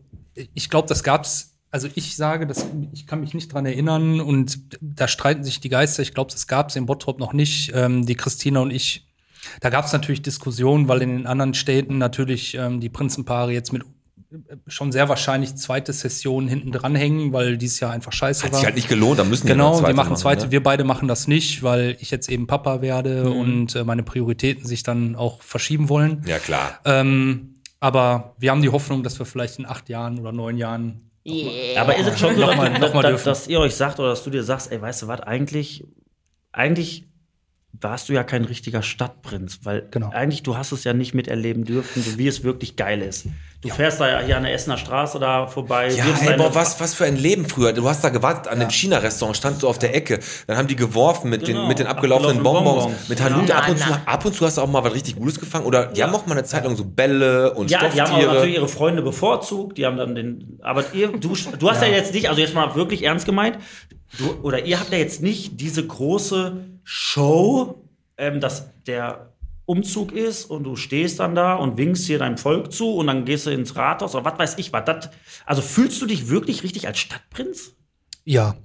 [SPEAKER 7] ich glaube, das gab's. Also ich sage, das, ich kann mich nicht dran erinnern und da streiten sich die Geister. Ich glaube, das gab's in Bottrop noch nicht. Ähm, die Christina und ich. Da gab's natürlich Diskussionen, weil in den anderen Städten natürlich ähm, die Prinzenpaare jetzt mit äh, schon sehr wahrscheinlich zweite Session hinten dranhängen, weil dieses Jahr einfach scheiße
[SPEAKER 2] Hat
[SPEAKER 7] war.
[SPEAKER 2] sich halt nicht gelohnt, da müssen
[SPEAKER 7] Genau,
[SPEAKER 2] die
[SPEAKER 7] wir machen zweite.
[SPEAKER 2] ne? Mhm.
[SPEAKER 7] Wir beide machen das nicht, weil ich jetzt eben Papa werde und äh, meine Prioritäten sich dann auch verschieben wollen.
[SPEAKER 2] Ja, klar.
[SPEAKER 7] Ähm, aber wir haben die Hoffnung, dass wir vielleicht in acht Jahren oder neun Jahren.
[SPEAKER 8] Yeah.
[SPEAKER 5] Aber ist es schon so,
[SPEAKER 7] Nochmal-
[SPEAKER 5] dass,
[SPEAKER 7] nochmal
[SPEAKER 5] dass,
[SPEAKER 7] dürfen.
[SPEAKER 5] dass ihr euch sagt oder dass du dir sagst, ey, weißt du was, eigentlich, eigentlich warst du ja kein richtiger Stadtprinz, weil
[SPEAKER 7] Genau.
[SPEAKER 5] eigentlich du hast es ja nicht miterleben dürfen, so wie es wirklich geil ist. Du fährst da ja hier an der Essener Straße da vorbei.
[SPEAKER 2] Ja,
[SPEAKER 5] wirfst
[SPEAKER 2] ey,
[SPEAKER 5] deine-
[SPEAKER 2] boah, was, was für ein Leben früher. Du hast da gewartet an dem China-Restaurant, standst du auf der Ecke. Dann haben die geworfen mit,
[SPEAKER 5] Genau,
[SPEAKER 2] den, mit den abgelaufenen
[SPEAKER 5] abgelaufenen
[SPEAKER 2] Bonbons,
[SPEAKER 5] Bonbons.
[SPEAKER 2] mit
[SPEAKER 5] Ja.
[SPEAKER 2] Hanut.
[SPEAKER 8] Na,
[SPEAKER 2] Ab, und zu,
[SPEAKER 8] na.
[SPEAKER 2] ab und zu hast du auch mal was richtig Gutes gefangen. Oder die haben auch mal eine Zeit lang so Bälle und
[SPEAKER 5] Ja, die haben aber natürlich
[SPEAKER 2] Stofftiere.
[SPEAKER 5] ihre Freunde bevorzugt, die haben dann den. Aber ihr, du, du hast ja. jetzt nicht, also jetzt mal wirklich ernst gemeint, du, oder ihr habt ja jetzt nicht diese große Show, ähm, dass der Umzug ist und du stehst dann da und winkst hier deinem Volk zu und dann gehst du ins Rathaus oder was weiß ich, was das. Also fühlst du dich wirklich richtig als Stadtprinz?
[SPEAKER 7] Ja.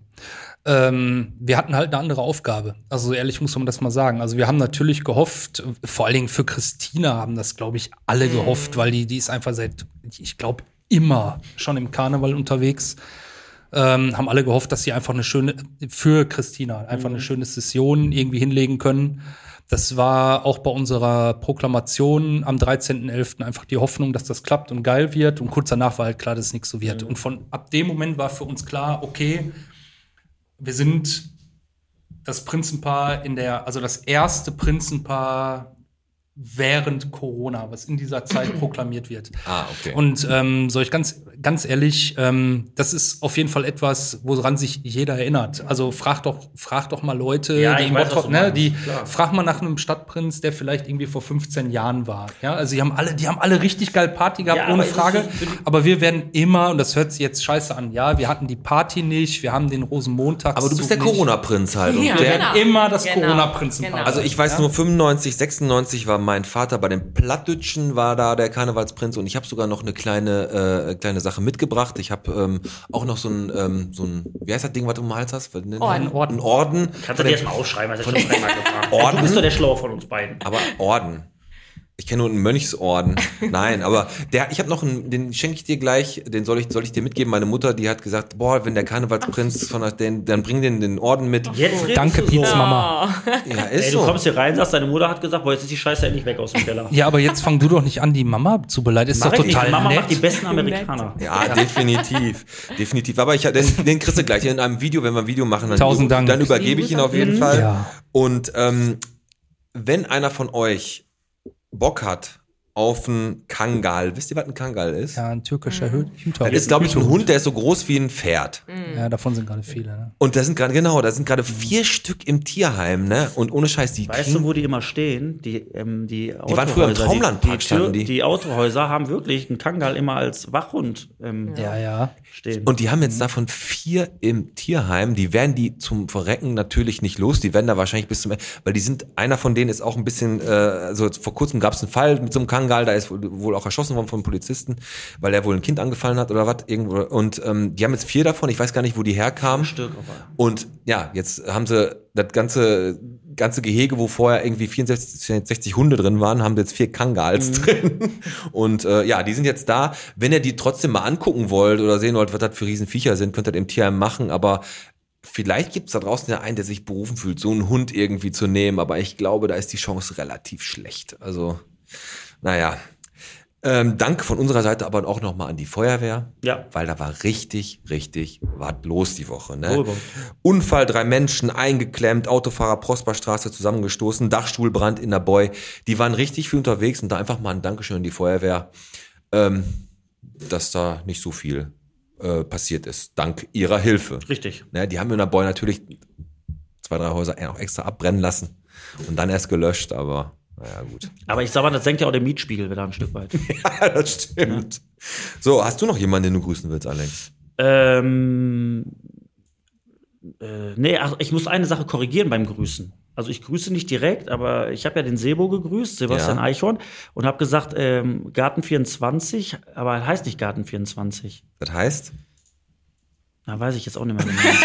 [SPEAKER 7] Ähm, wir hatten halt eine andere Aufgabe. Also so ehrlich muss man das mal sagen. Also wir haben natürlich gehofft, vor allen Dingen für Christina haben das, glaube ich, alle gehofft, weil die, die ist einfach seit, ich glaube, immer schon im Karneval unterwegs. ähm, haben alle gehofft, dass sie einfach eine schöne, für Christina, einfach eine schöne Session irgendwie hinlegen können. Das war auch bei unserer Proklamation am 13.11. einfach die Hoffnung, dass das klappt und geil wird. Und kurz danach war halt klar, dass es nichts so wird. Und von ab dem Moment war für uns klar, okay, wir sind das Prinzenpaar in der, also das erste Prinzenpaar während Corona, was in dieser Zeit proklamiert wird.
[SPEAKER 2] Ah, okay.
[SPEAKER 7] Und ähm, soll ich ganz, ganz ehrlich, ähm, das ist auf jeden Fall etwas, woran sich jeder erinnert. Also frag doch, frag doch mal Leute,
[SPEAKER 5] Ja,
[SPEAKER 7] die
[SPEAKER 5] ich
[SPEAKER 7] in
[SPEAKER 5] weiß, was
[SPEAKER 7] Bottrop,
[SPEAKER 5] du
[SPEAKER 7] ne,
[SPEAKER 5] meinst,
[SPEAKER 7] die
[SPEAKER 5] klar.
[SPEAKER 7] frag mal nach einem Stadtprinz, der vielleicht irgendwie vor 15 Jahren war. Ja, also die haben alle, die haben alle richtig geil Party gehabt,
[SPEAKER 5] Ja,
[SPEAKER 7] ohne
[SPEAKER 5] aber ist es
[SPEAKER 7] Frage.
[SPEAKER 5] nicht für die-
[SPEAKER 7] aber wir werden immer, und das hört sich jetzt scheiße an, ja, wir hatten die Party nicht, wir haben den Rosenmontag.
[SPEAKER 2] Aber du bist der Corona-Prinz halt. Und
[SPEAKER 8] Ja,
[SPEAKER 2] der,
[SPEAKER 8] genau.
[SPEAKER 7] Immer das
[SPEAKER 8] Genau,
[SPEAKER 7] Corona-Prinzenpaar.
[SPEAKER 8] genau.
[SPEAKER 2] Also ich weiß nur, 95, 96 war mein Vater bei den Plattdütschen, war da der Karnevalsprinz und ich habe sogar noch eine kleine äh, kleine Sache mitgebracht. Ich habe ähm, auch noch so ein, ähm, so ein, wie heißt das Ding, was du um den Hals hast? Was nennt man
[SPEAKER 8] Orden.
[SPEAKER 2] den? Ein Orden.
[SPEAKER 5] Kannst du dir
[SPEAKER 2] Von
[SPEAKER 5] jetzt
[SPEAKER 2] dem-
[SPEAKER 5] mal aufschreiben, was ich schon dreimal gefragt habe.
[SPEAKER 2] Orden?
[SPEAKER 5] Du bist doch der Schlauer von uns beiden.
[SPEAKER 2] Aber Orden. Ich kenne nur einen Mönchsorden. Nein, aber der, ich habe noch einen, den schenke ich dir gleich, den soll ich, soll ich dir mitgeben. Meine Mutter, die hat gesagt, boah, wenn der Karnevalsprinz von der, den, dann bring den den Orden mit.
[SPEAKER 5] Jetzt redest
[SPEAKER 7] Danke,
[SPEAKER 5] du so.
[SPEAKER 7] Piets Mama.
[SPEAKER 2] Ja,
[SPEAKER 5] Ey,
[SPEAKER 2] ist
[SPEAKER 5] du
[SPEAKER 2] so.
[SPEAKER 5] kommst hier rein, sagst, deine Mutter hat gesagt, boah, jetzt ist die Scheiße endlich weg aus dem Keller.
[SPEAKER 7] Ja, aber jetzt fang du doch nicht an, die Mama zu beleidigen. Ist
[SPEAKER 5] Mach
[SPEAKER 7] doch
[SPEAKER 5] ich nicht.
[SPEAKER 7] total
[SPEAKER 5] Mama
[SPEAKER 7] nett.
[SPEAKER 5] macht die besten Amerikaner.
[SPEAKER 2] Ja, definitiv. Definitiv. Aber ich den, den kriegst du gleich in einem Video, wenn wir ein Video machen, dann,
[SPEAKER 7] Tausend Dank.
[SPEAKER 2] dann übergebe ich ihn auf jeden Fall.
[SPEAKER 7] Ja.
[SPEAKER 2] Und ähm, wenn einer von euch Bock hat, auf einen Kangal. Wisst ihr, was ein Kangal ist?
[SPEAKER 7] Ja, ein türkischer Hüter.
[SPEAKER 2] Das ist, glaube ich, ein Hund, der ist so groß wie ein Pferd.
[SPEAKER 7] Ja, davon sind gerade viele. Ne?
[SPEAKER 2] Und da sind gerade, genau, da sind gerade vier Stück im Tierheim, ne? Und ohne Scheiß, die
[SPEAKER 5] Weißt du, wo die immer stehen? Die, ähm, die,
[SPEAKER 2] Die waren früher im
[SPEAKER 5] Autohäuser,
[SPEAKER 2] Traumlandpark,
[SPEAKER 5] die,
[SPEAKER 2] standen
[SPEAKER 5] die,
[SPEAKER 2] die.
[SPEAKER 5] die Autohäuser haben wirklich einen Kangal immer als Wachhund ähm,
[SPEAKER 7] Ja, ja.
[SPEAKER 5] stehen.
[SPEAKER 2] Und die haben jetzt davon vier im Tierheim. Die werden die zum Verrecken natürlich nicht los. Die werden da wahrscheinlich bis zum Ende, weil die sind, einer von denen ist auch ein bisschen, äh, also jetzt vor kurzem gab es einen Fall mit so einem Kangal, da ist wohl- wohl auch erschossen worden von Polizisten, weil er wohl ein Kind angefallen hat oder was. irgendwo. Und ähm, die haben jetzt vier davon, ich weiß gar nicht, wo die herkamen. Und ja, jetzt haben sie das ganze, ganze Gehege, wo vorher irgendwie 64 60 Hunde drin waren, haben jetzt vier Kangals drin. Und äh, ja, die sind jetzt da. Wenn ihr die trotzdem mal angucken wollt oder sehen wollt, was das für Riesenviecher sind, könnt ihr das im Tierheim machen. Aber vielleicht gibt es da draußen ja einen, der sich berufen fühlt, so einen Hund irgendwie zu nehmen. Aber ich glaube, da ist die Chance relativ schlecht. Also, naja. Ähm, Dank von unserer Seite aber auch nochmal an die Feuerwehr.
[SPEAKER 5] Ja.
[SPEAKER 2] Weil da war richtig, richtig was los die Woche. Ne?
[SPEAKER 5] Wohlwollen.
[SPEAKER 2] Unfall, drei Menschen eingeklemmt, Autofahrer Prosperstraße zusammengestoßen, Dachstuhlbrand in der Boy. Die waren richtig viel unterwegs und da einfach mal ein Dankeschön an die Feuerwehr, ähm, dass da nicht so viel äh, passiert ist, dank ihrer Hilfe.
[SPEAKER 5] Richtig.
[SPEAKER 2] Ne, die haben in der Boy natürlich zwei, drei Häuser auch extra abbrennen lassen und dann erst gelöscht, aber naja, gut.
[SPEAKER 5] Aber ich sag mal, das senkt ja auch den Mietspiegel wieder ein Stück weit.
[SPEAKER 2] Ja, das stimmt. So, hast du noch jemanden, den du grüßen willst, Alex?
[SPEAKER 5] ähm, äh, nee, ach, ich muss eine Sache korrigieren beim Grüßen. Also ich grüße nicht direkt, aber ich habe ja den Sebo gegrüßt, Sebastian
[SPEAKER 2] Ja.
[SPEAKER 5] Eichhorn, und habe gesagt, ähm, Garten 24, aber heißt nicht Garten 24.
[SPEAKER 2] Das heißt,
[SPEAKER 5] Na, weiß ich jetzt auch nicht mehr genau.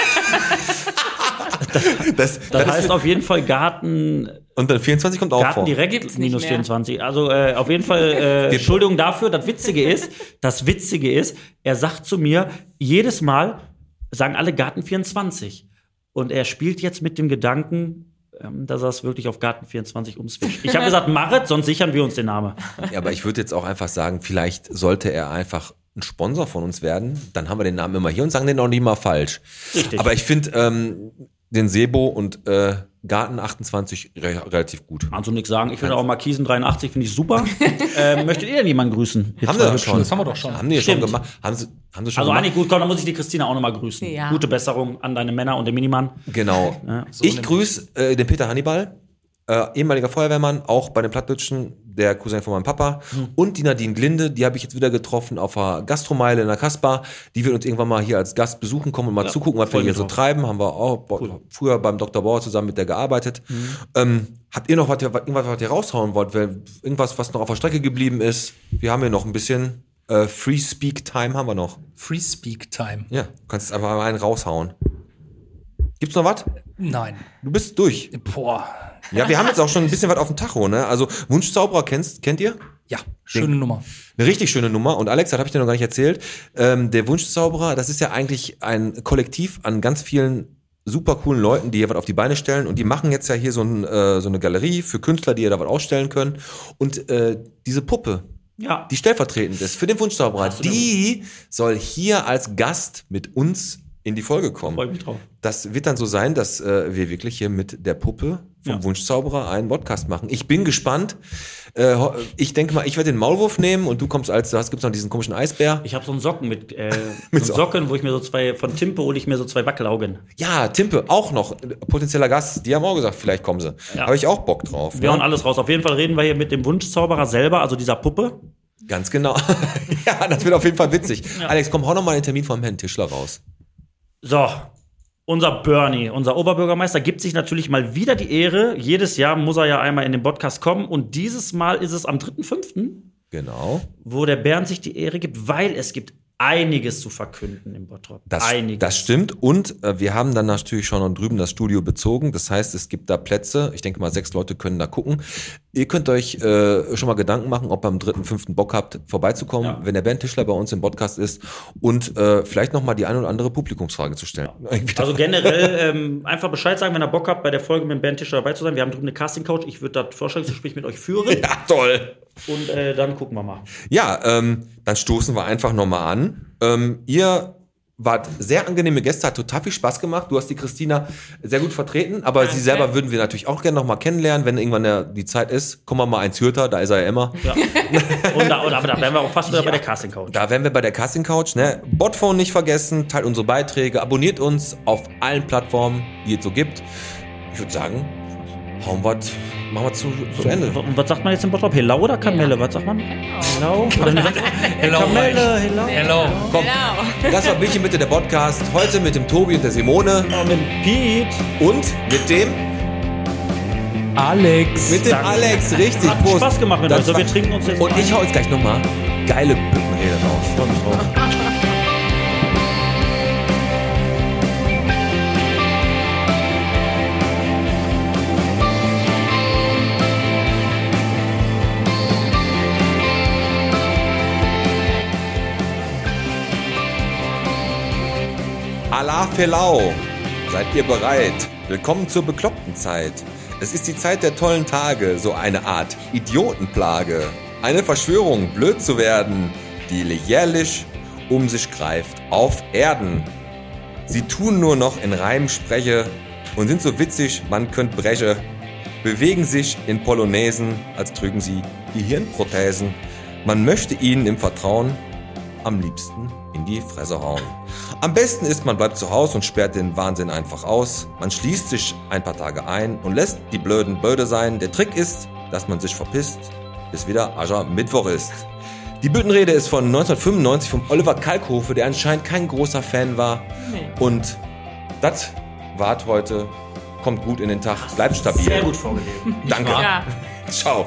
[SPEAKER 2] das,
[SPEAKER 5] Das heißt auf jeden Fall Garten,
[SPEAKER 2] und dann 24 kommt auch
[SPEAKER 5] Garten
[SPEAKER 2] vor.
[SPEAKER 8] Gibt's
[SPEAKER 5] direkt
[SPEAKER 8] nicht
[SPEAKER 5] minus
[SPEAKER 8] mehr.
[SPEAKER 5] 24. Also äh, auf jeden Fall äh, Entschuldigung dafür. Das Witzige ist, das Witzige ist, er sagt zu mir, jedes Mal sagen alle Garten 24. Und er spielt jetzt mit dem Gedanken, ähm, dass er es wirklich auf Garten 24 umswitcht. Ich habe gesagt, machet, sonst sichern wir uns den Namen.
[SPEAKER 2] Ja, aber ich würde jetzt auch einfach sagen, vielleicht sollte er einfach ein Sponsor von uns werden. Dann haben wir den Namen immer hier und sagen den auch nicht mal falsch.
[SPEAKER 5] Richtig.
[SPEAKER 2] Aber ich finde ähm, den Sebo und äh, Garten 28 re relativ gut.
[SPEAKER 5] Also nichts sagen. Ich finde auch Markisen 83 finde ich super. ähm, möchtet ihr denn jemanden grüßen? Ihr
[SPEAKER 2] Haben
[SPEAKER 5] zwei
[SPEAKER 2] wir das
[SPEAKER 5] Hübschen.
[SPEAKER 2] schon?
[SPEAKER 7] Das haben wir doch schon.
[SPEAKER 2] Haben die das schon
[SPEAKER 5] Stimmt.
[SPEAKER 2] gemacht? Haben sie, haben sie schon
[SPEAKER 5] Also
[SPEAKER 2] gemacht?
[SPEAKER 5] eigentlich gut, komm, dann muss ich die Christina auch nochmal grüßen.
[SPEAKER 8] Ja.
[SPEAKER 5] Gute Besserung an deine Männer und den Minimann.
[SPEAKER 2] Genau. ich grüße äh, den Peter Hannibal, äh, ehemaliger Feuerwehrmann, auch bei den Plattdütschen, der Cousin von meinem Papa.
[SPEAKER 5] Hm.
[SPEAKER 2] Und die Nadine Glinde, die habe ich jetzt wieder getroffen auf der Gastromeile in der Kaspar. Die wird uns irgendwann mal hier als Gast besuchen kommen und mal zugucken, was wir
[SPEAKER 5] freu
[SPEAKER 2] hier
[SPEAKER 5] mich
[SPEAKER 2] so
[SPEAKER 5] drauf.
[SPEAKER 2] treiben. Haben wir auch bo- früher beim Dr. Bauer zusammen mit der gearbeitet.
[SPEAKER 5] Hm.
[SPEAKER 2] Ähm, habt ihr noch was, was- irgendwas, was ihr raushauen wollt? Weil Irgendwas, was noch auf der Strecke geblieben ist? Wir haben hier noch ein bisschen äh, Free Speak Time haben wir noch.
[SPEAKER 7] Free Speak Time.
[SPEAKER 2] Ja, du kannst jetzt einfach mal einen raushauen. Gibt's noch was?
[SPEAKER 7] Nein.
[SPEAKER 2] Du bist durch.
[SPEAKER 7] Boah.
[SPEAKER 2] Ja, wir haben jetzt auch schon ein bisschen was auf dem Tacho, ne? Also Wunschzauberer kennst, kennt ihr?
[SPEAKER 7] Ja, schöne Nummer.
[SPEAKER 2] Eine richtig schöne Nummer. Und Alex, das habe ich dir noch gar nicht erzählt. Ähm, der Wunschzauberer, das ist ja eigentlich ein Kollektiv an ganz vielen super coolen Leuten, die hier was auf die Beine stellen. Und die machen jetzt ja hier so, ein, äh, so eine Galerie für Künstler, die ja da was ausstellen können. Und äh, diese Puppe,
[SPEAKER 5] Ja.
[SPEAKER 2] die stellvertretend ist für den Wunschzauberer, die soll hier als Gast mit uns in die Folge kommen.
[SPEAKER 5] Freue mich drauf.
[SPEAKER 2] Das wird dann so sein, dass äh, wir wirklich hier mit der Puppe vom
[SPEAKER 5] Ja.
[SPEAKER 2] Wunschzauberer einen Podcast machen. Ich bin gespannt. Äh, ho- ich denke mal, ich werde den Maulwurf nehmen und du kommst als, du hast, gibt's noch diesen komischen Eisbär.
[SPEAKER 5] Ich habe so einen Socken mit, äh,
[SPEAKER 2] Mit
[SPEAKER 5] so einen Socken, wo ich mir so zwei von Timpe hole ich mir so zwei Wackelaugen.
[SPEAKER 2] Ja, Timpe, auch noch. äh, Potenzieller Gast. Die haben auch gesagt, vielleicht kommen sie.
[SPEAKER 5] Ja.
[SPEAKER 2] Habe ich auch Bock drauf.
[SPEAKER 5] Wir hauen
[SPEAKER 2] ne?
[SPEAKER 5] alles raus. Auf jeden Fall reden wir hier mit dem Wunschzauberer selber, also dieser Puppe.
[SPEAKER 2] Ganz genau. ja, das wird auf jeden Fall witzig. Alex, komm, hau noch mal den Termin vom Herrn Tischler raus.
[SPEAKER 5] So, unser Bernie, unser Oberbürgermeister, gibt sich natürlich mal wieder die Ehre. Jedes Jahr muss er ja einmal in den Podcast kommen. Und dieses Mal ist es am 3.5.,
[SPEAKER 2] Genau.
[SPEAKER 5] wo der Bernd sich die Ehre gibt, weil es gibt einiges zu verkünden im Bottrop.
[SPEAKER 2] Das,
[SPEAKER 5] einiges.
[SPEAKER 2] das stimmt. Und äh, wir haben dann natürlich schon und drüben das Studio bezogen. Das heißt, es gibt da Plätze. Ich denke mal, sechs Leute können da gucken. Ihr könnt euch äh, schon mal Gedanken machen, ob ihr am dritten, fünften Bock habt, vorbeizukommen,
[SPEAKER 5] Ja.
[SPEAKER 2] wenn der Bernd Tischler bei uns im Podcast ist und äh, vielleicht noch mal die ein oder andere Publikumsfrage zu stellen. Irgendwie
[SPEAKER 5] Also generell ähm, einfach Bescheid sagen, wenn ihr Bock habt, bei der Folge mit dem Bernd Tischer dabei zu sein. Wir haben drüben eine Casting-Couch. Ich würde das Vorstellungsgespräch mit euch führen.
[SPEAKER 2] ja, toll.
[SPEAKER 5] Und äh, dann gucken wir mal.
[SPEAKER 2] Ja, ähm, dann stoßen wir einfach nochmal an. Ähm, ihr Wart sehr angenehme Gäste, hat total viel Spaß gemacht. Du hast die Christina sehr gut vertreten, aber sie selber würden wir natürlich auch gerne nochmal kennenlernen, wenn irgendwann der, die Zeit ist. Kommen wir mal eins Hürter, da ist er ja immer.
[SPEAKER 5] Und da, und, aber da wären wir auch fast wieder bei der Casting Couch.
[SPEAKER 2] Da wären wir bei der Casting Couch. Ne? Botphone nicht vergessen, teilt unsere Beiträge, abonniert uns auf allen Plattformen, die es so gibt. Ich würde sagen, hauen wir, machen wir zu, zu Ende.
[SPEAKER 5] Und was sagt man jetzt im Bottrop? Hello oder Kamelle? Was sagt man? Hello? Oder man sagt,
[SPEAKER 7] Hello,
[SPEAKER 5] Kamelle, hello.
[SPEAKER 7] Hello.
[SPEAKER 2] Komm,
[SPEAKER 8] Genau.
[SPEAKER 2] das war Bierchen bitte der Podcast. Heute mit dem Tobi und der Simone
[SPEAKER 5] Und mit Pete.
[SPEAKER 2] und mit dem
[SPEAKER 7] Alex.
[SPEAKER 2] mit dem
[SPEAKER 5] Danke.
[SPEAKER 2] Alex. Richtig,
[SPEAKER 5] Hat Spaß gemacht mit
[SPEAKER 2] Das
[SPEAKER 5] euch. So,
[SPEAKER 2] war-
[SPEAKER 5] wir trinken uns jetzt
[SPEAKER 2] Und ich hau jetzt gleich nochmal geile Büttenrede raus.
[SPEAKER 5] freue mich drauf.
[SPEAKER 2] Allah Felau, seid ihr bereit? Willkommen zur bekloppten Zeit. Es ist die Zeit der tollen Tage, so eine Art Idiotenplage. Eine Verschwörung, blöd zu werden, die jährlich um sich greift auf Erden. Sie tun nur noch in Reimspreche und sind so witzig, man könnt breche. Bewegen sich in Polonaisen, als trügen sie Gehirnprothesen. Man möchte ihnen im Vertrauen am liebsten in die Fresse hauen. Am besten ist, man bleibt zu Hause und sperrt den Wahnsinn einfach aus. Man schließt sich ein paar Tage ein und lässt die Blöden blöde sein. Der Trick ist, dass man sich verpisst, bis wieder Ascher Mittwoch ist. Die Büttenrede ist von 1995 von Oliver Kalkofe, der anscheinend kein großer Fan war. Und das wart heute. Kommt gut in den Tag. Bleibt stabil.
[SPEAKER 5] Sehr gut vorgelegt.
[SPEAKER 2] Danke.
[SPEAKER 8] Ja.
[SPEAKER 2] Ciao.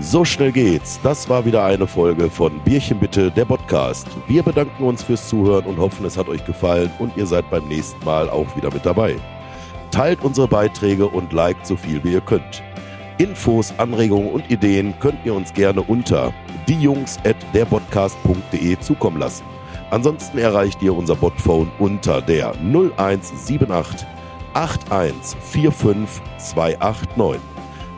[SPEAKER 1] So schnell geht's. Das war wieder eine Folge von Bierchen bitte, der Podcast. Wir bedanken uns fürs Zuhören und hoffen, es hat euch gefallen und ihr seid beim nächsten Mal auch wieder mit dabei. Teilt unsere Beiträge und liked so viel wie ihr könnt. Infos, Anregungen und Ideen könnt ihr uns gerne unter diejungs@derpodcast.de zukommen lassen. Ansonsten erreicht ihr unser Botphone unter der 0178 8145289.